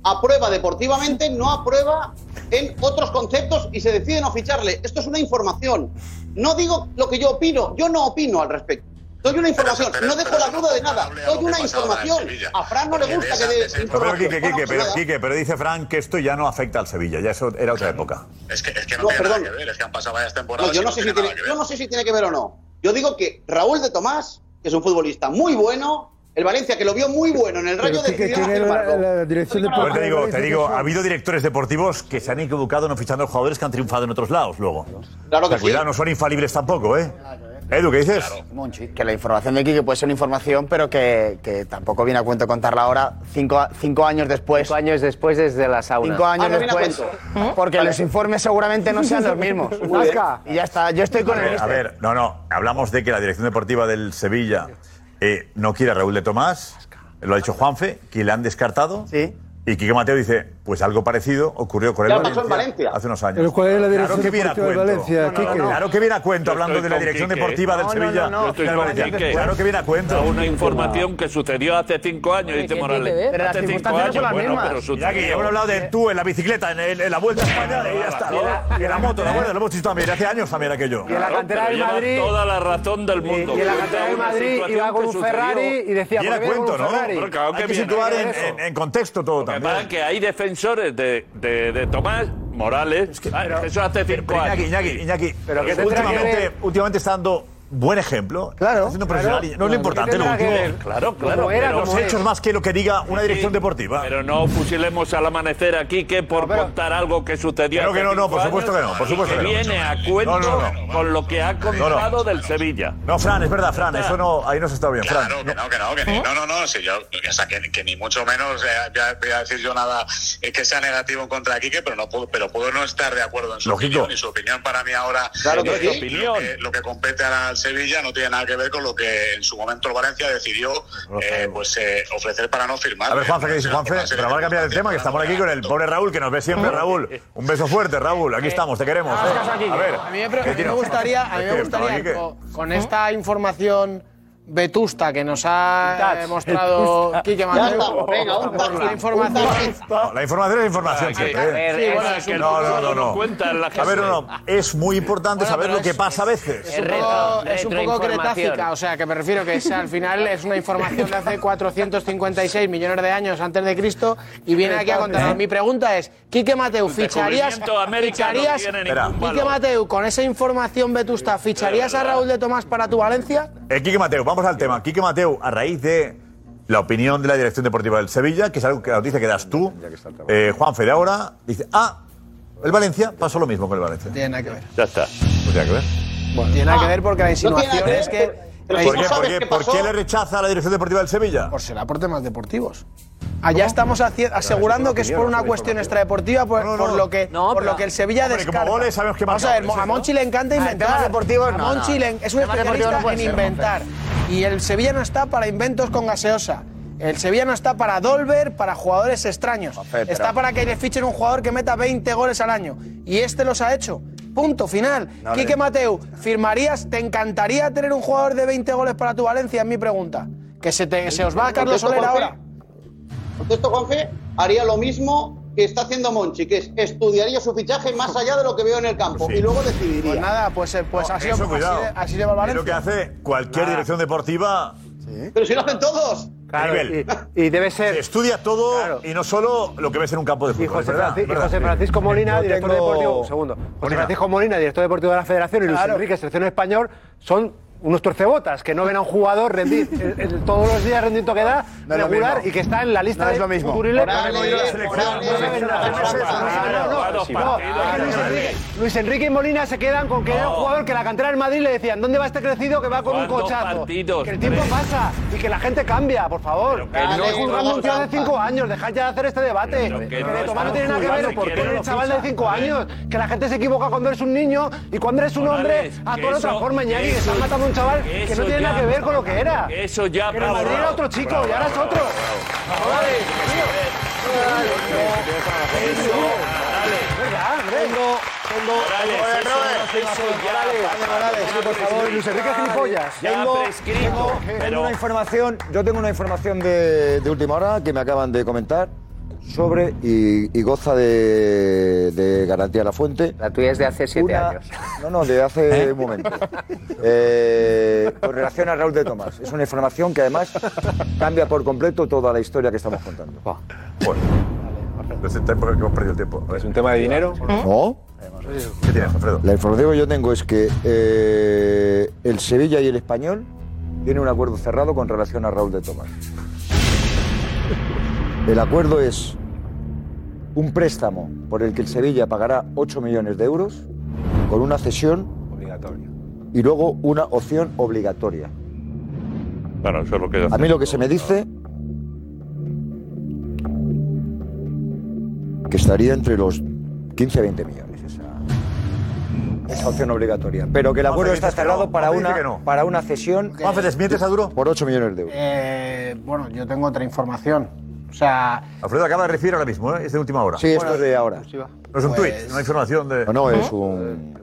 [SPEAKER 15] Aprueba deportivamente, no aprueba en otros conceptos y se decide no ficharle. Esto es una información. No digo lo que yo opino, yo no opino al respecto. Doy una información, no dejo la duda de nada. Doy una información. A Fran no le gusta que dé
[SPEAKER 9] Pero, pero,
[SPEAKER 15] información.
[SPEAKER 9] Quique, Quique,
[SPEAKER 15] Bueno,
[SPEAKER 9] pero,
[SPEAKER 15] pues,
[SPEAKER 9] Quique, pero dice Frank que esto ya no afecta al Sevilla, ya eso era otra época.
[SPEAKER 14] Es que, es que no,
[SPEAKER 15] No,
[SPEAKER 14] tiene
[SPEAKER 15] perdón.
[SPEAKER 14] nada que ver, es que han pasado varias temporadas.
[SPEAKER 15] No, yo
[SPEAKER 14] y
[SPEAKER 15] no, sé
[SPEAKER 14] tiene
[SPEAKER 15] si tiene,
[SPEAKER 14] nada que ver.
[SPEAKER 15] yo no sé si tiene que ver o no. Yo digo que Raúl de Tomás, que es un futbolista muy bueno, el Valencia que lo vio muy bueno en el Rayo
[SPEAKER 8] Pero, Quique,
[SPEAKER 15] decidió no
[SPEAKER 8] ¿quién era
[SPEAKER 15] firmarlo.
[SPEAKER 8] la, la dirección de
[SPEAKER 9] Pues te digo, te digo, ha habido directores deportivos que se han equivocado no fichando jugadores que han triunfado en otros lados luego.
[SPEAKER 21] Claro que
[SPEAKER 9] O sea, Cuidado,
[SPEAKER 21] sí.
[SPEAKER 9] no son infalibles tampoco, ¿eh? Edu, ¿qué dices?
[SPEAKER 21] Monchi, que la información de aquí que puede ser información, pero que, que tampoco viene a cuento contarla ahora, cinco, a- cinco años después. Cinco
[SPEAKER 19] años después desde la sauna.
[SPEAKER 21] Cinco años
[SPEAKER 19] Ah, no viene a
[SPEAKER 21] después.
[SPEAKER 19] cuento.
[SPEAKER 21] Porque
[SPEAKER 19] Vale.
[SPEAKER 21] los informes seguramente no sean los mismos. Muy bien. Y ya está, yo estoy con
[SPEAKER 9] A
[SPEAKER 21] el este.
[SPEAKER 9] ver, a
[SPEAKER 21] mister.
[SPEAKER 9] ver, no, no. Hablamos de que la dirección deportiva del Sevilla eh, no quiere a Raúl de Tomás. Lo ha dicho Juanfe, que le han descartado. Sí. Y Quique Mateo dice, pues algo parecido ocurrió con el
[SPEAKER 21] Ya pasó en Valencia.
[SPEAKER 9] hace unos años.
[SPEAKER 8] Pero ¿cuál es la dirección
[SPEAKER 9] claro que viene a
[SPEAKER 8] deportiva de
[SPEAKER 9] cuento.
[SPEAKER 8] Valencia, Quique?
[SPEAKER 9] Claro que viene a cuento
[SPEAKER 7] Yo
[SPEAKER 9] hablando
[SPEAKER 7] estoy
[SPEAKER 9] de la
[SPEAKER 7] con
[SPEAKER 9] dirección
[SPEAKER 7] Quique.
[SPEAKER 9] deportiva del
[SPEAKER 7] No, no,
[SPEAKER 9] Sevilla.
[SPEAKER 7] no, no. Yo estoy
[SPEAKER 9] y del
[SPEAKER 7] con
[SPEAKER 9] Valencia.
[SPEAKER 7] Quique.
[SPEAKER 9] Claro que viene a cuento.
[SPEAKER 7] Da una información que sucedió hace cinco años, dice Morales. hace cinco años, bueno, pero
[SPEAKER 9] Mira,
[SPEAKER 7] sucedió.
[SPEAKER 9] que hemos hablado de tú en la bicicleta, en, el- en la Vuelta a España, y ya está. Y en la moto, la vuelta, lo hemos dicho también, hace años también aquello.
[SPEAKER 7] Claro, pero lleva toda la razón del mundo.
[SPEAKER 9] y en la
[SPEAKER 7] Cuenta
[SPEAKER 9] cantera del
[SPEAKER 7] una
[SPEAKER 9] Madrid
[SPEAKER 7] situación
[SPEAKER 9] iba con
[SPEAKER 7] que
[SPEAKER 9] un
[SPEAKER 7] sucedió.
[SPEAKER 9] Ferrari y decía, Viene ¿por qué viene cuento, con un ¿no? Ferrari?
[SPEAKER 7] Hombre, claro
[SPEAKER 9] Hay que
[SPEAKER 7] viene.
[SPEAKER 9] situar en- en- en contexto todo
[SPEAKER 7] Lo que
[SPEAKER 9] también.
[SPEAKER 7] pasa es que hay defensores de, de, de Tomás Morales. Ah, eso hace cinco
[SPEAKER 9] Pero
[SPEAKER 7] años.
[SPEAKER 9] Iñaki, Iñaki, Iñaki.
[SPEAKER 7] Pero que tendrá que
[SPEAKER 9] últimamente,
[SPEAKER 7] ver-
[SPEAKER 9] últimamente está dando buen ejemplo. Claro. Está siendo profesional.
[SPEAKER 7] Claro.
[SPEAKER 9] y no es lo
[SPEAKER 7] No,
[SPEAKER 9] importante,
[SPEAKER 7] ¿qué
[SPEAKER 9] lo
[SPEAKER 7] tendrá que
[SPEAKER 9] último.
[SPEAKER 7] ver? Claro, claro,
[SPEAKER 9] Como era,
[SPEAKER 7] pero
[SPEAKER 9] los
[SPEAKER 7] como
[SPEAKER 9] hechos
[SPEAKER 7] es.
[SPEAKER 9] más que lo que diga una dirección deportiva.
[SPEAKER 7] Pero no fusilemos al amanecer aquí que por contar algo que sucedió.
[SPEAKER 9] Claro que
[SPEAKER 7] hace
[SPEAKER 9] no, no,
[SPEAKER 7] cinco
[SPEAKER 9] por supuesto
[SPEAKER 7] años
[SPEAKER 9] que no, por
[SPEAKER 7] y
[SPEAKER 9] supuesto que no.
[SPEAKER 7] viene a cuento
[SPEAKER 9] No, no, no.
[SPEAKER 7] con lo que ha contado
[SPEAKER 9] No,
[SPEAKER 7] del Sevilla.
[SPEAKER 9] No, Fran, es verdad, Fran, eso no, ahí no se está bien, Fran.
[SPEAKER 14] Claro, que no, que no, que
[SPEAKER 9] ¿Eh?
[SPEAKER 14] ni, no, no, no, si yo, o sea, que, que ni mucho menos eh, voy a- voy a decir yo nada eh, que sea negativo en contra de Quique, pero no puedo, pero puedo no estar de acuerdo en su
[SPEAKER 9] Lógico.
[SPEAKER 14] opinión y su opinión para mí ahora
[SPEAKER 9] Claro
[SPEAKER 14] eh,
[SPEAKER 9] que
[SPEAKER 14] lo
[SPEAKER 9] sí.
[SPEAKER 14] lo, que, lo que compete al Sevilla no tiene nada que ver con lo que en su momento el Valencia decidió eh, pues eh, ofrecer para no firmar.
[SPEAKER 9] A ver, Juanfe, ¿qué
[SPEAKER 14] Eh,
[SPEAKER 9] dice
[SPEAKER 14] una-
[SPEAKER 9] Juanfe?
[SPEAKER 14] una serie
[SPEAKER 9] Pero vamos a cambiar el tema, que estamos aquí con el pobre Raúl, que nos ve siempre, Raúl. Un beso fuerte, Raúl. Aquí estamos, te queremos. eh.
[SPEAKER 18] Haz caso aquí.
[SPEAKER 9] A ver.
[SPEAKER 18] a mí me, pre-
[SPEAKER 9] ¿qué
[SPEAKER 18] a mí me
[SPEAKER 9] tiene?
[SPEAKER 18] gustaría, a mí
[SPEAKER 9] ¿Qué
[SPEAKER 18] me
[SPEAKER 9] tiene? Estaba aquí,
[SPEAKER 18] gustaría
[SPEAKER 9] ¿qué?
[SPEAKER 18] co- con,
[SPEAKER 9] ¿Eh?
[SPEAKER 18] esta información vetusta que nos ha eh, mostrado
[SPEAKER 9] vetusta.
[SPEAKER 18] Quique
[SPEAKER 9] Ya
[SPEAKER 18] Mateo,
[SPEAKER 9] estamos, venga, un
[SPEAKER 18] por la información
[SPEAKER 9] No, la información es información
[SPEAKER 18] Ah, que-
[SPEAKER 9] siempre. ¿eh?
[SPEAKER 18] a ver, Sí, bueno, es que el
[SPEAKER 9] no, no,
[SPEAKER 18] fútbol
[SPEAKER 9] no,
[SPEAKER 18] no
[SPEAKER 9] no.
[SPEAKER 18] cuenta en la
[SPEAKER 9] a ver,
[SPEAKER 18] gente.
[SPEAKER 9] no, no. Es muy importante saber
[SPEAKER 18] pero
[SPEAKER 9] lo que pasa a veces.
[SPEAKER 18] es un poco, Oh, es un poco cretácica, o sea, que me refiero que es, al final es una información de hace 456 millones de años antes de Cristo y viene aquí a contarnos. Mi pregunta es, Quique Mateu, ¿ficharías,
[SPEAKER 7] ¿eh? descubrimiento de América no
[SPEAKER 18] ficharías
[SPEAKER 7] tiene ningún Espera.
[SPEAKER 18] Quique
[SPEAKER 7] valor.
[SPEAKER 18] Mateu, con esa información vetusta, ¿ficharías a Raúl de Tomás para tu Valencia?
[SPEAKER 9] Eh, Quique Mateo, vamos al tema. Quique Mateo, a raíz de la opinión de la Dirección Deportiva del Sevilla, que es algo que la noticia que das tú, eh, Juan Fede ahora, dice, ah, el Valencia, pasó lo mismo con el Valencia.
[SPEAKER 18] Tiene nada que ver.
[SPEAKER 9] Ya está. Pues ya que ver.
[SPEAKER 18] Tiene nada que ver porque la insinuación
[SPEAKER 9] tiene nada que
[SPEAKER 18] es
[SPEAKER 9] ver,
[SPEAKER 18] que...
[SPEAKER 9] pero- pero si no sabes qué pasó. le rechaza a la dirección deportiva del Sevilla?
[SPEAKER 18] Pues será por temas deportivos. Allá estamos haci- asegurando que es por una cuestión extradeportiva, por, por lo que por
[SPEAKER 9] pero-
[SPEAKER 18] lo que el Sevilla
[SPEAKER 9] Hombre, como
[SPEAKER 18] descarta.
[SPEAKER 9] goles sabemos que
[SPEAKER 18] Vamos a
[SPEAKER 9] marca
[SPEAKER 18] ver,
[SPEAKER 9] goles,
[SPEAKER 18] a
[SPEAKER 9] ¿no?
[SPEAKER 18] Monchi le encanta
[SPEAKER 9] Ah, en
[SPEAKER 18] inventar.
[SPEAKER 9] temas deportivos,
[SPEAKER 18] A
[SPEAKER 9] no, no.
[SPEAKER 18] Monchi le- es un
[SPEAKER 9] Temas deportivos
[SPEAKER 18] especialista
[SPEAKER 9] no puede
[SPEAKER 18] en
[SPEAKER 9] ser, no,
[SPEAKER 18] inventar. Y el Sevilla no está para inventos con gaseosa. El Sevilla no está para Dolber, para jugadores extraños.
[SPEAKER 9] pero-
[SPEAKER 18] Está para que le fichen un jugador que meta 20 goles al año. Y este los ha hecho. Punto final.
[SPEAKER 9] No,
[SPEAKER 18] Quique
[SPEAKER 9] le-
[SPEAKER 18] Mateu, ¿firmarías? ¿Te encantaría tener un jugador de 20 goles para tu Valencia? Es mi pregunta. Que se, te- se os va a Carlos
[SPEAKER 15] Contesto,
[SPEAKER 18] Soler
[SPEAKER 15] Juanfe.
[SPEAKER 18] ahora.
[SPEAKER 15] Contesto, Juanfe, haría lo mismo que está haciendo Monchi, que es estudiaría su fichaje más allá de lo que veo en el campo y luego decidiría.
[SPEAKER 18] Pues nada, pues, eh, pues
[SPEAKER 9] No,
[SPEAKER 18] ha sido
[SPEAKER 9] eso,
[SPEAKER 18] así
[SPEAKER 9] cuidado.
[SPEAKER 18] de- así de Valencia.
[SPEAKER 9] Es lo que hace cualquier dirección deportiva.
[SPEAKER 15] Pero si lo hacen todos.
[SPEAKER 9] Claro,
[SPEAKER 17] y, debe ser.
[SPEAKER 9] estudia todo y no solo lo que ves en un campo de fútbol.
[SPEAKER 17] Y José,
[SPEAKER 9] es Pues verdad,
[SPEAKER 17] Franci-
[SPEAKER 9] es
[SPEAKER 17] y
[SPEAKER 9] verdad.
[SPEAKER 17] José Francisco Molina,
[SPEAKER 9] Yo
[SPEAKER 17] director
[SPEAKER 9] tengo-
[SPEAKER 17] deportivo. un segundo. José
[SPEAKER 9] Molina.
[SPEAKER 17] Francisco Molina, director deportivo de la Federación, y Luis
[SPEAKER 9] Claro.
[SPEAKER 17] Enrique, selección español, son unos torcebotas que no ven a un jugador rendir el- el- todos los días el rendimiento que da,
[SPEAKER 9] No es lo
[SPEAKER 17] regular
[SPEAKER 9] mismo.
[SPEAKER 17] y que está en la lista
[SPEAKER 9] No
[SPEAKER 17] de
[SPEAKER 9] es lo mismo.
[SPEAKER 17] futuriles.
[SPEAKER 9] Morales,
[SPEAKER 17] No, no, no,
[SPEAKER 9] Morales,
[SPEAKER 17] no, no, no, no, no, no,
[SPEAKER 9] Sí,
[SPEAKER 17] no,
[SPEAKER 9] va.
[SPEAKER 17] es que Luis Enrique- Luis Enrique y Molina se quedan con que era un jugador que la cantera del Madrid le decían, ¿dónde va este crecido que va con un
[SPEAKER 7] ¿Cuántos
[SPEAKER 17] cochazo?
[SPEAKER 7] partidos?
[SPEAKER 17] Que el tiempo
[SPEAKER 7] Tres.
[SPEAKER 17] pasa y que la gente cambia, por favor.
[SPEAKER 7] que
[SPEAKER 17] Que
[SPEAKER 7] no
[SPEAKER 17] no
[SPEAKER 7] es
[SPEAKER 17] juzgamos un tío de
[SPEAKER 7] trampa.
[SPEAKER 17] 5 años, dejad ya de hacer este debate.
[SPEAKER 7] Pero que
[SPEAKER 17] Que
[SPEAKER 7] no
[SPEAKER 17] de tomar no
[SPEAKER 7] estamos
[SPEAKER 17] tiene nada que ver
[SPEAKER 7] juzgando,
[SPEAKER 17] porque
[SPEAKER 7] que no
[SPEAKER 17] eres
[SPEAKER 7] lo
[SPEAKER 17] chaval de
[SPEAKER 7] ficha.
[SPEAKER 17] 5 años. Que la gente se equivoca cuando eres un niño y cuando eres un hombre
[SPEAKER 7] Morales,
[SPEAKER 17] actúa
[SPEAKER 7] que
[SPEAKER 17] de otra
[SPEAKER 7] eso-
[SPEAKER 17] forma, Iñaki. que
[SPEAKER 7] eso-
[SPEAKER 17] Estás matando a un chaval que no
[SPEAKER 7] eso
[SPEAKER 17] tiene nada
[SPEAKER 7] ya-
[SPEAKER 17] que ver con lo que era.
[SPEAKER 7] Eso ya
[SPEAKER 17] Que en el
[SPEAKER 7] bravo,
[SPEAKER 17] Madrid era
[SPEAKER 7] bravo,
[SPEAKER 17] otro chico
[SPEAKER 7] bravo,
[SPEAKER 17] y ahora es
[SPEAKER 7] bravo,
[SPEAKER 17] otro.
[SPEAKER 20] Luis Enrique Gilipollas.
[SPEAKER 7] Ya
[SPEAKER 20] Tengo,
[SPEAKER 7] prescrito,
[SPEAKER 20] tengo- tengo
[SPEAKER 7] pero-
[SPEAKER 20] una información, yo tengo una información de, de última hora que me acaban de comentar sobre y, y goza de, de garantía la fuente. La tuya es de hace siete años. No, no, de hace un momento. Eh, con relación a Raúl de Tomás. Es una información que además cambia por completo toda la historia que estamos contando.
[SPEAKER 9] Desde el tiempo que hemos perdido el tiempo. ¿Es un tema de dinero?
[SPEAKER 20] ¿No?
[SPEAKER 9] ¿Qué tienes, Alfredo?
[SPEAKER 20] La información que yo tengo es que eh, el Sevilla y el Español tienen un acuerdo cerrado con relación a Raúl de Tomás. El acuerdo es un préstamo por el que el Sevilla pagará 8 millones de euros con una cesión obligatoria y luego una opción obligatoria.
[SPEAKER 7] Bueno, eso es lo que
[SPEAKER 20] A mí lo que se me dice que estaría entre los 15 y 20 millones esa, esa opción obligatoria. Pero que el acuerdo
[SPEAKER 9] Juanfe,
[SPEAKER 20] está
[SPEAKER 9] dices que
[SPEAKER 20] cerrado
[SPEAKER 9] no.
[SPEAKER 20] para,
[SPEAKER 9] Juanfe dice
[SPEAKER 20] una,
[SPEAKER 9] que no.
[SPEAKER 20] para una cesión.
[SPEAKER 9] Juanfe, ¿desmientes a Duro?
[SPEAKER 20] Por 8 millones de euros.
[SPEAKER 18] Eh, bueno, yo tengo otra información. O sea,
[SPEAKER 9] Alfredo acaba de recibir ahora mismo, ¿eh? es de última hora.
[SPEAKER 20] Sí, esto es de ahora.
[SPEAKER 9] No es un
[SPEAKER 18] Pues-
[SPEAKER 9] tuit, no hay información de.
[SPEAKER 20] No, no, es un.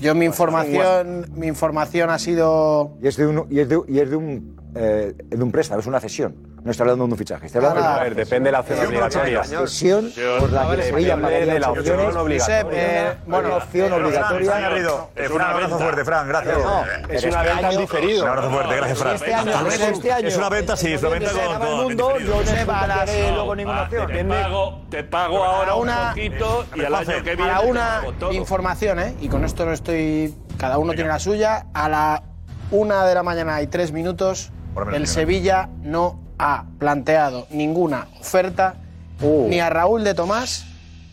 [SPEAKER 18] yo mi información, mi información ha sido
[SPEAKER 20] Y es de un, y es de, y es de un, eh, de un préstamo, es una cesión. No estoy hablando de un fichaje. Estoy hablando de
[SPEAKER 18] Ah, a
[SPEAKER 20] una
[SPEAKER 18] ver,
[SPEAKER 20] cesión.
[SPEAKER 18] depende de la opción obligatoria.
[SPEAKER 20] Cesión por la que el Sevilla pagaría
[SPEAKER 9] de la
[SPEAKER 20] ocho millones.
[SPEAKER 9] opción obligatoria.
[SPEAKER 20] Josep, eh, bueno, opción obligatoria.
[SPEAKER 9] Fran Garrido, eh, Fran, un abrazo fuerte, Fran, gracias.
[SPEAKER 20] No,
[SPEAKER 9] Pero
[SPEAKER 20] una
[SPEAKER 9] este
[SPEAKER 20] venta en
[SPEAKER 9] año-
[SPEAKER 20] diferido.
[SPEAKER 9] Un abrazo fuerte, gracias, Fran.
[SPEAKER 20] Este año,
[SPEAKER 9] Hasta luego.
[SPEAKER 20] este año. Este
[SPEAKER 9] Es una venta, sí, es una venta
[SPEAKER 20] Se
[SPEAKER 9] con.
[SPEAKER 20] acaba el
[SPEAKER 9] con-
[SPEAKER 20] mundo,
[SPEAKER 9] en
[SPEAKER 20] yo no
[SPEAKER 9] diferido.
[SPEAKER 20] escucharé luego ninguna
[SPEAKER 7] Ah,
[SPEAKER 20] opción.
[SPEAKER 7] Te pago, te pago
[SPEAKER 18] Para
[SPEAKER 7] ahora
[SPEAKER 18] una-
[SPEAKER 7] un poquito y al año que viene
[SPEAKER 18] a
[SPEAKER 7] te
[SPEAKER 18] una
[SPEAKER 7] pago todo.
[SPEAKER 18] información, ¿eh? Y con esto no estoy. Cada uno tiene la suya. A la una de la mañana y tres minutos,
[SPEAKER 9] menos
[SPEAKER 18] el
[SPEAKER 9] que
[SPEAKER 18] Sevilla no ha planteado ninguna oferta
[SPEAKER 20] Uh.
[SPEAKER 18] ni a Raúl de Tomás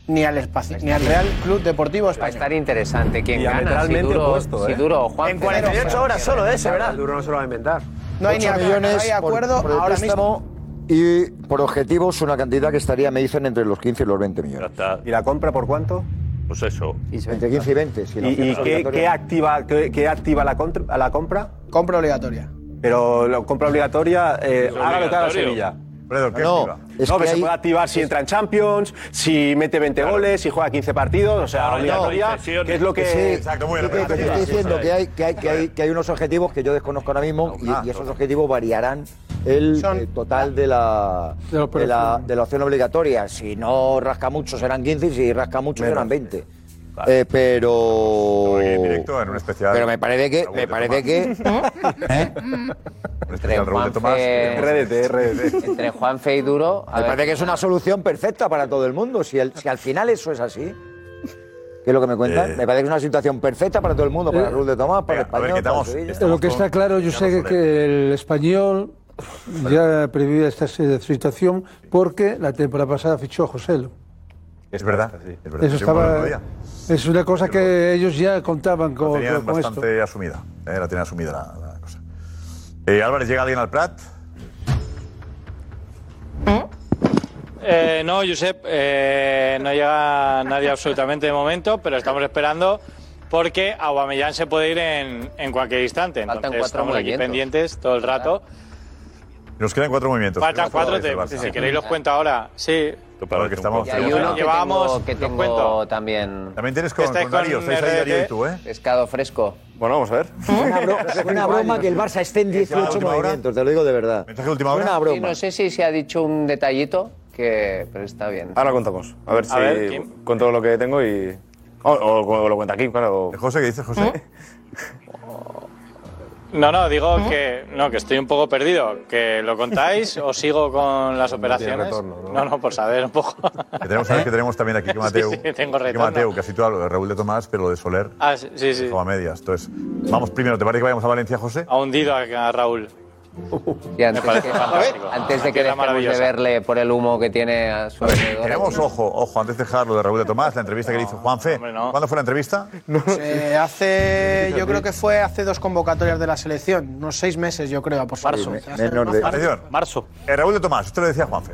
[SPEAKER 18] ni al espacio, ni al Real Club Deportivo Español. Va a estar
[SPEAKER 19] interesante quién gana, si
[SPEAKER 18] Diametralmente
[SPEAKER 19] duro,
[SPEAKER 18] opuesto,
[SPEAKER 19] si
[SPEAKER 18] ¿eh?
[SPEAKER 19] duro o Juan.
[SPEAKER 18] En 48 horas solo, ¿eh? Se verá.
[SPEAKER 17] Duro no se lo va a inventar.
[SPEAKER 18] No hay ni
[SPEAKER 20] Ocho
[SPEAKER 18] acuerdo,
[SPEAKER 20] millones
[SPEAKER 18] no hay
[SPEAKER 20] por-
[SPEAKER 18] acuerdo
[SPEAKER 20] por el
[SPEAKER 18] ahora
[SPEAKER 20] préstamo Y por objetivos una cantidad que estaría, me dicen, entre los 15 y los 20 millones.
[SPEAKER 6] ¿Y la compra por cuánto?
[SPEAKER 7] Pues eso.
[SPEAKER 20] Entre 15 y 20. si la
[SPEAKER 6] ¿Y,
[SPEAKER 20] opción
[SPEAKER 6] y
[SPEAKER 20] es
[SPEAKER 6] qué,
[SPEAKER 20] obligatoria.
[SPEAKER 6] qué activa, qué, qué activa la, contra- a la compra?
[SPEAKER 18] Compra obligatoria.
[SPEAKER 6] Pero la compra obligatoria, eh, Es haga lo que haga obligatorio. Sevilla.
[SPEAKER 9] Alfredo, ¿qué
[SPEAKER 6] no,
[SPEAKER 9] activa?
[SPEAKER 6] no, pero se puede activar si entra en Champions, si mete 20 goles, si juega 15 partidos, o sea,
[SPEAKER 20] Claro, no,
[SPEAKER 6] obligatoria,
[SPEAKER 20] hay sesiones.
[SPEAKER 6] que es lo que...
[SPEAKER 20] Sí, Pepe, que te estoy diciendo que hay, que, hay, que, hay, que hay unos objetivos que yo desconozco ahora mismo y, y esos objetivos variarán el eh, total de la,
[SPEAKER 8] De la
[SPEAKER 20] de, la, de la opción obligatoria. Si no rasca mucho serán 15 y si rasca mucho serán 20. Eh, pero...
[SPEAKER 9] Directo en un especial.
[SPEAKER 20] Pero me parece que... Me parece que
[SPEAKER 19] Entre
[SPEAKER 9] Raúl de Tomás,
[SPEAKER 19] Juanfe, entre Juanfe y Duro. a
[SPEAKER 20] me
[SPEAKER 19] ver.
[SPEAKER 20] parece que es una solución perfecta para todo el mundo. Si, el- si al final eso es así... ¿Qué es lo que me cuentan? Me parece que es una situación perfecta para todo el mundo, para Raúl de Tomás, para el español, para el Sevilla.
[SPEAKER 8] Eh. Lo que está claro, yo sé que, el español ya prevía esta se- situación porque la temporada pasada fichó a Joselo.
[SPEAKER 9] Es verdad, es verdad.
[SPEAKER 8] Eso
[SPEAKER 9] Sí, bueno, el otro
[SPEAKER 8] estaba.
[SPEAKER 9] día.
[SPEAKER 8] Es una cosa que ellos ya contaban
[SPEAKER 9] La
[SPEAKER 8] con,
[SPEAKER 9] tenían
[SPEAKER 8] con esto.
[SPEAKER 9] bastante asumida. eh, la tenían asumida la, la cosa. Eh, Álvarez, ¿llega alguien al Prat?
[SPEAKER 22] Eh, no, Josep, eh, no llega nadie absolutamente de momento, pero estamos esperando porque Aguamellán se puede ir en, en cualquier instante. Entonces
[SPEAKER 9] cuatro
[SPEAKER 22] estamos aquí
[SPEAKER 9] movimientos.
[SPEAKER 22] pendientes todo el rato.
[SPEAKER 9] Nos quedan cuatro movimientos. Creo
[SPEAKER 22] Faltan
[SPEAKER 9] que
[SPEAKER 22] cuatro,
[SPEAKER 9] dice el
[SPEAKER 22] te-
[SPEAKER 9] Barça.
[SPEAKER 22] si queréis los cuento ahora. Sí.
[SPEAKER 9] Porque estamos.
[SPEAKER 22] Y hay uno que Llevábamos- tengo- que los tengo cuento.
[SPEAKER 19] también.
[SPEAKER 9] También tienes
[SPEAKER 3] Este
[SPEAKER 9] con, con Darío, estáis ahí Darío y tú, ¿eh?
[SPEAKER 19] Pescado fresco.
[SPEAKER 3] Bueno, vamos a ver.
[SPEAKER 20] ¿Eh? Una, bro- una broma que el Barça esté en 18 movimientos, te lo digo de verdad. Una
[SPEAKER 19] Y
[SPEAKER 20] broma.
[SPEAKER 19] no sé si se ha dicho un detallito,
[SPEAKER 20] Eh,
[SPEAKER 19] que, pero está bien.
[SPEAKER 3] Ahora contamos. A ver
[SPEAKER 19] A
[SPEAKER 3] si
[SPEAKER 19] ver, Kim.
[SPEAKER 3] cuento lo que tengo y. O, o- o lo cuenta aquí, claro.
[SPEAKER 9] José, ¿qué dices, José?
[SPEAKER 22] No, no, digo que no, que estoy un poco perdido. ¿Que lo contáis o sigo con las operaciones?
[SPEAKER 9] retorno, ¿no?
[SPEAKER 22] no, por saber un poco.
[SPEAKER 9] Que tenemos,
[SPEAKER 8] ¿Eh?
[SPEAKER 9] ¿sabes que tenemos también aquí que Mateu.
[SPEAKER 22] Sí, sí, tengo
[SPEAKER 9] que
[SPEAKER 22] retorno.
[SPEAKER 9] Mateu, casi tú hablas de Raúl de Tomás, pero lo de Soler.
[SPEAKER 22] Ah, sí, sí, sí.
[SPEAKER 9] dejó a medias. Entonces, vamos primero, ¿te parece que vayamos a Valencia, José?
[SPEAKER 22] Ha hundido a, a Raúl.
[SPEAKER 19] Y antes,
[SPEAKER 22] Me parece
[SPEAKER 19] que-
[SPEAKER 22] fantástico.
[SPEAKER 19] antes de que
[SPEAKER 22] Tierra
[SPEAKER 19] dejemos de
[SPEAKER 22] maravillosa.
[SPEAKER 19] verle por el humo que tiene a su alrededor.
[SPEAKER 9] Tenemos, ojo, ojo, antes de dejar lo de Raúl de Tomás, la entrevista que le hizo Juanfe. ¿Cuándo fue la entrevista?
[SPEAKER 18] Eh, hace, yo creo que fue hace dos convocatorias de la selección, unos seis meses, yo creo, por
[SPEAKER 9] Marzo. Marzo. Eh, Raúl de Tomás, usted lo decía Juanfe.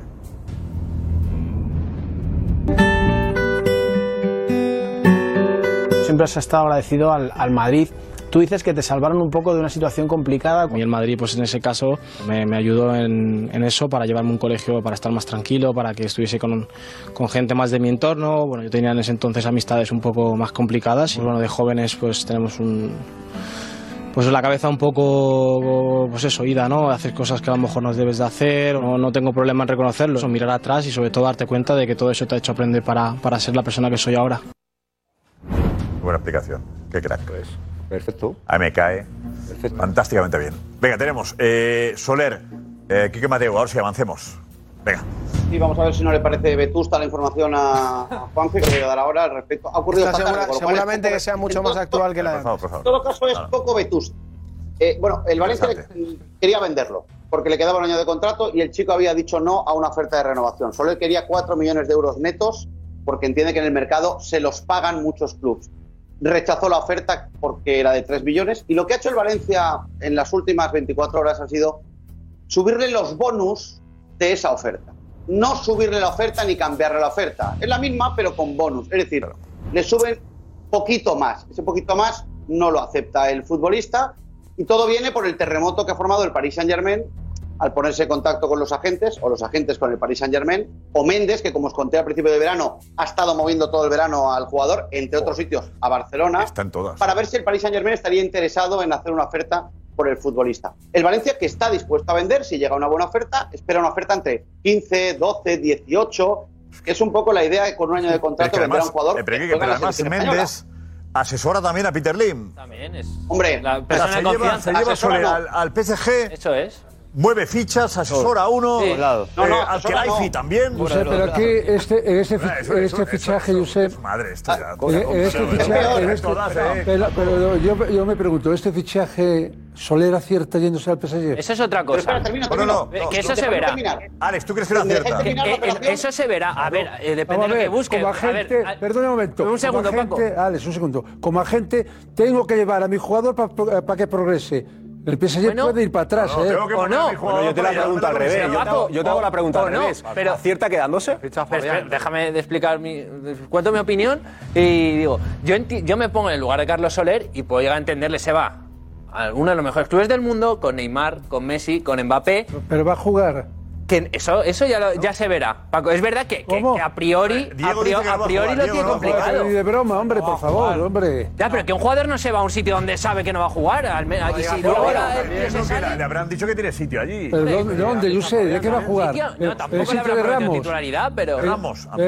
[SPEAKER 18] Siempre has estado agradecido al, al Madrid. Tú dices que te salvaron un poco de una situación complicada.
[SPEAKER 24] Y el Madrid, pues en ese caso, me, me ayudó en, en eso para llevarme a un colegio para estar más tranquilo, para que estuviese con, con gente más de mi entorno. Bueno, yo tenía en ese entonces amistades un poco más complicadas y bueno, de jóvenes pues tenemos un... Pues la cabeza un poco, pues eso, ida, ¿no? Haces cosas que a lo mejor no debes de hacer, o no, no tengo problema en reconocerlo, eso, mirar atrás y sobre todo darte cuenta de que todo eso te ha hecho aprender para, para ser la persona que soy ahora.
[SPEAKER 9] Buena explicación. Qué crack.
[SPEAKER 8] Pues,
[SPEAKER 9] perfecto. Ahí me cae. Fantásticamente bien. Venga, tenemos eh, Soler, eh, Quique Mateo, ahora sí, avancemos. Venga.
[SPEAKER 15] Y vamos a ver si no le parece vetusta la información a, a Juanfe, que le voy a dar ahora al respecto. Ha ocurrido
[SPEAKER 18] Está
[SPEAKER 15] esta tarde,
[SPEAKER 18] segura-
[SPEAKER 15] con lo cual es
[SPEAKER 18] seguramente que sea mucho más actual que la de
[SPEAKER 9] favor, por favor.
[SPEAKER 15] En todo caso es poco vetusto. Eh, bueno, el Valencia le- quería venderlo porque le quedaba un año de contrato y el chico había dicho no a una oferta de renovación. Solo él quería 4 millones de euros netos porque entiende que en el mercado se los pagan muchos clubes. Rechazó la oferta porque era de 3 millones y lo que ha hecho el Valencia en las últimas 24 horas ha sido subirle los bonus de esa oferta. No subirle la oferta ni cambiarle la oferta. Es la misma, pero con bonus. Es decir, le suben poquito más. Ese poquito más no lo acepta el futbolista y todo viene por el terremoto que ha formado el Paris Saint-Germain al ponerse en contacto con los agentes o los agentes con el Paris Saint-Germain o Méndez, que como os conté al principio de verano, ha estado moviendo todo el verano al jugador, entre otros sitios, a Barcelona
[SPEAKER 9] Están todas.
[SPEAKER 15] para ver si el Paris Saint Germain estaría interesado en hacer una oferta por el futbolista. El Valencia que está dispuesto a vender, si llega una buena oferta, espera una oferta entre 15, 12, 18. que Es un poco la idea de con un año de
[SPEAKER 9] Pero es
[SPEAKER 15] contrato
[SPEAKER 9] que
[SPEAKER 15] vender a
[SPEAKER 9] además,
[SPEAKER 15] un jugador.
[SPEAKER 9] eh, pero
[SPEAKER 15] que
[SPEAKER 9] Quique,
[SPEAKER 15] juega en
[SPEAKER 9] pero
[SPEAKER 15] la
[SPEAKER 9] además
[SPEAKER 15] selección
[SPEAKER 9] Méndez
[SPEAKER 15] española.
[SPEAKER 9] asesora también a Peter Lim.
[SPEAKER 1] También es.
[SPEAKER 15] Hombre,
[SPEAKER 1] la
[SPEAKER 9] O sea,
[SPEAKER 1] persona
[SPEAKER 9] se
[SPEAKER 1] de
[SPEAKER 9] lleva-
[SPEAKER 1] confianza.
[SPEAKER 9] se lleva
[SPEAKER 1] Asesora
[SPEAKER 9] Soler
[SPEAKER 1] no.
[SPEAKER 9] al, al PSG.
[SPEAKER 1] Eso es.
[SPEAKER 9] Mueve fichas, asesora a uno.
[SPEAKER 1] Sí.
[SPEAKER 9] Eh,
[SPEAKER 1] No, no,
[SPEAKER 9] al
[SPEAKER 1] asesora
[SPEAKER 9] Kelaifi
[SPEAKER 1] no.
[SPEAKER 9] también.
[SPEAKER 8] O sea, pero aquí este, en este, fi-
[SPEAKER 9] eso-
[SPEAKER 8] en
[SPEAKER 9] eso-
[SPEAKER 8] este
[SPEAKER 9] eso-
[SPEAKER 8] fichaje, Josep.
[SPEAKER 9] Madre,
[SPEAKER 20] Ah,
[SPEAKER 9] esto ya.
[SPEAKER 8] Eh, eh, este fichaje- en este-
[SPEAKER 9] Todas, eh.
[SPEAKER 8] pero, pero yo, yo me pregunto, ¿este fichaje Soler acierta yéndose al PSG?
[SPEAKER 1] Eso es otra cosa.
[SPEAKER 9] Bueno, no,
[SPEAKER 1] Eh,
[SPEAKER 9] no,
[SPEAKER 1] que eso
[SPEAKER 9] no,
[SPEAKER 1] se
[SPEAKER 9] déjame
[SPEAKER 1] verá.
[SPEAKER 9] terminar. Alex, ¿tú crees que lo acierta?
[SPEAKER 1] Que- que- eso se verá. A ver, eh, depende
[SPEAKER 8] Vamos a
[SPEAKER 1] de lo
[SPEAKER 8] ver,
[SPEAKER 1] que busques.
[SPEAKER 8] Como
[SPEAKER 1] A ver,
[SPEAKER 8] agente, perdona un momento.
[SPEAKER 1] un segundo,
[SPEAKER 8] como
[SPEAKER 1] Paco.
[SPEAKER 8] agente, Alex, un segundo. Como agente, tengo que llevar a mi jugador para que progrese. El PSG puede ir para atrás, ¿eh?
[SPEAKER 1] o no.
[SPEAKER 6] Bueno, yo te la pregunto al revés. Yo te hago, yo te hago la pregunta
[SPEAKER 1] o
[SPEAKER 6] al
[SPEAKER 1] no,
[SPEAKER 6] revés.
[SPEAKER 1] pero-
[SPEAKER 6] ¿Acierta quedándose?
[SPEAKER 1] Pero, espera, déjame de explicar mi. de- Cuento mi opinión y digo, yo, enti- yo me pongo en el lugar de Carlos Soler y puedo llegar a entenderle, se va. A uno de los mejores clubes del mundo, con Neymar, con Messi, con Mbappé.
[SPEAKER 8] Pero va a jugar.
[SPEAKER 1] Que eso, eso ya, lo- ya se verá. Paco, es verdad que, que- que a priori, a priori,
[SPEAKER 8] Diego dice que no va
[SPEAKER 1] a
[SPEAKER 8] a
[SPEAKER 1] priori
[SPEAKER 8] jugar,
[SPEAKER 1] lo tiene
[SPEAKER 8] Diego no va a jugar.
[SPEAKER 1] complicado.
[SPEAKER 8] Ni de broma, hombre, por favor, hombre.
[SPEAKER 1] Ya, pero que un jugador no se va a un sitio donde sabe que no va a jugar. al me- y si luego ahora el
[SPEAKER 9] También,
[SPEAKER 1] PSG
[SPEAKER 9] ¿no? Que la- Le habrán dicho que tiene sitio allí.
[SPEAKER 8] Pero ¿dónde, dónde? Yo sé, ¿de qué va a jugar?
[SPEAKER 1] sitio-
[SPEAKER 8] Eh,
[SPEAKER 1] No,
[SPEAKER 8] el
[SPEAKER 1] tampoco le
[SPEAKER 8] sitio de
[SPEAKER 1] habrá prometido
[SPEAKER 8] Ramos.
[SPEAKER 1] titularidad, pero.
[SPEAKER 8] El,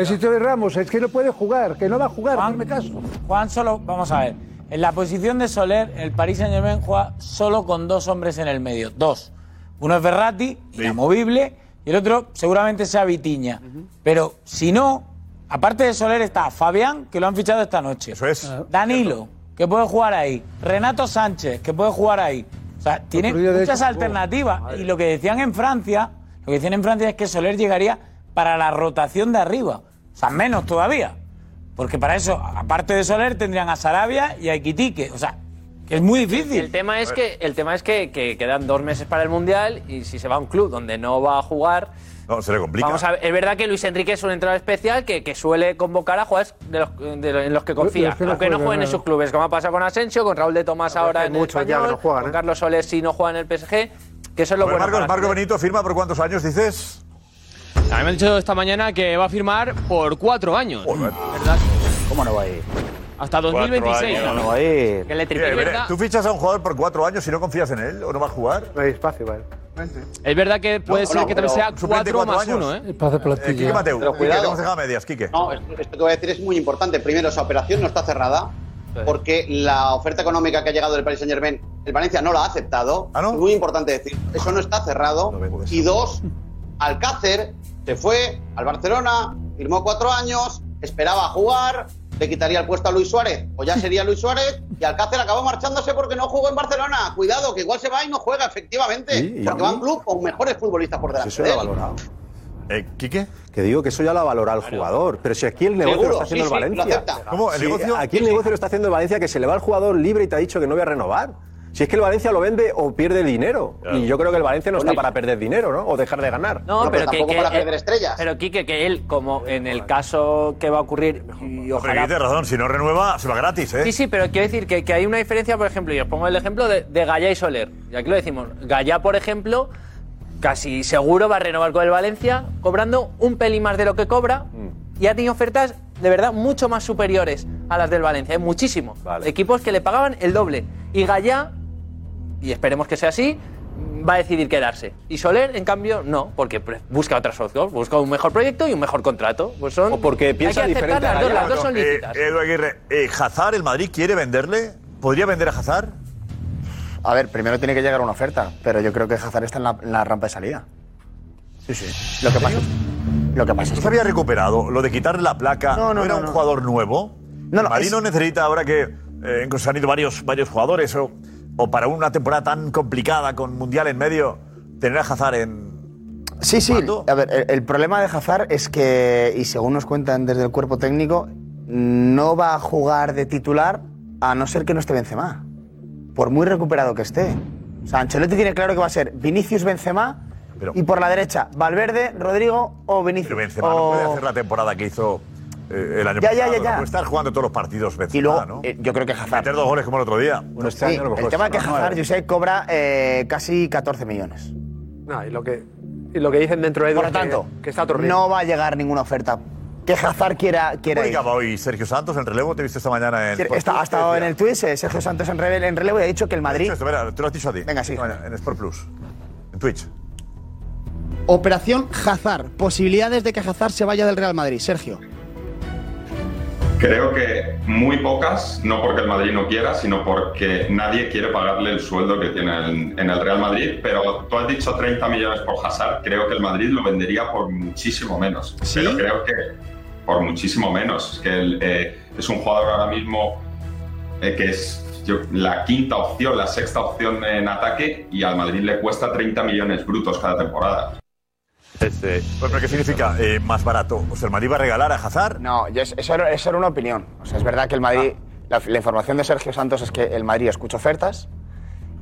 [SPEAKER 8] sitio de Ramos, es que no puede jugar, que no va a jugar, hazme caso.
[SPEAKER 11] Juan solo, vamos a ver, en la posición de Soler, el Paris Saint Germain juega solo con dos hombres en el medio, dos. Uno es Verratti, inamovible, y el otro seguramente sea Vitiña. Pero si no, aparte de Soler está Fabián, que lo han fichado esta noche. Eso
[SPEAKER 9] es.
[SPEAKER 8] Ah,
[SPEAKER 11] Danilo, que puede jugar ahí. Renato Sánchez, que puede jugar ahí. O sea, tiene
[SPEAKER 8] otro día, de
[SPEAKER 11] muchas
[SPEAKER 8] hecho, jugó.
[SPEAKER 11] alternativas. Y lo que decían en Francia, lo que decían en Francia es que Soler llegaría para la rotación de arriba. O sea, menos todavía. Porque para eso, aparte de Soler, tendrían a Sarabia y a Iquitique. O sea, Es muy difícil.
[SPEAKER 1] El tema es que, el tema es que, que quedan dos meses para el Mundial y si se va a un club donde no va a jugar...
[SPEAKER 9] No, se le complica.
[SPEAKER 1] Vamos a ver, es verdad que Luis Enrique es un entrenador especial que, que suele convocar a jugadores de los, de los- en los que confía,
[SPEAKER 11] Pero es que no
[SPEAKER 1] aunque no
[SPEAKER 11] juega,
[SPEAKER 1] jueguen en
[SPEAKER 11] no.
[SPEAKER 1] sus clubes, como ha pasado con Asensio, con Raúl de Tomás ahora
[SPEAKER 9] hay
[SPEAKER 1] en el
[SPEAKER 9] muchos ya que
[SPEAKER 1] Español,
[SPEAKER 9] no juegan,
[SPEAKER 1] con
[SPEAKER 9] ¿eh?
[SPEAKER 1] Carlos Soler si no juega en el PSG, que eso es lo bueno.
[SPEAKER 9] Pues Marcos,
[SPEAKER 1] para la
[SPEAKER 9] Marco
[SPEAKER 1] selección.
[SPEAKER 9] Benito firma por cuántos años, dices?
[SPEAKER 5] A mí me han dicho esta mañana que va a firmar por cuatro años. ¿Verdad?
[SPEAKER 21] ¿Cómo no va a ir?
[SPEAKER 5] Hasta 2026.
[SPEAKER 9] Cuatro
[SPEAKER 21] años. Ahí.
[SPEAKER 5] Que le triplique.
[SPEAKER 9] Mira, Iberia, ¿Tú fichas a un jugador por cuatro años si no confías en él o no va a jugar?
[SPEAKER 17] No hay espacio para él.
[SPEAKER 5] Es verdad que puede ser que también sea
[SPEAKER 9] suplente
[SPEAKER 5] 4 más
[SPEAKER 9] cuatro
[SPEAKER 5] 1,
[SPEAKER 9] años.
[SPEAKER 5] ¿eh?
[SPEAKER 25] Para hacer
[SPEAKER 9] Eh, Quique Mateu,
[SPEAKER 15] Pero
[SPEAKER 9] Quique,
[SPEAKER 15] cuidado.
[SPEAKER 9] te hemos dejado a medias, Quique.
[SPEAKER 15] No, esto, esto que voy a decir es muy importante. Primero, esa operación no está cerrada porque la oferta económica que ha llegado del Paris Saint Germain, el Valencia no la ha aceptado.
[SPEAKER 9] ¿Ah,
[SPEAKER 15] Es muy importante decir. Eso no está cerrado. y dos, Alcácer se fue al Barcelona, firmó cuatro años, esperaba jugar, le quitaría el puesto a Luis Suárez, o ya sería Luis Suárez, y Alcácer acabó marchándose porque no jugó en Barcelona. Cuidado, que igual se va y no juega, efectivamente,
[SPEAKER 6] y
[SPEAKER 15] porque
[SPEAKER 6] a
[SPEAKER 15] va a un club con mejores futbolistas por delante.
[SPEAKER 6] eso
[SPEAKER 15] de
[SPEAKER 6] lo ha
[SPEAKER 15] él.
[SPEAKER 6] valorado.
[SPEAKER 9] Eh, ¿Quique?
[SPEAKER 6] Que digo que eso ya lo ha valorado el jugador. Pero si aquí el negocio
[SPEAKER 15] Seguro,
[SPEAKER 6] lo está haciendo
[SPEAKER 15] sí,
[SPEAKER 6] el
[SPEAKER 15] sí, lo
[SPEAKER 6] Valencia.
[SPEAKER 15] acepta. ¿Cómo, el
[SPEAKER 6] Sí,
[SPEAKER 15] negocio?
[SPEAKER 6] Aquí el negocio lo está haciendo el Valencia, que se le va al jugador libre y te ha dicho que no voy a renovar. Si es que el Valencia lo vende o pierde dinero. Y yo creo que el Valencia no está para perder dinero, ¿no? O dejar de ganar. pues
[SPEAKER 1] No, pero, que, que- eh, Pero Quique, que él, como en el caso que va a ocurrir, y
[SPEAKER 9] Pero
[SPEAKER 1] ojalá
[SPEAKER 9] Quique, tienes razón, si no renueva, se va gratis, ¿eh?
[SPEAKER 1] Sí, sí, pero quiero decir que, que hay una diferencia, por ejemplo, y os pongo el ejemplo de, de Gallá y Soler. Y aquí lo decimos. Gallá, por ejemplo, casi seguro va a renovar con el Valencia, cobrando un pelín más de lo que cobra, y ha tenido ofertas de verdad mucho más superiores a las del Valencia, ¿eh? muchísimo. Equipos que le pagaban el doble. Y Gallá, y esperemos que sea así, va a decidir quedarse. Y Soler, en cambio, no, porque pre- busca otras opciones, busca un mejor proyecto y un mejor contrato. Pues son, o porque
[SPEAKER 9] piensa
[SPEAKER 1] hay que aceptar las dos, las dos son
[SPEAKER 9] Eh,
[SPEAKER 1] lícitas.
[SPEAKER 9] Edu Aguirre, eh, ¿Hazard, el Madrid, quiere venderle? ¿Podría vender a Hazard?
[SPEAKER 21] A ver, primero tiene que llegar una oferta, pero yo creo que Hazard está en la, en la rampa de salida. Sí, sí. Lo que pasa, lo que pasa es
[SPEAKER 9] que... había recuperado lo de quitarle la placa?
[SPEAKER 21] No, no,
[SPEAKER 9] era
[SPEAKER 21] no,
[SPEAKER 9] un
[SPEAKER 21] no.
[SPEAKER 9] jugador nuevo?
[SPEAKER 21] No, no,
[SPEAKER 9] ¿El Madrid
[SPEAKER 21] es-
[SPEAKER 9] no necesita ahora que eh, incluso han ido varios, varios jugadores o, o para una temporada tan complicada con Mundial en medio, tener a Hazard en...
[SPEAKER 21] Sí, sí. A ver, el, el problema de Hazard es que, y según nos cuentan desde el cuerpo técnico, no va a jugar de titular a no ser que no esté Benzema. Por muy recuperado que esté. O sea, Ancelotti tiene claro que va a ser Vinicius Benzema y por la derecha Valverde, Rodrigo o Vinicius.
[SPEAKER 9] Pero Benzema no
[SPEAKER 21] O-
[SPEAKER 9] puede hacer la temporada que hizo eh, el año
[SPEAKER 21] Oh. Ya, ya,
[SPEAKER 9] pasado.
[SPEAKER 21] ya,
[SPEAKER 9] no
[SPEAKER 21] ya. eh,
[SPEAKER 9] puede estar jugando todos los partidos Benzema, ¿no?
[SPEAKER 21] yo creo que Hazard...
[SPEAKER 9] Meter dos goles como el otro día.
[SPEAKER 21] Sí, el tema es que Hazard, Josep, cobra eh, casi 14 millones.
[SPEAKER 17] No, y lo que, y lo que dicen dentro de Edu
[SPEAKER 21] Por lo
[SPEAKER 17] es que-
[SPEAKER 21] tanto,
[SPEAKER 17] que está a otro ritmo.
[SPEAKER 21] no va a llegar ninguna oferta. Que Hazard quiera... quiera ir.
[SPEAKER 9] Comunicaba hoy Sergio Santos en relevo, te he visto esta mañana en...
[SPEAKER 21] Está- ha estado en el tuit, eh, Sergio Santos en, rele- en relevo y ha dicho que el
[SPEAKER 9] He
[SPEAKER 21] Madrid...
[SPEAKER 9] dicho esto, espera, te lo has dicho a ti.
[SPEAKER 21] Venga, sí.
[SPEAKER 9] Bueno, en Sport Plus. En Twitch.
[SPEAKER 26] Operación Hazard. Posibilidades de que Hazard se vaya del Real Madrid. Sergio.
[SPEAKER 23] Creo que muy pocas, no porque el Madrid no quiera, sino porque nadie quiere pagarle el sueldo que tiene en, en el Real Madrid. Pero tú has dicho 30 millones por Hazard. Creo que el Madrid lo vendería por muchísimo menos. Pero creo que por muchísimo menos. Es Que el, eh, es un jugador ahora mismo eh, que es yo- la quinta opción, la sexta opción en ataque y al Madrid le cuesta 30 millones brutos cada temporada.
[SPEAKER 9] Bueno, Pues, ¿Pero qué significa eh, más barato? ¿O sea, el Madrid va a regalar a Hazard? Ah.
[SPEAKER 21] No, yo- eso, era, eso era una opinión. O sea, es verdad que el Madrid... La, la información de Sergio Santos es que el Madrid escucha ofertas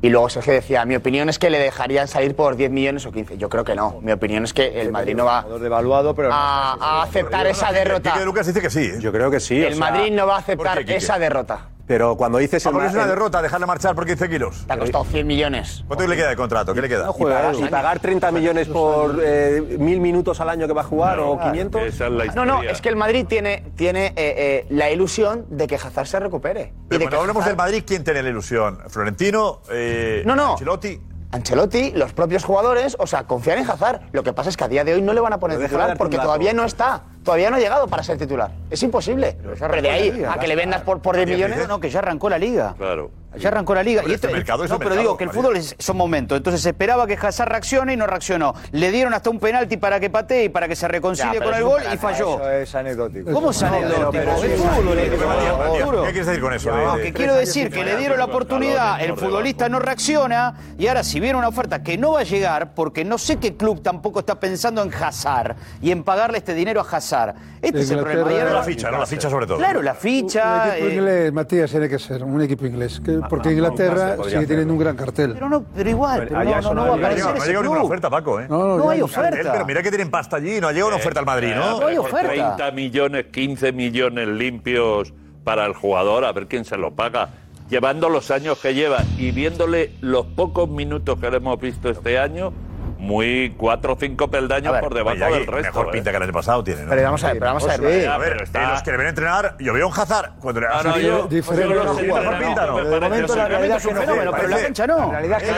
[SPEAKER 21] y luego Sergio decía, mi opinión es que le dejarían salir por 10 millones o 15. Yo creo que no. Mi opinión es que el Madrid no va a, a aceptar esa derrota.
[SPEAKER 9] Lucas dice que sí.
[SPEAKER 6] Yo creo que sí. o
[SPEAKER 21] El
[SPEAKER 6] sea,
[SPEAKER 21] Madrid no va a
[SPEAKER 6] ¿Por
[SPEAKER 21] aceptar
[SPEAKER 6] qué, Quique?
[SPEAKER 21] esa derrota.
[SPEAKER 6] Pero cuando dices
[SPEAKER 9] Ah, porque es una
[SPEAKER 6] el-
[SPEAKER 9] derrota dejarle marchar por 15 kilos.
[SPEAKER 21] Te ha costado 100 millones.
[SPEAKER 9] ¿Cuánto le queda de contrato? ¿Qué le queda?
[SPEAKER 6] No juega, y, pagar, 30 millones por eh, mil minutos al año que va a jugar o 500.
[SPEAKER 21] No, no, es que el Madrid tiene, tiene eh, eh, la ilusión de que Hazard se recupere.
[SPEAKER 9] Pero cuando hablemos del Madrid, ¿quién tiene la ilusión? ¿Florentino? Eh,
[SPEAKER 21] No, no.
[SPEAKER 9] Ancelotti.
[SPEAKER 21] Ancelotti, los propios jugadores, o sea, confían en Hazard. Lo que pasa es que a día de hoy no le van a poner
[SPEAKER 9] Pero déjame
[SPEAKER 21] titular
[SPEAKER 9] darte un
[SPEAKER 21] porque
[SPEAKER 9] dato.
[SPEAKER 21] todavía no está, todavía no ha llegado para ser titular. Es imposible. Pero, de ahí
[SPEAKER 2] liga,
[SPEAKER 21] a que
[SPEAKER 2] ya
[SPEAKER 21] le
[SPEAKER 2] está.
[SPEAKER 21] vendas por, por 10
[SPEAKER 2] Nadie
[SPEAKER 21] millones,
[SPEAKER 2] dice-
[SPEAKER 21] no, que ya arrancó la liga.
[SPEAKER 7] Claro.
[SPEAKER 2] Ya arrancó la liga.
[SPEAKER 21] Pero
[SPEAKER 2] y
[SPEAKER 21] este mercado es
[SPEAKER 2] no,
[SPEAKER 21] el
[SPEAKER 2] pero
[SPEAKER 21] mercado,
[SPEAKER 2] digo que el
[SPEAKER 21] María.
[SPEAKER 2] fútbol es- son momentos. Entonces se esperaba que Hazard reaccione y no reaccionó. Le dieron hasta un penalti para que patee y para que se reconcilie con el gol y falló.
[SPEAKER 20] Eso es anecdótico.
[SPEAKER 2] ¿Cómo es anecdótico? Es fútbol, es fútbol.
[SPEAKER 9] ¿Qué quieres decir con eso?
[SPEAKER 2] No,
[SPEAKER 9] De-
[SPEAKER 2] que
[SPEAKER 9] de-
[SPEAKER 2] quiero decir que le dieron la oportunidad, el futbolista no reacciona y ahora si viene una oferta que no va a llegar, porque no sé qué club tampoco está pensando en Hazard y en pagarle este dinero a Hazard, Hazard. Este es el
[SPEAKER 9] Inglaterra-
[SPEAKER 2] problema. Y ahora-
[SPEAKER 9] La ficha, ¿no? La ficha sobre todo.
[SPEAKER 2] Claro, la
[SPEAKER 8] Un
[SPEAKER 2] ficha.
[SPEAKER 8] equipo
[SPEAKER 2] eh,
[SPEAKER 8] inglés, Matías, tiene que ser un equipo inglés. que- porque
[SPEAKER 9] no,
[SPEAKER 8] Inglaterra
[SPEAKER 9] Manchester podría
[SPEAKER 8] sigue
[SPEAKER 9] hacerlo.
[SPEAKER 8] teniendo un gran cartel.
[SPEAKER 2] Pero no, pero igual, pero
[SPEAKER 9] Allá
[SPEAKER 2] no,
[SPEAKER 9] Ah, eso
[SPEAKER 2] no, no va a
[SPEAKER 9] llega.
[SPEAKER 2] aparecer
[SPEAKER 9] No ha
[SPEAKER 2] ese
[SPEAKER 9] llegado ninguna
[SPEAKER 2] club.
[SPEAKER 9] oferta, Paco. ¿eh?
[SPEAKER 8] No,
[SPEAKER 2] No ya hay no.
[SPEAKER 7] oferta.
[SPEAKER 9] Pero mira que tienen pasta allí y no ha llegado una oferta al Madrid, ¿no?
[SPEAKER 7] Eh, por 30 millones, 15 millones limpios para el jugador, a ver quién se lo paga. Llevando los años que lleva y viéndole los pocos minutos que le hemos visto este año, muy cuatro o cinco peldaños por debajo
[SPEAKER 9] Oye,
[SPEAKER 7] del
[SPEAKER 9] Yagi,
[SPEAKER 7] resto.
[SPEAKER 9] pues mejor pinta que el año pasado tiene, ¿no? pues
[SPEAKER 7] Pero vamos a ver, pero vamos a ver.
[SPEAKER 20] ¿eh?
[SPEAKER 9] A ver,
[SPEAKER 7] Está- Ah,
[SPEAKER 9] de los que le ven entrenar, yo veo a un Hazard cuando le
[SPEAKER 7] No,
[SPEAKER 9] ha
[SPEAKER 7] no,
[SPEAKER 9] salido
[SPEAKER 7] yo- Diferente. yo lo sé,
[SPEAKER 9] mejor
[SPEAKER 7] no,
[SPEAKER 9] pinta, ¿no?
[SPEAKER 7] me parece-
[SPEAKER 2] momento la realidad es un fenómeno, pero la cancha no.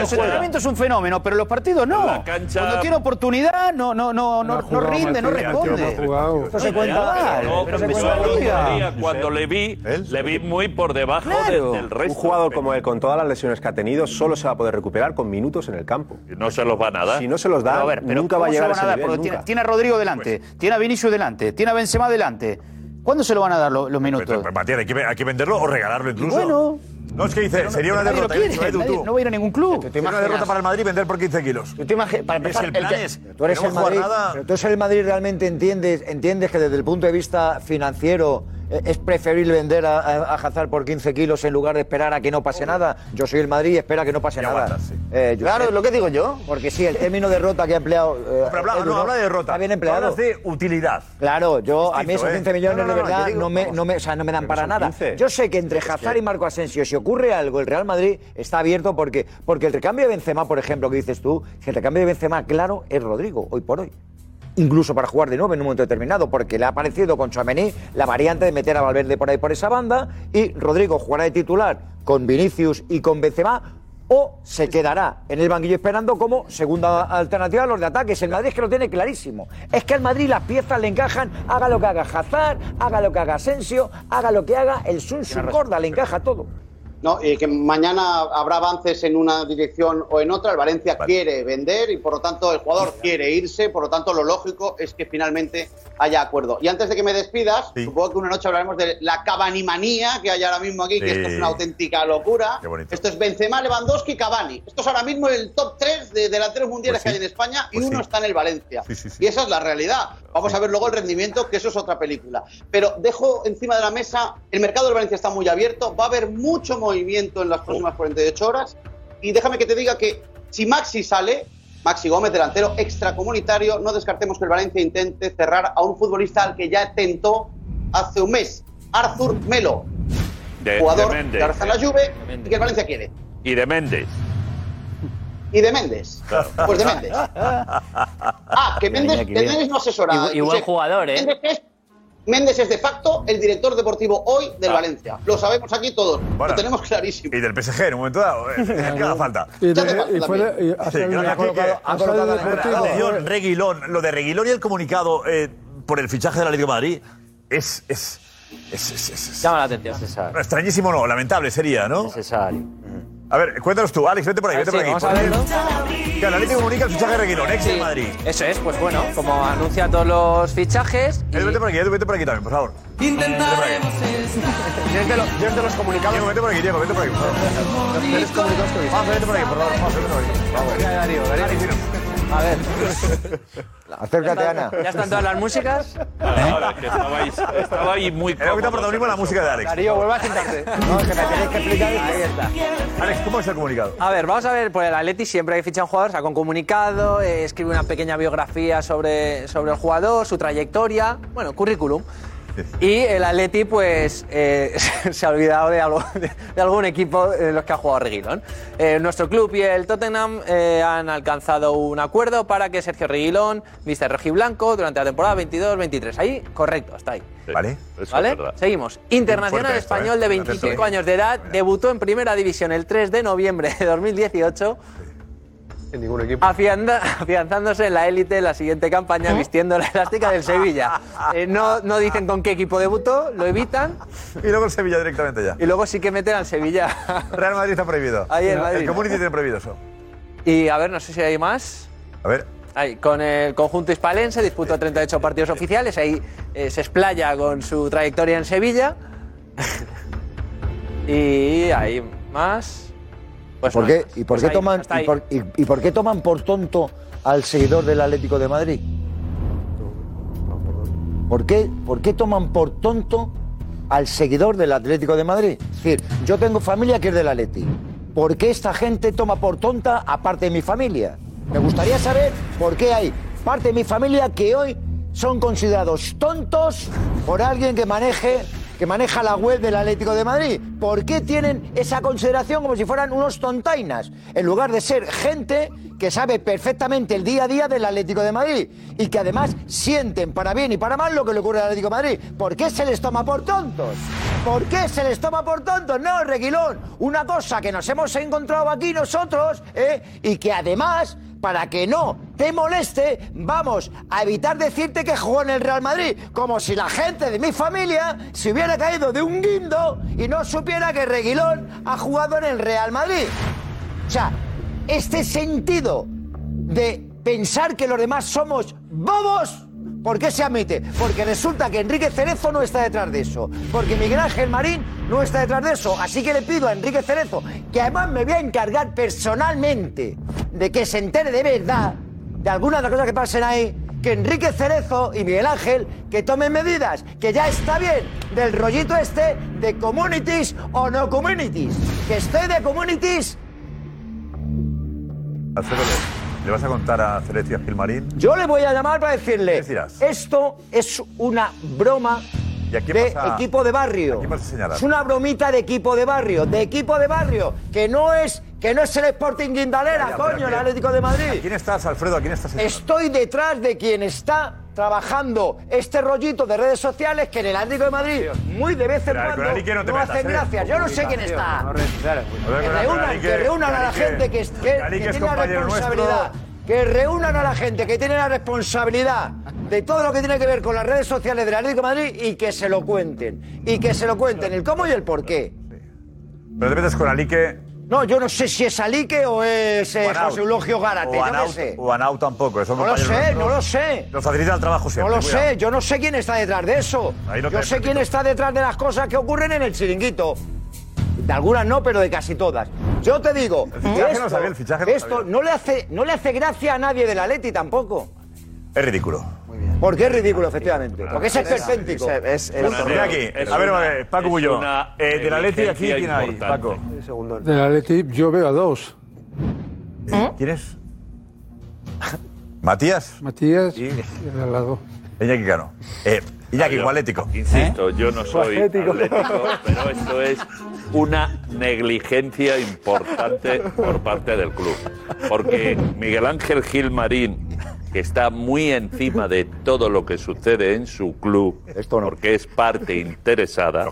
[SPEAKER 2] Los entrenamientos es un fenómeno, pero los partidos no. Cuando tiene oportunidad no no no no, no rinde, no responde. No se cuenta mal.
[SPEAKER 7] No,
[SPEAKER 2] no se
[SPEAKER 7] yo
[SPEAKER 2] cuenta
[SPEAKER 7] el otro
[SPEAKER 2] mal.
[SPEAKER 7] día, cuando le vi, le vi muy por debajo de- del
[SPEAKER 6] Un
[SPEAKER 7] resto.
[SPEAKER 6] jugador como él, con todas las lesiones que ha tenido, solo se va a poder recuperar con minutos en el campo.
[SPEAKER 7] No se los van a
[SPEAKER 6] dar. Si no se los dan,
[SPEAKER 2] Pero a ver, pero
[SPEAKER 6] nunca va a
[SPEAKER 2] ¿cómo se
[SPEAKER 6] llegar a
[SPEAKER 2] lo van
[SPEAKER 6] ese
[SPEAKER 2] dar?
[SPEAKER 6] nivel,
[SPEAKER 2] Porque
[SPEAKER 6] nunca.
[SPEAKER 2] tiene, tiene a Rodrigo delante,
[SPEAKER 9] Pues.
[SPEAKER 2] tiene a Vinicius delante, tiene a Benzema delante. ¿Cuándo se lo van a dar lo- los minutos?
[SPEAKER 9] Matías, hay que, hay que venderlo o regalarlo incluso.
[SPEAKER 2] Bueno.
[SPEAKER 9] No, es que dice, sería una
[SPEAKER 2] Nadie lo
[SPEAKER 9] derrota.
[SPEAKER 2] quiere,
[SPEAKER 9] dicho, Edu,
[SPEAKER 2] nadie-
[SPEAKER 9] tú. Ah,
[SPEAKER 2] no va a ir a ningún club.
[SPEAKER 9] Sería una derrota para el Madrid vender por 15 kilos.
[SPEAKER 20] para empezar,
[SPEAKER 9] es el
[SPEAKER 20] el
[SPEAKER 9] plan
[SPEAKER 20] que-
[SPEAKER 9] es,
[SPEAKER 20] tú eres
[SPEAKER 9] que no
[SPEAKER 20] el
[SPEAKER 9] va a
[SPEAKER 20] Madrid,
[SPEAKER 9] jugar nada.
[SPEAKER 20] pero tú eres el Madrid realmente entiendes, entiendes que desde el punto de vista financiero eh, es preferible vender a, a- a Hazard por 15 kilos en lugar de esperar a que no pase nada. Yo soy el Madrid y espera que no pase nada. Eh, yo
[SPEAKER 9] Claro,
[SPEAKER 20] sé.
[SPEAKER 9] es lo que digo yo.
[SPEAKER 20] Porque sí, el término derrota que ha empleado. eh,
[SPEAKER 9] Pero habla,
[SPEAKER 20] Edu,
[SPEAKER 9] no, habla de derrota.
[SPEAKER 20] Está bien
[SPEAKER 9] Hablas
[SPEAKER 20] empleado.
[SPEAKER 9] de utilidad.
[SPEAKER 20] Claro, yo a mí
[SPEAKER 9] Distinto,
[SPEAKER 20] esos
[SPEAKER 9] ¿eh?
[SPEAKER 20] 15 millones
[SPEAKER 9] No, no,
[SPEAKER 20] de
[SPEAKER 9] no, no, yo
[SPEAKER 20] verdad
[SPEAKER 9] digo,
[SPEAKER 20] no, me, no, me, o sea, no me dan para
[SPEAKER 6] son
[SPEAKER 20] nada.
[SPEAKER 6] 15.
[SPEAKER 20] Yo sé que entre
[SPEAKER 6] Es que-
[SPEAKER 20] Hazard y Marco Asensio, si ocurre algo, el Real Madrid está abierto porque, porque el recambio de Benzema, por ejemplo, que dices tú, que el recambio de Benzema, claro, es Rodrigo, hoy por hoy. Incluso para jugar de nuevo en un momento determinado, porque le ha aparecido con Chouameni la variante de meter a Valverde por ahí por esa banda y Rodrigo jugará de titular con Vinicius y con Benzema o se quedará en el banquillo esperando como segunda alternativa a los de ataques. El Madrid es que lo tiene clarísimo. Es que al Madrid las piezas le encajan, haga lo que haga Hazard, haga lo que haga Asensio, haga lo que haga el Sun Sun Corda, le encaja todo.
[SPEAKER 15] No, y que mañana habrá avances en una dirección o en otra. El Valencia quiere vender y por lo tanto el jugador quiere irse. Por lo tanto, lo lógico es que finalmente haya acuerdo. Y antes de que me despidas, supongo que una noche hablaremos de la cabanimanía que hay ahora mismo aquí, que
[SPEAKER 9] Sí.
[SPEAKER 15] esto es una auténtica locura.
[SPEAKER 9] Qué bonito.
[SPEAKER 15] Esto es Benzema, Lewandowski, Cavani. Esto es ahora mismo el top 3 de delanteros mundiales
[SPEAKER 9] Pues
[SPEAKER 15] que
[SPEAKER 9] sí.
[SPEAKER 15] hay en España y
[SPEAKER 9] Pues
[SPEAKER 15] uno
[SPEAKER 9] sí.
[SPEAKER 15] está en el Valencia.
[SPEAKER 9] Sí, sí, sí.
[SPEAKER 15] Y esa es la realidad. Vamos a ver luego el rendimiento, que eso es otra película. Pero dejo encima de la mesa, el mercado del Valencia está muy abierto, va a haber mucho movimiento en
[SPEAKER 9] Oh.
[SPEAKER 15] las próximas 48 horas. Y déjame que te diga que si Maxi sale, Maxi Gómez, delantero extracomunitario, no descartemos que el Valencia intente cerrar a un futbolista al que ya tentó hace un mes, Arthur Melo,
[SPEAKER 7] De,
[SPEAKER 15] jugador
[SPEAKER 7] de
[SPEAKER 15] de,
[SPEAKER 7] Méndez.
[SPEAKER 15] la Juve y que el Valencia quiere.
[SPEAKER 7] Y de Méndez.
[SPEAKER 15] Y de Méndez. Pues de Méndez. Ah, que Méndez,
[SPEAKER 1] Iñaki,
[SPEAKER 15] que
[SPEAKER 1] bien.
[SPEAKER 15] Méndez no asesora.
[SPEAKER 1] Y- y buen
[SPEAKER 15] Josep.
[SPEAKER 1] jugador, ¿eh?
[SPEAKER 15] Méndez es, Méndez es de facto el director deportivo hoy del
[SPEAKER 1] Ah.
[SPEAKER 15] Valencia. Lo sabemos aquí todos. Lo tenemos clarísimo.
[SPEAKER 9] Y del PSG en un momento dado. eh, ¿Qué haga falta?
[SPEAKER 8] Y, de- y fue de- y
[SPEAKER 9] Sí,
[SPEAKER 8] hasta el-
[SPEAKER 9] gracias,
[SPEAKER 8] ha colocado-
[SPEAKER 9] Quique.
[SPEAKER 8] ha colocado
[SPEAKER 9] Ahora,
[SPEAKER 8] deportivo.
[SPEAKER 9] Reguilón, Reguilón, lo de Reguilón y el comunicado eh, por el fichaje del Atlético de Madrid es, es, es, es, es- es-
[SPEAKER 1] Llama la atención.
[SPEAKER 9] Bueno, extrañísimo no, lamentable sería, ¿no? Necesario. A ver, cuéntanos tú, Alex, vete por ahí, vete
[SPEAKER 1] Sí,
[SPEAKER 9] por aquí.
[SPEAKER 1] vamos
[SPEAKER 9] por
[SPEAKER 1] a
[SPEAKER 9] ahí.
[SPEAKER 1] verlo.
[SPEAKER 9] eh, Que el Atlético comunica el fichaje de Reguilón, ex del
[SPEAKER 1] Sí,
[SPEAKER 9] Madrid.
[SPEAKER 1] Eso es, pues bueno, como anuncia todos los fichajes.
[SPEAKER 9] Edu, Eh, vete por aquí, Edu, vete por aquí también, por favor. Intentaremos
[SPEAKER 17] Yo es de, lo- yo es de los comunicados.
[SPEAKER 9] Diego, vete por aquí, Diego, vete por aquí. por favor.
[SPEAKER 17] Los tres comunicados que he visto.
[SPEAKER 9] Juanfe, vete por aquí, por favor. Juanfe, vete por aquí. Vamos.
[SPEAKER 17] Darío,
[SPEAKER 20] A ver. Acércate, Ana.
[SPEAKER 1] ¿Ya están todas las músicas?
[SPEAKER 7] Ahora, que estabais, estabais muy
[SPEAKER 9] Era ahorita protagonismo la música de Alex.
[SPEAKER 17] Darío, vuelve a sentarte.
[SPEAKER 20] No, que me tenéis que explicar.
[SPEAKER 1] Ahí está.
[SPEAKER 9] Alex, ¿cómo es el comunicado?
[SPEAKER 1] A ver, vamos a ver, por el Atleti siempre que ficha un jugador, saca un comunicado, eh, escribe una pequeña biografía sobre, sobre el jugador, su trayectoria, bueno, currículum. Y el Atleti, pues, eh, se ha olvidado de, algo- de algún equipo de los que ha jugado Reguilón. Eh, nuestro club y el Tottenham eh, han alcanzado un acuerdo para que Sergio Reguilón vista el rojiblanco durante la temporada 22-23. Ahí, correcto, está ahí.
[SPEAKER 9] ¿Vale?
[SPEAKER 1] ¿Vale? Seguimos. Internacional
[SPEAKER 9] Fuerte esto,
[SPEAKER 1] español de
[SPEAKER 9] ¿eh? Atento,
[SPEAKER 1] 25
[SPEAKER 9] ¿eh?
[SPEAKER 1] años de edad, debutó en Primera División el 3 de noviembre de 2018,
[SPEAKER 17] En ningún equipo.
[SPEAKER 1] afianza- afianzándose en la élite en la siguiente
[SPEAKER 9] ¿Eh?
[SPEAKER 1] campaña vistiendo la elástica del Sevilla. Eh, no, no dicen con qué equipo debutó, lo evitan
[SPEAKER 9] Y luego el Sevilla directamente ya.
[SPEAKER 1] y luego sí que meten al Sevilla.
[SPEAKER 9] Real Madrid está prohibido.
[SPEAKER 1] Ahí el Madrid.
[SPEAKER 9] El Community tiene prohibido eso.
[SPEAKER 1] Y a ver, no sé si hay más.
[SPEAKER 9] A ver.
[SPEAKER 1] Ahí, con el conjunto hispalense disputó 38 partidos oficiales, ahí eh, se explaya con su trayectoria en Sevilla. y ahí más. Pues
[SPEAKER 20] ¿Por
[SPEAKER 1] no,
[SPEAKER 20] qué, ¿Y por
[SPEAKER 1] pues
[SPEAKER 20] qué
[SPEAKER 1] ahí,
[SPEAKER 20] toman
[SPEAKER 1] hasta
[SPEAKER 20] y
[SPEAKER 1] ahí.
[SPEAKER 20] por, y- y por qué toman por tonto al seguidor del Atlético de Madrid? ¿Por qué, por qué toman por tonto al seguidor del Atlético de Madrid? Es decir, yo tengo familia que es del Atleti. ¿Por qué esta gente toma por tonta a parte de mi familia? Me gustaría saber por qué hay parte de mi familia que hoy son considerados tontos por alguien que maneje que maneja la web del Atlético de Madrid. ¿Por qué tienen esa consideración como si fueran unos tontainas? En lugar de ser gente que sabe perfectamente el día a día del Atlético de Madrid y que además sienten para bien y para mal lo que le ocurre al Atlético de Madrid. ¿Por qué se les toma por tontos? ¿Por qué se les toma por tontos? No, Reguilón, una cosa que nos hemos encontrado aquí nosotros ¿eh? y que además para que no te moleste, vamos a evitar decirte que jugó en el Real Madrid, como si la gente de mi familia se hubiera caído de un guindo y no supiera que Reguilón ha jugado en el Real Madrid. O sea, este sentido de pensar que los demás somos bobos. ¿Por qué se admite? Porque resulta que Enrique Cerezo no está detrás de eso. Porque Miguel Ángel Marín no está detrás de eso. Así que le pido a Enrique Cerezo, que además me voy a encargar personalmente de que se entere de verdad de alguna de las cosas que pasen ahí, que Enrique Cerezo y Miguel Ángel que tomen medidas, que ya está bien del rollito este de communities o no communities. Que estoy de communities
[SPEAKER 9] Alfredo, ¿le- ¿le vas a contar a Cerezo y a Gilmarín?
[SPEAKER 20] Yo le voy a llamar para decirle,
[SPEAKER 9] dirás?
[SPEAKER 20] esto es una broma de
[SPEAKER 9] pasa-
[SPEAKER 20] equipo de barrio.
[SPEAKER 9] señalar?
[SPEAKER 20] Es una bromita de equipo de barrio, de equipo de barrio, que no es que no es el Sporting Guindalera,
[SPEAKER 9] Ya, pero
[SPEAKER 20] coño, el
[SPEAKER 9] ¿a quién-
[SPEAKER 20] Atlético de
[SPEAKER 9] ¿A
[SPEAKER 20] Madrid. Eh,
[SPEAKER 9] quién estás, Alfredo? ¿A quién estás?
[SPEAKER 20] Estoy detrás de quien está trabajando este rollito de redes sociales que en el Atlético de Madrid muy de vez en
[SPEAKER 9] Pero,
[SPEAKER 20] cuando
[SPEAKER 9] con Enrique no te metas,
[SPEAKER 20] hacen
[SPEAKER 9] ¿eh?
[SPEAKER 20] gracias. Yo no sé quién está.
[SPEAKER 27] pues.
[SPEAKER 20] Que reúnan, que reúnan a la gente que, que- que tiene la responsabilidad. Que reúnan a la gente que tiene la responsabilidad de todo lo que tiene que ver con las redes sociales del Atlético de Madrid y que se lo cuenten. Y que se lo cuenten el cómo y el por qué.
[SPEAKER 9] Pero te metes con Alique
[SPEAKER 20] No, yo no sé si es Alique o es eh,
[SPEAKER 9] o Anau.
[SPEAKER 20] José Eulogio Gárate,
[SPEAKER 9] O
[SPEAKER 20] yo
[SPEAKER 9] Anau,
[SPEAKER 20] qué sé.
[SPEAKER 9] o Anau tampoco.
[SPEAKER 20] No lo sé, no lo sé.
[SPEAKER 9] Nos facilita el trabajo
[SPEAKER 20] No
[SPEAKER 9] siempre.
[SPEAKER 20] lo
[SPEAKER 9] cuidado.
[SPEAKER 20] sé, yo no sé quién está detrás de eso.
[SPEAKER 9] Ahí no te
[SPEAKER 20] yo sé
[SPEAKER 9] permito.
[SPEAKER 20] quién está detrás de las cosas que ocurren en el chiringuito. De algunas no, pero de casi todas. Yo te digo,
[SPEAKER 9] fichaje no
[SPEAKER 20] esto,
[SPEAKER 9] sabía, el fichaje no
[SPEAKER 20] esto no le hace no le hace gracia a nadie del Atleti tampoco.
[SPEAKER 9] Es ridículo.
[SPEAKER 20] Porque es ridículo, efectivamente. Porque es esperpéntico.
[SPEAKER 9] Punto. Mira aquí.
[SPEAKER 7] es
[SPEAKER 9] a ver,
[SPEAKER 7] una-
[SPEAKER 9] vale, Paco
[SPEAKER 7] es
[SPEAKER 9] Bullo.
[SPEAKER 7] una
[SPEAKER 9] Eh, de la Leti aquí,
[SPEAKER 7] negligencia
[SPEAKER 9] ¿quién hay?
[SPEAKER 7] importante.
[SPEAKER 9] Paco.
[SPEAKER 8] Del Atleti yo veo a dos.
[SPEAKER 9] ¿Quién es? Matías.
[SPEAKER 8] Matías Eh, y al lado.
[SPEAKER 9] Iñaki Cano. Eh, Iñaki,
[SPEAKER 7] Yo,
[SPEAKER 9] ¿cuál ético? ¿Eh?
[SPEAKER 7] Insisto, yo no soy
[SPEAKER 9] Atlético.
[SPEAKER 7] atlético, pero esto es una negligencia importante por parte del club. Porque Miguel Ángel Gil Marín, que está muy encima de todo lo que sucede en su club, porque es parte interesada,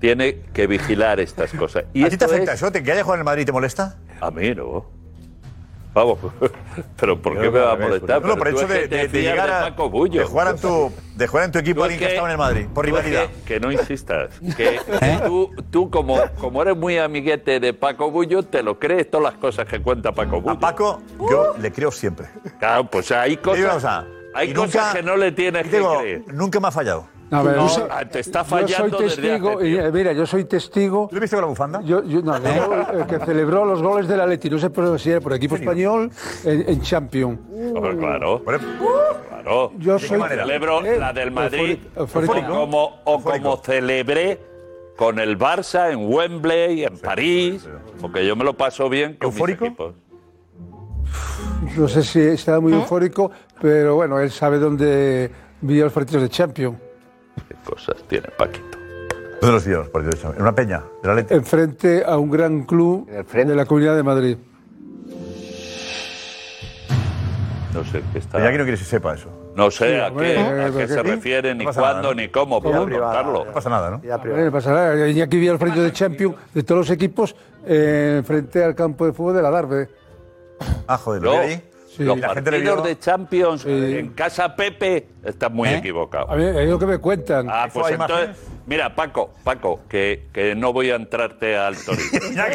[SPEAKER 7] tiene que vigilar estas cosas. Y
[SPEAKER 9] ¿A ti te
[SPEAKER 7] esto
[SPEAKER 8] Pues-
[SPEAKER 7] es-
[SPEAKER 9] afecta eso? ¿Te- ¿Que haya jugado en el Madrid te molesta?
[SPEAKER 7] a mí no. Vamos, pero ¿por qué me va a molestar?
[SPEAKER 9] No, no, por el
[SPEAKER 7] tú es
[SPEAKER 9] hecho de,
[SPEAKER 7] que te
[SPEAKER 9] de- de
[SPEAKER 7] fías
[SPEAKER 9] llegar a.
[SPEAKER 7] Paco Bullo.
[SPEAKER 9] De jugar, en tu, de jugar en tu equipo
[SPEAKER 7] Tú
[SPEAKER 9] alguien que,
[SPEAKER 7] es
[SPEAKER 9] estaba en el Madrid, por
[SPEAKER 7] tú es
[SPEAKER 9] rivalidad. ¿Eh?
[SPEAKER 7] Que, que no insistas. Que tú, tú como, como eres muy amiguete de Paco Bullo, te lo crees todas las cosas que cuenta Paco Bullo. A Paco
[SPEAKER 8] Uh.
[SPEAKER 9] Yo le creo siempre.
[SPEAKER 7] Claro, pues hay
[SPEAKER 9] Te digo una
[SPEAKER 7] cosas,
[SPEAKER 9] cosa,
[SPEAKER 7] hay
[SPEAKER 9] y
[SPEAKER 7] cosas
[SPEAKER 9] nunca-
[SPEAKER 7] que no le tienes que
[SPEAKER 9] digo,
[SPEAKER 7] creer.
[SPEAKER 9] Nunca me ha fallado.
[SPEAKER 8] A ver,
[SPEAKER 7] No, ah,
[SPEAKER 8] yo soy-
[SPEAKER 7] te está
[SPEAKER 8] yo
[SPEAKER 7] fallando
[SPEAKER 8] soy
[SPEAKER 7] desde
[SPEAKER 8] testigo,
[SPEAKER 7] hace tiempo.
[SPEAKER 8] eh, mira, yo soy testigo.
[SPEAKER 9] ¿Lo viste con la bufanda?
[SPEAKER 8] Yo, yo- no, yo, eh, que celebró los goles del Atleti, no sé por- si era por equipo español en, en Champions.
[SPEAKER 9] uh.
[SPEAKER 7] Hombre, Pues claro. claro.
[SPEAKER 8] Uh. Yo soy- Eh,
[SPEAKER 7] celebro la del Madrid
[SPEAKER 8] eufórico, eufórico.
[SPEAKER 7] o como, o como celebré con el Barça en Wembley, en París, porque yo me lo paso bien con mis equipos.
[SPEAKER 8] No sé si estaba muy eufórico, pero bueno, él sabe dónde vio los partidos de Champions.
[SPEAKER 7] Qué cosas tiene Paquito.
[SPEAKER 9] ¿Dónde los vieron los partidos de Champions? En una peña, de la Leti.
[SPEAKER 8] Enfrente a un gran club de la Comunidad de Madrid.
[SPEAKER 7] No sé qué está.
[SPEAKER 9] Iñaki no quiere que se sepa eso.
[SPEAKER 7] No sé a
[SPEAKER 8] hombre,
[SPEAKER 7] qué, a
[SPEAKER 8] eh,
[SPEAKER 7] qué se
[SPEAKER 8] ¿sí?
[SPEAKER 7] refiere,
[SPEAKER 9] No
[SPEAKER 7] ni
[SPEAKER 9] pasa
[SPEAKER 7] cuándo,
[SPEAKER 9] nada, ¿no?
[SPEAKER 7] ni cómo, Pues,
[SPEAKER 9] Vida
[SPEAKER 7] pero
[SPEAKER 9] privada,
[SPEAKER 7] contarlo.
[SPEAKER 9] No pasa nada, ¿no?
[SPEAKER 8] Hombre, no pasa nada. Y aquí vi eh, los partidos de Champions de todos los equipos eh, frente al campo de fútbol de la Darbe.
[SPEAKER 9] Ah, joder,
[SPEAKER 7] Yo,
[SPEAKER 9] ¿lo vi ahí?
[SPEAKER 7] Los
[SPEAKER 9] Y la gente le
[SPEAKER 7] partidos
[SPEAKER 9] vio-
[SPEAKER 7] de Champions eh, en casa Pepe están
[SPEAKER 9] ¿Eh?
[SPEAKER 7] muy equivocados.
[SPEAKER 8] A mí es lo que me cuentan.
[SPEAKER 7] Ah, pues entonces, mira, Paco, Paco, que, que no voy a entrarte al torito.
[SPEAKER 9] Pero, ya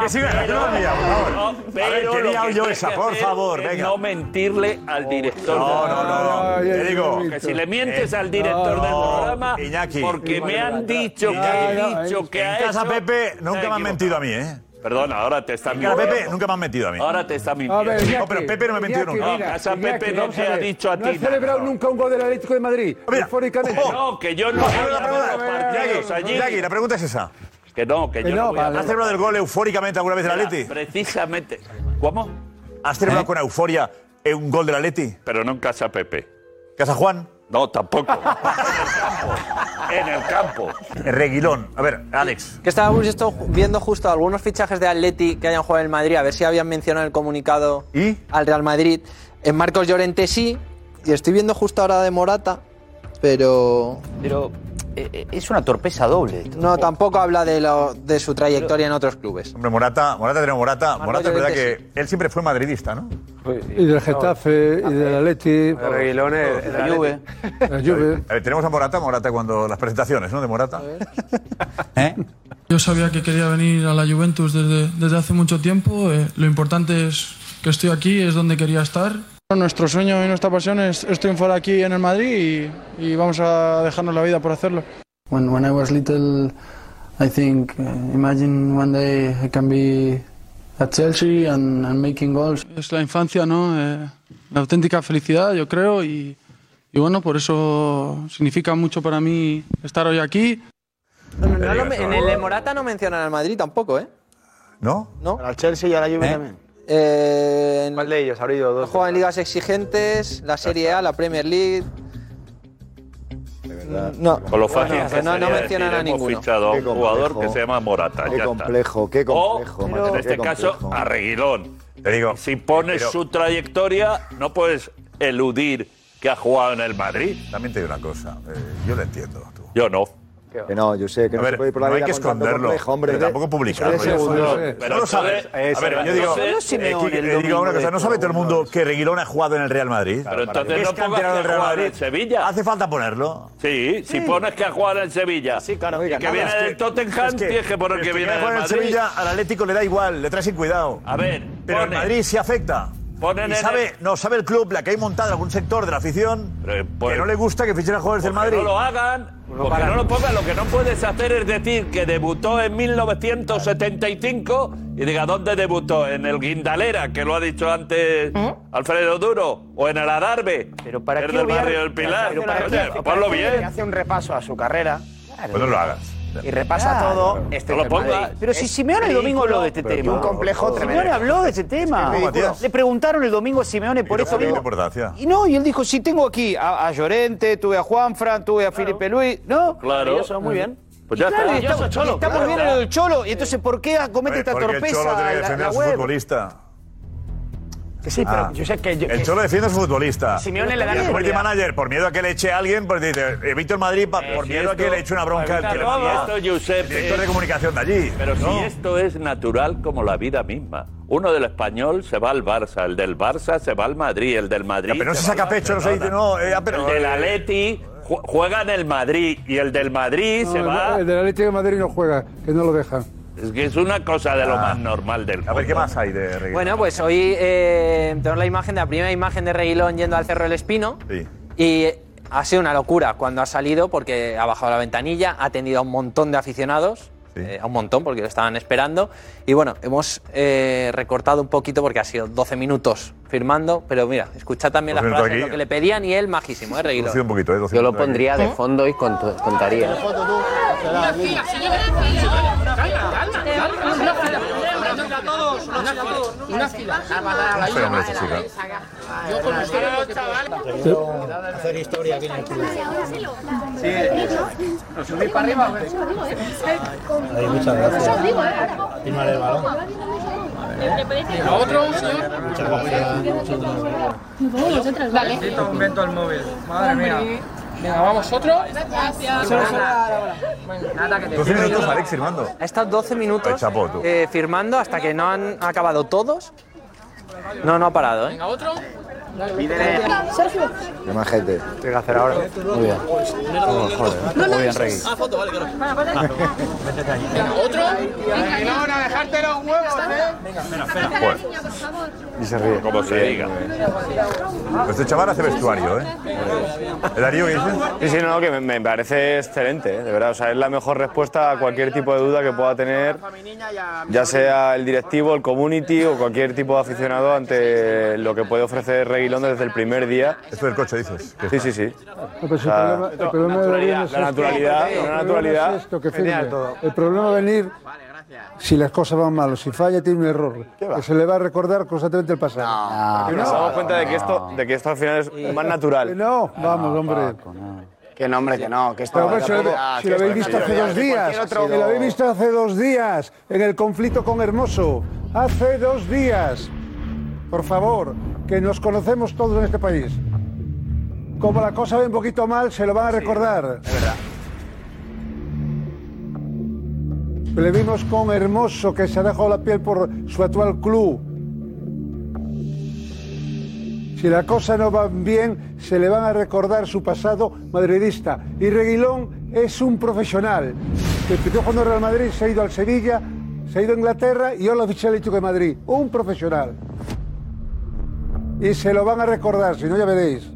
[SPEAKER 9] que siga, que no lo diga, por favor. a ver,
[SPEAKER 7] pero
[SPEAKER 9] que
[SPEAKER 7] lo
[SPEAKER 9] liado
[SPEAKER 7] que
[SPEAKER 9] yo
[SPEAKER 7] hay
[SPEAKER 9] esa,
[SPEAKER 7] que
[SPEAKER 9] por
[SPEAKER 7] hacer
[SPEAKER 9] favor,
[SPEAKER 7] es
[SPEAKER 9] venga.
[SPEAKER 7] No mentirle al director.
[SPEAKER 9] No,
[SPEAKER 7] del
[SPEAKER 9] no, no, no.
[SPEAKER 7] programa.
[SPEAKER 9] Te digo.
[SPEAKER 7] Que si le mientes
[SPEAKER 9] Eh,
[SPEAKER 7] al director
[SPEAKER 9] no,
[SPEAKER 7] del
[SPEAKER 9] no,
[SPEAKER 7] programa,
[SPEAKER 9] Iñaki.
[SPEAKER 7] porque me han dicho que
[SPEAKER 9] Iñaki.
[SPEAKER 7] he dicho que
[SPEAKER 9] En
[SPEAKER 7] ha
[SPEAKER 9] casa
[SPEAKER 7] hecho-
[SPEAKER 9] Pepe nunca me han mentido a mí, ¿eh?
[SPEAKER 7] Perdón, ahora te está
[SPEAKER 9] Cara,
[SPEAKER 7] mintiendo.
[SPEAKER 9] Pepe, nunca me han metido a mí.
[SPEAKER 7] Ahora te está mintiendo.
[SPEAKER 9] ver, Iñaki, No, pero Pepe no me ha metido Iñaki, nunca.
[SPEAKER 7] No,
[SPEAKER 9] mira,
[SPEAKER 7] casa
[SPEAKER 9] Iñaki,
[SPEAKER 7] Pepe no
[SPEAKER 9] vamos a
[SPEAKER 7] te ha
[SPEAKER 9] ver.
[SPEAKER 7] dicho a ti.
[SPEAKER 8] No has
[SPEAKER 7] nada.
[SPEAKER 8] celebrado nunca un gol del Atlético de Madrid. Eufóricamente.
[SPEAKER 7] No, que yo no voy a ver los partidos allí.
[SPEAKER 9] Jackie, la pregunta es esa.
[SPEAKER 7] Que no, que yo no voy a ver.
[SPEAKER 9] ¿Has celebrado el gol eufóricamente alguna vez del
[SPEAKER 7] Mira,
[SPEAKER 9] Atleti?
[SPEAKER 7] Precisamente. ¿Cómo? ¿Eh?
[SPEAKER 9] ¿Has celebrado con euforia un gol del Atleti?
[SPEAKER 7] Pero no en casa Pepe.
[SPEAKER 9] ¿Casa Juan?
[SPEAKER 7] No, tampoco. en el campo.
[SPEAKER 9] Reguilón. A ver, Alex.
[SPEAKER 1] Que estábamos esto- viendo justo algunos fichajes de Atleti que hayan jugado en el Madrid, a ver si habían mencionado en el comunicado al Real Madrid. En Marcos Llorente sí, y estoy viendo justo ahora de Morata, pero...
[SPEAKER 28] Pero
[SPEAKER 2] eh,
[SPEAKER 28] es una torpeza doble.
[SPEAKER 29] Oh.
[SPEAKER 1] No, tampoco habla de, lo- de su trayectoria en otros clubes.
[SPEAKER 9] Hombre, Morata, Morata tenemos Morata.
[SPEAKER 1] Marco
[SPEAKER 9] Morata es verdad
[SPEAKER 1] Llorente,
[SPEAKER 9] que él siempre fue madridista, ¿no?
[SPEAKER 7] Pues,
[SPEAKER 8] Y del Getafe, y del Atleti.
[SPEAKER 9] la Juve.
[SPEAKER 8] La Juve.
[SPEAKER 9] A ver, tenemos a Morata, Morata cuando las presentaciones, ¿no? De Morata.
[SPEAKER 12] Yo sabía que quería venir a la Juventus desde, desde hace mucho tiempo. eh, lo importante es que estoy aquí, es donde quería estar. Nuestro sueño y nuestra pasión es, es triunfar aquí en el Madrid y, y vamos a dejarnos la vida por hacerlo.
[SPEAKER 24] When when I was little, I think uh, imagine one day I can be at Chelsea and, and making goals.
[SPEAKER 12] Es la infancia, ¿no? Eh, la auténtica felicidad, yo creo, y, y bueno, por eso significa mucho para mí estar hoy aquí.
[SPEAKER 1] No lo- en el de Morata no mencionan al Madrid tampoco, ¿eh?
[SPEAKER 9] ¿No?
[SPEAKER 1] ¿No? ¿Eh?
[SPEAKER 29] Al Chelsea y a la Juve también.
[SPEAKER 1] ¿Cuál de ellos? Ha habido dos. Juegan en ligas exigentes, la Serie A, la Premier League. No.
[SPEAKER 7] Con lo fácil
[SPEAKER 1] Bueno, pues
[SPEAKER 7] que
[SPEAKER 1] no- no
[SPEAKER 7] sería
[SPEAKER 1] mencionan
[SPEAKER 7] decir,
[SPEAKER 1] a
[SPEAKER 7] hemos
[SPEAKER 1] ninguno.
[SPEAKER 7] fichado a un
[SPEAKER 1] Qué
[SPEAKER 7] jugador que
[SPEAKER 1] complejo.
[SPEAKER 7] se llama Morata.
[SPEAKER 1] Qué
[SPEAKER 7] ya está.
[SPEAKER 29] complejo, qué complejo,
[SPEAKER 7] O,
[SPEAKER 29] macho,
[SPEAKER 7] en
[SPEAKER 29] qué
[SPEAKER 7] este caso,
[SPEAKER 29] complejo.
[SPEAKER 7] a Reguilón.
[SPEAKER 9] Te digo.
[SPEAKER 7] Si pones
[SPEAKER 9] pero-
[SPEAKER 7] su trayectoria, no puedes eludir que ha jugado en el Madrid.
[SPEAKER 9] También te digo una cosa, eh, yo lo entiendo.
[SPEAKER 7] Yo no.
[SPEAKER 29] Que no, yo sé que
[SPEAKER 9] A
[SPEAKER 29] no se
[SPEAKER 9] ver,
[SPEAKER 29] puede ir por
[SPEAKER 9] no
[SPEAKER 29] la
[SPEAKER 9] hay
[SPEAKER 29] vida
[SPEAKER 9] que
[SPEAKER 29] con tanto
[SPEAKER 9] esconderlo,
[SPEAKER 29] complejo, hombre.
[SPEAKER 9] pero tampoco publicarlo.
[SPEAKER 29] Eso es segundo.
[SPEAKER 9] no lo sabes. A ver, yo digo, eh, eh, digo una cosa, no sabe todo el mundo que Reguilón ha jugado en el Real Madrid.
[SPEAKER 7] Pero
[SPEAKER 9] Que
[SPEAKER 7] entonces
[SPEAKER 9] es
[SPEAKER 7] no pongas
[SPEAKER 9] canterano
[SPEAKER 7] que
[SPEAKER 9] del Real
[SPEAKER 7] juega en
[SPEAKER 9] Madrid.
[SPEAKER 7] el Sevilla.
[SPEAKER 9] Hace falta ponerlo.
[SPEAKER 7] Sí, si pones que ha jugado en el Sevilla sí, claro, y que
[SPEAKER 9] nada,
[SPEAKER 7] viene
[SPEAKER 9] es
[SPEAKER 7] del
[SPEAKER 9] que-
[SPEAKER 7] Tottenham,
[SPEAKER 9] es que-
[SPEAKER 7] tienes que poner
[SPEAKER 9] pero
[SPEAKER 7] que
[SPEAKER 9] es que
[SPEAKER 7] viene
[SPEAKER 9] que
[SPEAKER 7] del
[SPEAKER 9] juega en el
[SPEAKER 7] Madrid.
[SPEAKER 9] Sevilla, al Atlético le da igual, le trae sin cuidado.
[SPEAKER 7] A ver,
[SPEAKER 9] Pero el
[SPEAKER 7] pone-
[SPEAKER 9] Madrid sí afecta.
[SPEAKER 7] Ponen
[SPEAKER 9] Y
[SPEAKER 7] en
[SPEAKER 9] sabe,
[SPEAKER 7] el-
[SPEAKER 9] no sabe el club, la que hay montada en algún sector de la afición, que no le gusta que fichen a jugadores del
[SPEAKER 7] Porque
[SPEAKER 9] Madrid. Pues
[SPEAKER 7] no lo hagan, porque
[SPEAKER 9] paran.
[SPEAKER 7] no lo pongan. Lo que no puedes hacer es decir que debutó en 1975 y diga dónde debutó, en el Guindalera, que lo ha dicho antes Alfredo Duro, o en el Adarve, pero para
[SPEAKER 2] ¿Eh? qué
[SPEAKER 7] del
[SPEAKER 2] obviar-
[SPEAKER 7] barrio del Pilar.
[SPEAKER 2] Pero para
[SPEAKER 7] Oye,
[SPEAKER 2] qué-
[SPEAKER 7] ponlo
[SPEAKER 2] para qué
[SPEAKER 7] bien.
[SPEAKER 2] le Hace un repaso a su carrera.
[SPEAKER 9] Pues no lo hagas.
[SPEAKER 2] Y repasa Claro. todo. Este
[SPEAKER 7] No lo
[SPEAKER 2] Real
[SPEAKER 7] pongas.
[SPEAKER 2] Madrid. Pero si Es Simeone el domingo ridículo habló de este
[SPEAKER 7] pero
[SPEAKER 2] tema.
[SPEAKER 7] un complejo tremendo.
[SPEAKER 2] Simeone habló de este tema. Es ridículo. Le preguntaron el domingo a Simeone por eso mismo.
[SPEAKER 9] importancia.
[SPEAKER 2] Y no, y él dijo, si tengo aquí a, a Llorente, tuve a Juanfran, tuve a Felipe Luis, ¿no?
[SPEAKER 7] Claro.
[SPEAKER 2] Eso, muy bien.
[SPEAKER 7] Pues
[SPEAKER 2] Y
[SPEAKER 7] ya
[SPEAKER 2] claro,
[SPEAKER 7] está.
[SPEAKER 2] y está,
[SPEAKER 7] Yo soy
[SPEAKER 2] y
[SPEAKER 7] Cholo,
[SPEAKER 2] está
[SPEAKER 7] claro.
[SPEAKER 2] muy bien lo del Cholo. Y entonces, ¿por qué comete esta
[SPEAKER 9] Pues Porque el
[SPEAKER 2] torpeza?
[SPEAKER 9] Cholo tiene que
[SPEAKER 2] la-
[SPEAKER 9] defender
[SPEAKER 2] la
[SPEAKER 9] a su
[SPEAKER 2] web?
[SPEAKER 9] futbolista. Ah.
[SPEAKER 2] Que sí, pero yo sé que yo-
[SPEAKER 9] el
[SPEAKER 2] que-
[SPEAKER 9] Cholo defiende a su futbolista.
[SPEAKER 2] Simeone le da
[SPEAKER 9] Y
[SPEAKER 2] la
[SPEAKER 9] el community
[SPEAKER 2] seguridad.
[SPEAKER 9] manager, por miedo a que le eche a alguien, pues dice, evito el Madrid pa- por
[SPEAKER 7] si
[SPEAKER 9] miedo a que
[SPEAKER 7] esto- Pues
[SPEAKER 9] le eche una bronca al
[SPEAKER 7] Claro,
[SPEAKER 9] que lo lleva.
[SPEAKER 7] esto, Josep,
[SPEAKER 9] El director
[SPEAKER 7] es-
[SPEAKER 9] de comunicación de allí.
[SPEAKER 7] Pero si
[SPEAKER 9] ¿no?
[SPEAKER 7] esto es natural como la vida misma. Uno del español se va al Barça, el del Barça se va al Madrid, el del Madrid.
[SPEAKER 9] Ya, pero no se
[SPEAKER 7] va
[SPEAKER 9] saca
[SPEAKER 7] al
[SPEAKER 9] pecho, no se dice,
[SPEAKER 7] Barcelona.
[SPEAKER 9] no, eh, ah, pero-
[SPEAKER 7] El del Atleti ju- juega en el Madrid y el del Madrid se
[SPEAKER 8] No,
[SPEAKER 7] va.
[SPEAKER 8] el, el del Atlético de Madrid no juega, que no lo dejan.
[SPEAKER 7] Es que es una cosa de lo
[SPEAKER 9] Ah.
[SPEAKER 7] más normal del mundo. A ver, ¿qué
[SPEAKER 9] más hay de
[SPEAKER 1] Bueno, pues hoy eh, tenemos la imagen, la primera imagen de Reguilón yendo al Cerro del Espino. Y ha sido una locura cuando ha salido porque ha bajado la ventanilla, ha atendido a un montón de aficionados, eh, a un montón porque lo estaban esperando. Y bueno, hemos eh, recortado un poquito porque ha sido 12 minutos firmando, pero mira, escuchad también las
[SPEAKER 9] Por cierto,
[SPEAKER 1] frases,
[SPEAKER 9] aquí-
[SPEAKER 1] lo que le pedían y él majísimo, ¿eh, Reguilón?
[SPEAKER 9] Reducido un poquito, eh,
[SPEAKER 19] Yo lo pondría de fondo y cont- contaría.
[SPEAKER 9] Un fenómeno esta chica.
[SPEAKER 20] Hacer historia aquí en el club.
[SPEAKER 30] subís para arriba?
[SPEAKER 20] muchas gracias. Firmar el balón.
[SPEAKER 30] otro,
[SPEAKER 20] Muchas gracias.
[SPEAKER 30] vosotros, vale. Necesito un vento al móvil. Madre mía. Venga, vamos, otro. Gracias.
[SPEAKER 1] Solo, solo,
[SPEAKER 30] Nada, que
[SPEAKER 9] 12 minutos, Alex, firmando.
[SPEAKER 1] Ha estado 12 minutos
[SPEAKER 9] Ay, chapo, tú.
[SPEAKER 1] eh, firmando hasta que no han acabado todos. No, no ha parado, ¿eh?
[SPEAKER 30] Venga, otro. Sergio.
[SPEAKER 20] Qué más gente.
[SPEAKER 17] Tengo que hacer ahora.
[SPEAKER 20] Muy bien. Oh, joder. Muy bien, Rey.
[SPEAKER 30] Ah, foto, vale, claro.
[SPEAKER 31] ¿Otro?
[SPEAKER 30] Venga, no, no, dejarte los huevos, eh. Venga, espera, espera.
[SPEAKER 9] Y se ríe. Como se diga. Este chaval hace vestuario, ¿eh? ¿El Darío qué dice?
[SPEAKER 1] Sí, sí, no, que me, me parece excelente, ¿eh? de verdad. O sea, es la mejor respuesta a cualquier tipo de duda que pueda tener, ya sea el directivo, el community o cualquier tipo de aficionado ante lo que puede ofrecer Reguilón desde el primer día.
[SPEAKER 9] Esto del coche, dices.
[SPEAKER 1] Sí, sí, sí.
[SPEAKER 8] No, pero si
[SPEAKER 1] O sea,
[SPEAKER 8] el problema, el problema de venir
[SPEAKER 1] naturalidad,
[SPEAKER 8] es
[SPEAKER 1] la
[SPEAKER 8] esto.
[SPEAKER 1] naturalidad,
[SPEAKER 8] El
[SPEAKER 1] la
[SPEAKER 8] problema
[SPEAKER 1] naturalidad.
[SPEAKER 8] es esto, que
[SPEAKER 1] Genial
[SPEAKER 8] firme.
[SPEAKER 1] todo.
[SPEAKER 8] El problema de venir, si las cosas van mal o si falla, tiene un error. Que se le va a recordar constantemente el pasado. Ah.
[SPEAKER 3] Ah,
[SPEAKER 1] Que nos damos cuenta de, que esto, de que esto al final es más natural.
[SPEAKER 8] No, vamos, hombre.
[SPEAKER 21] Que no, hombre, que no. Que esto
[SPEAKER 8] Pero, hombre, si lo,
[SPEAKER 21] tampoco- Ah,
[SPEAKER 8] si
[SPEAKER 21] que
[SPEAKER 8] lo habéis
[SPEAKER 21] esto-
[SPEAKER 8] visto hace dos
[SPEAKER 21] que cualquier
[SPEAKER 8] días,
[SPEAKER 21] otro-
[SPEAKER 8] si lo habéis visto hace dos días, en el conflicto con Hermoso, hace dos días, por favor, que nos conocemos todos en este país. Como la cosa va un poquito mal, se lo van a recordar.
[SPEAKER 1] Es verdad.
[SPEAKER 8] Le vimos con Hermoso, que se ha dejado la piel por su actual club. Si la cosa no va bien, se le van a recordar su pasado madridista. Y Reguilón es un profesional. Que Empezó jugando en Real Madrid, se ha ido al Sevilla, se ha ido a Inglaterra y ahora oficial ha dicho que Madrid. Un profesional. Y se lo van a recordar, si no ya veréis.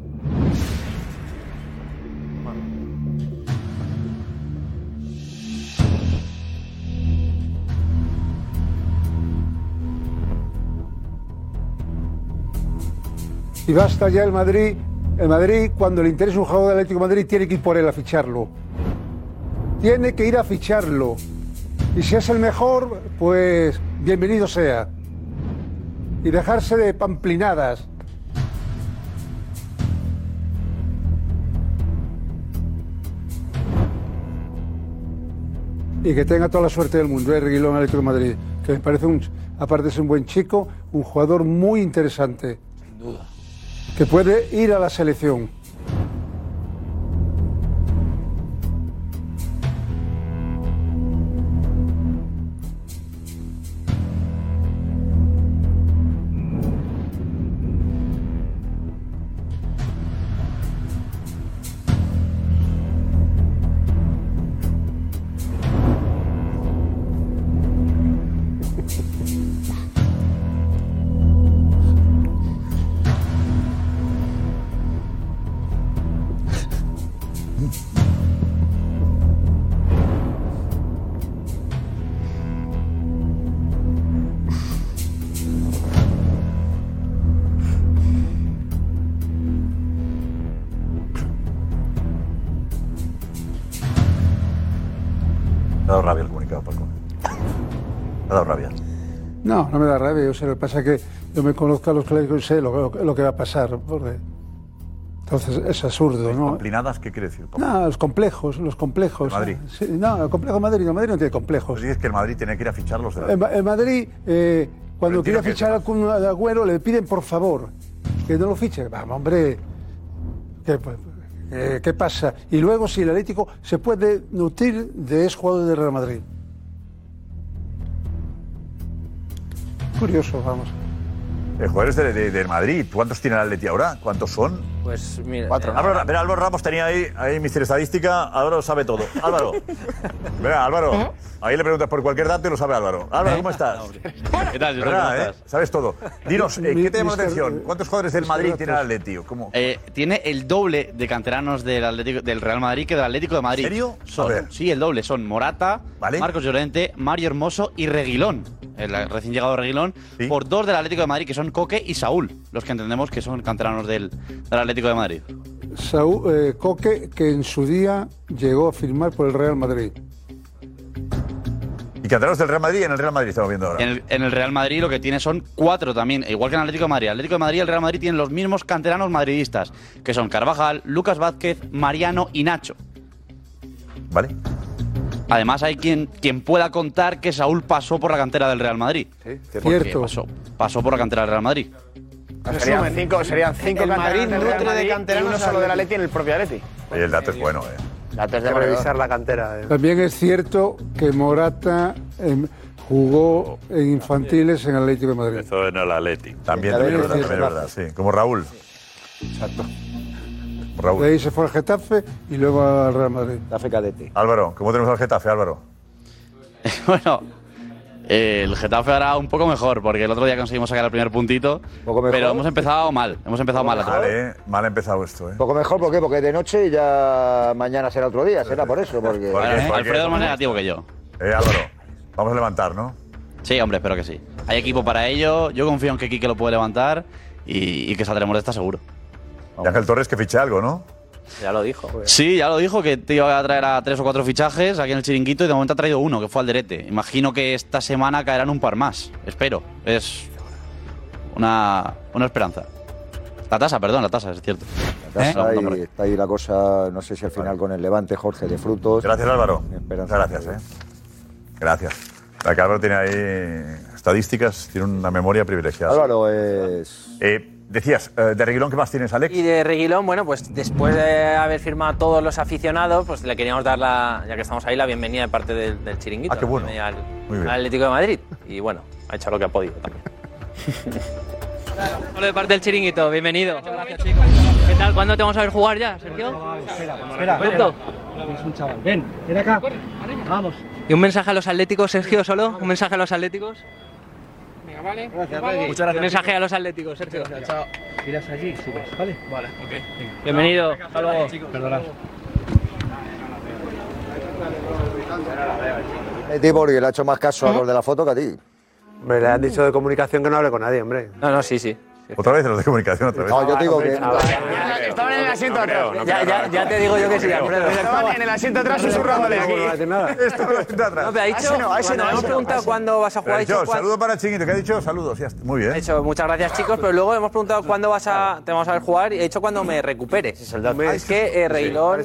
[SPEAKER 8] Y basta ya el Madrid. El Madrid, cuando le interesa un jugador del Atlético de Madrid, tiene que ir por él a ficharlo. Tiene que ir a ficharlo. Y si es el mejor, pues bienvenido sea. Y dejarse de pamplinadas. Y que tenga toda la suerte del mundo, el Reguilón Atlético de Madrid. Que me parece, un, aparte de ser un buen chico, un jugador muy interesante que puede ir a la selección.
[SPEAKER 9] Me ha dado rabia el comunicado, Paco. Me ha dado rabia.
[SPEAKER 8] No, no me da rabia. O sea, lo que pasa es que yo me conozco a los clérigos y sé lo, lo- lo que va a pasar. porque- Entonces es absurdo, ¿no?
[SPEAKER 9] ¿Plinadas qué quiere decir?
[SPEAKER 8] No, los complejos, los complejos.
[SPEAKER 9] ¿De Madrid?
[SPEAKER 8] Sí, no, el complejo de Madrid, no, Madrid no tiene complejos.
[SPEAKER 9] Dices que el Madrid tiene que ir a fichar los de la...
[SPEAKER 8] En, Ma- en Madrid, eh,
[SPEAKER 9] Pero
[SPEAKER 8] cuando quiere
[SPEAKER 9] entiendo que-
[SPEAKER 8] fichar a Kun Agüero, le piden por favor que no lo fiche. Vamos, hombre, ¿qué, pa- eh, qué pasa? Y luego, si el Atlético se puede nutrir de ex jugador de Real Madrid. Curioso, vamos.
[SPEAKER 9] Eh, jugadores de, de- del Madrid. ¿Cuántos tiene el Atleti ahora? ¿Cuántos son?
[SPEAKER 3] Pues mira. eh,
[SPEAKER 9] Álvaro, espera, Álvaro Ramos tenía ahí, ahí Mister Estadística. Álvaro sabe todo. Álvaro. Verá, Álvaro. Ahí le preguntas por cualquier dato y lo sabe Álvaro. Álvaro, ¿cómo estás?
[SPEAKER 5] ¿Qué tal? Josep?
[SPEAKER 9] Verdad,
[SPEAKER 5] ¿Cómo
[SPEAKER 9] ¿eh?
[SPEAKER 5] estás?
[SPEAKER 9] Sabes todo. Dinos, eh, ¿qué te llama la
[SPEAKER 5] Mister-
[SPEAKER 9] atención? ¿Cuántos jugadores del
[SPEAKER 5] Mister
[SPEAKER 9] Madrid tiene el
[SPEAKER 5] Datos.
[SPEAKER 9] Atleti? o ¿Cómo?
[SPEAKER 5] Eh, tiene el doble de canteranos del, Atlético, del Real Madrid que del Atlético de Madrid.
[SPEAKER 9] ¿En serio?
[SPEAKER 5] Son- sí, el doble. Son Morata, Marcos Llorente, Mario Hermoso y Reguilón. El recién llegado Reguilón. Por dos del Atlético de Madrid, que son Coque y Saúl. Los que entendemos que son canteranos del, del Atlético de Madrid.
[SPEAKER 8] Saúl, eh, Coque, que en su día llegó a firmar por el Real Madrid.
[SPEAKER 9] Y canteranos del Real Madrid y en el Real Madrid estamos viendo ahora.
[SPEAKER 5] En el, en el Real Madrid lo que tiene son cuatro también, igual que en el Atlético de Madrid. El Atlético de Madrid y el Real Madrid tienen los mismos canteranos madridistas, que son Carvajal, Lucas Vázquez, Mariano y Nacho.
[SPEAKER 9] Vale.
[SPEAKER 5] Además hay quien, quien pueda contar que Saúl pasó por la cantera del Real Madrid. Porque
[SPEAKER 8] Cierto.
[SPEAKER 5] Pasó, pasó por la cantera del Real Madrid.
[SPEAKER 20] Serían cinco, serían cinco
[SPEAKER 16] El Madrid
[SPEAKER 20] canteranos del Real
[SPEAKER 16] nutre de
[SPEAKER 20] Madrid y
[SPEAKER 16] canteranos
[SPEAKER 20] uno
[SPEAKER 16] al
[SPEAKER 20] solo del
[SPEAKER 16] Atleti.
[SPEAKER 20] Atleti en el propio Atleti.
[SPEAKER 9] Y el dato es bueno, ¿eh?
[SPEAKER 20] Datos
[SPEAKER 17] Hay que revisar la cantera. eh.
[SPEAKER 8] También es cierto que Morata em, jugó en infantiles en Atlético de Madrid.
[SPEAKER 7] Eso en el Atleti.
[SPEAKER 9] También, también es verdad, también es verdad, sí. Como Raúl. Exacto.
[SPEAKER 8] De ahí se fue al Getafe y luego al Real Madrid.
[SPEAKER 9] Getafe cadete. Álvaro, ¿cómo tenemos al Getafe, Álvaro?
[SPEAKER 5] bueno, eh, el Getafe hará un poco mejor, porque el otro día conseguimos sacar el primer puntito. Pero hemos empezado mal. Hemos empezado mal la
[SPEAKER 9] Mal,
[SPEAKER 5] temporada.
[SPEAKER 9] ¿eh? Mal ha empezado esto, ¿eh?
[SPEAKER 20] Poco mejor, ¿por qué? Porque de noche y ya mañana será otro día, será por eso. Porque...
[SPEAKER 5] Bueno, ¿eh?
[SPEAKER 9] porque-
[SPEAKER 5] Alfredo es más negativo que yo.
[SPEAKER 9] Eh, Álvaro, vamos a levantar, ¿no?
[SPEAKER 5] Sí, hombre, espero que sí. Hay equipo para ello. Yo confío en que Quique lo puede levantar y, y que saldremos de esta seguro.
[SPEAKER 9] Y Ángel Torres que fiche algo, ¿no?
[SPEAKER 5] Ya lo dijo. Sí, ya lo dijo, que te iba a traer a tres o cuatro fichajes aquí en el chiringuito y de momento ha traído uno, que fue Alderete. Imagino que esta semana caerán un par más. Espero. Es una, una esperanza. La tasa, perdón, la tasa, es cierto.
[SPEAKER 20] Ya está,
[SPEAKER 5] ¿Eh?
[SPEAKER 20] ahí, está ahí la cosa, no sé si al final con el levante, Jorge, de frutos.
[SPEAKER 9] Gracias, Álvaro.
[SPEAKER 20] Esperanza.
[SPEAKER 9] Muchas gracias, ¿eh? Gracias. La que Álvaro tiene ahí estadísticas, tiene una memoria privilegiada.
[SPEAKER 20] Álvaro es...
[SPEAKER 9] decías, eh, de Reguilón, ¿qué más tienes, Alex?
[SPEAKER 1] Y de Reguilón, bueno, pues después de haber firmado a todos los aficionados, pues le queríamos dar la, ya que estamos ahí, la bienvenida de parte del, del chiringuito.
[SPEAKER 9] Ah, qué bueno.
[SPEAKER 1] también Al,
[SPEAKER 9] Muy bien.
[SPEAKER 1] al Atlético de Madrid. Y bueno, ha hecho lo que ha podido también.
[SPEAKER 24] Solo de parte del chiringuito, bienvenido. Gracias, chicos. ¿Qué tal? ¿Cuándo te vamos a ver jugar ya, Sergio?
[SPEAKER 30] Espera,
[SPEAKER 24] Perfecto.
[SPEAKER 30] Es un chaval. Ven, ven acá. Vamos.
[SPEAKER 24] ¿Y un mensaje a los atléticos, Sergio, solo? ¿Un mensaje a los atléticos?
[SPEAKER 30] Venga, vale.
[SPEAKER 24] Muchas gracias. Un mensaje a los atléticos, Sergio. Chao.
[SPEAKER 30] Tiras allí, subes, ¿vale? Vale, ok.
[SPEAKER 24] Bienvenido. Hasta luego.
[SPEAKER 30] Perdona.
[SPEAKER 20] Eh, tío, porque le ha hecho más caso a los de la foto que a ti.
[SPEAKER 17] Hombre, le han dicho de comunicación que no hable con nadie, hombre.
[SPEAKER 1] No, no, sí, sí.
[SPEAKER 9] Otra vez los de comunicación, otra vez.
[SPEAKER 17] No, yo digo
[SPEAKER 9] que.
[SPEAKER 21] Estaban en el asiento atrás.
[SPEAKER 1] ya, ya, ya te digo yo que sí, Alfredo.
[SPEAKER 21] Estaban en el asiento atrás susurrándole aquí.
[SPEAKER 1] No, pero ha dicho, cuando le hemos preguntado cuándo vas a jugar, ha dicho
[SPEAKER 9] Yo,
[SPEAKER 1] cuán-
[SPEAKER 9] saludo para Chinguito, que ha dicho saludos, ya está. Muy bien.
[SPEAKER 1] ha dicho, muchas gracias chicos, pero luego hemos preguntado cuándo vas a, te vamos a ver jugar y he dicho cuando me recupere. Es que eh, Reguilón,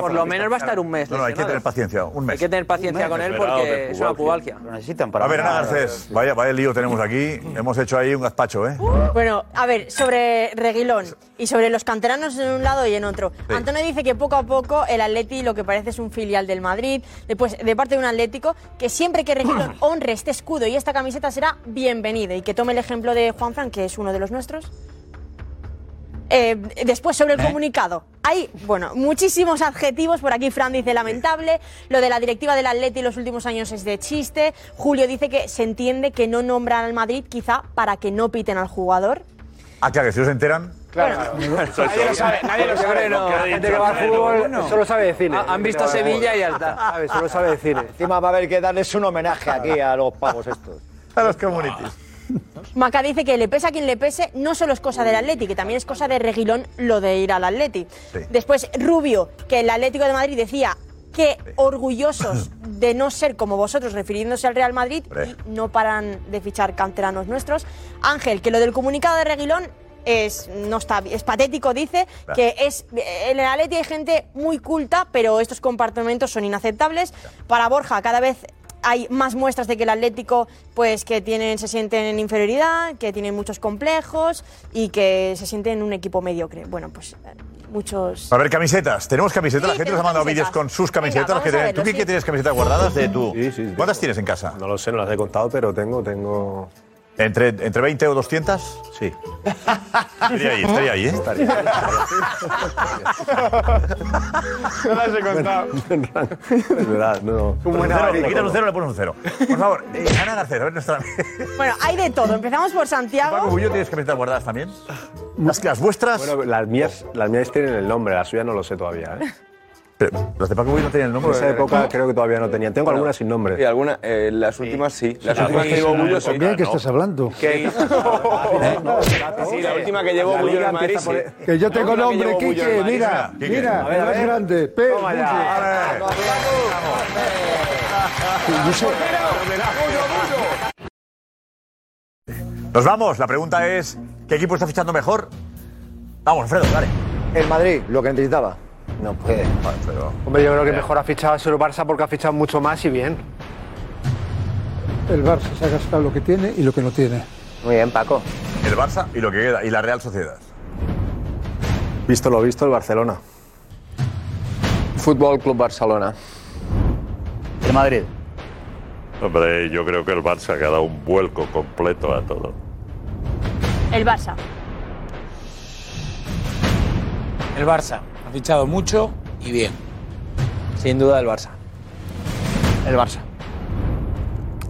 [SPEAKER 1] por lo menos va a estar un mes.
[SPEAKER 9] No, no, hay que
[SPEAKER 1] lesionado.
[SPEAKER 9] tener paciencia, un mes.
[SPEAKER 1] Hay que tener paciencia con él porque es una pubalgia.
[SPEAKER 9] A ver, nada, Garcés, vaya, vaya lío tenemos aquí. Hemos hecho ahí un gazpacho, ¿eh?
[SPEAKER 4] Bueno, a ver, sobre Reguilón y sobre los canteranos en un lado y en otro. Antonio dice que poco a poco el Atleti lo que parece es un filial del Madrid, después de parte de un Atlético, que siempre que Reguilón honre este escudo y esta camiseta será bienvenida y que tome el ejemplo de Juan Fran, que es uno de los nuestros. Eh, después sobre el comunicado. Hay, bueno, muchísimos adjetivos. Por aquí Fran dice lamentable. Lo de la directiva del Atleti en los últimos años es de chiste. Julio dice que se entiende que no nombran al Madrid quizá para que no piten al jugador.
[SPEAKER 9] Ah, claro, que si no se enteran.
[SPEAKER 4] Claro.
[SPEAKER 9] Nadie lo sabe, nadie lo sabe.
[SPEAKER 17] No, la gente que va al fútbol solo sabe de
[SPEAKER 20] Ah,
[SPEAKER 17] cine. ¿Sabes? Solo sabe de cine.
[SPEAKER 20] Encima va a haber que darles un homenaje aquí a los pavos estos.
[SPEAKER 9] A los communities.
[SPEAKER 4] Maca dice que le pese a quien le pese, no solo es cosa del Atleti, que también es cosa de Reguilón lo de ir al Atleti. Después Rubio, que el Atlético de Madrid decía que orgullosos de no ser como vosotros refiriéndose al Real Madrid
[SPEAKER 9] Hombre.
[SPEAKER 4] y no paran de fichar canteranos nuestros. Ángel, que lo del comunicado de Reguilón es no está bi- es patético dice
[SPEAKER 9] Claro.
[SPEAKER 4] que es en el Atleti hay gente muy culta, pero estos comportamientos son inaceptables. Para Borja cada vez hay más muestras de que el Atlético, pues que tienen, se sienten en inferioridad, que tienen muchos complejos y que se sienten un equipo mediocre. Bueno, pues eh, muchos.
[SPEAKER 9] A ver, camisetas. Tenemos camisetas. La gente nos ha mandado vídeos
[SPEAKER 4] camisetas.
[SPEAKER 9] con sus camisetas.
[SPEAKER 4] Venga,
[SPEAKER 9] las que
[SPEAKER 4] vamos a
[SPEAKER 9] tienen. ¿Tú
[SPEAKER 4] verlo,
[SPEAKER 9] qué
[SPEAKER 4] sí.
[SPEAKER 9] tienes camisetas guardadas de tú? ¿Cuántas tienes en casa?
[SPEAKER 6] No lo sé, no las he contado, pero tengo, tengo.
[SPEAKER 9] ¿Entre, entre 20 o 200? Sí. Estaría ahí, estaría ahí, ¿eh?
[SPEAKER 6] No las he contado. Es verdad, no.
[SPEAKER 9] Un buen
[SPEAKER 6] Lucero,
[SPEAKER 9] Le quitas un cero, le pones un cero. Por favor, eh, Ana Garcés, a ver nuestra...
[SPEAKER 4] Bueno, hay de todo. Empezamos por
[SPEAKER 9] Paco
[SPEAKER 4] Santiago.
[SPEAKER 9] Bullo, ¿tienes camisetas guardadas también? ¿Las, las vuestras?
[SPEAKER 6] Bueno, las mías, las mías tienen el nombre, las suyas no lo sé todavía. ¿eh?
[SPEAKER 9] Pero, ¿Las de Paco Bullo no tenían el nombre?
[SPEAKER 6] En esa época creo que todavía no tenían. Tengo
[SPEAKER 9] Bueno,
[SPEAKER 6] algunas sin nombre.
[SPEAKER 3] Y alguna, eh, las últimas sí. Las
[SPEAKER 6] Sí,
[SPEAKER 3] últimas
[SPEAKER 6] sí,
[SPEAKER 3] que llevó
[SPEAKER 6] sí,
[SPEAKER 3] Bullo
[SPEAKER 6] sí,
[SPEAKER 3] sí.
[SPEAKER 6] Bien,
[SPEAKER 8] ¿Qué estás hablando?
[SPEAKER 3] ¿Qué? Sí, la última que llevó
[SPEAKER 8] La
[SPEAKER 3] Bullo
[SPEAKER 8] liga
[SPEAKER 3] en Madrid
[SPEAKER 8] empieza por-
[SPEAKER 3] sí.
[SPEAKER 8] Que yo tengo
[SPEAKER 3] La última que llevó Bullo
[SPEAKER 8] nombre,
[SPEAKER 3] en
[SPEAKER 8] Quique,
[SPEAKER 3] Madrid,
[SPEAKER 8] mira,
[SPEAKER 3] Quique.
[SPEAKER 8] mira, el más grande. P. Yo sé-
[SPEAKER 9] Nos vamos. La pregunta es, ¿qué equipo está fichando mejor? Vamos, Alfredo, dale.
[SPEAKER 20] El Madrid, lo que necesitaba. No puede.
[SPEAKER 17] Hombre, yo creo que mejor ha fichado a el Barça porque ha fichado mucho más y bien.
[SPEAKER 8] El Barça se ha gastado lo que tiene y lo que no tiene.
[SPEAKER 20] Muy bien, Paco.
[SPEAKER 9] El Barça y lo que queda, y la Real Sociedad.
[SPEAKER 6] Visto lo visto, el Barcelona.
[SPEAKER 30] Fútbol Club Barcelona.
[SPEAKER 7] El Madrid. Hombre, yo creo que el Barça que ha dado un vuelco completo a todo.
[SPEAKER 4] El Barça.
[SPEAKER 11] El Barça. Ha fichado mucho y bien.
[SPEAKER 27] Sin duda el Barça.
[SPEAKER 11] El Barça.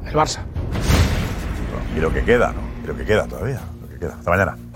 [SPEAKER 11] El Barça.
[SPEAKER 9] Y lo que queda, ¿no? Y lo que queda todavía. Lo que queda. Hasta mañana.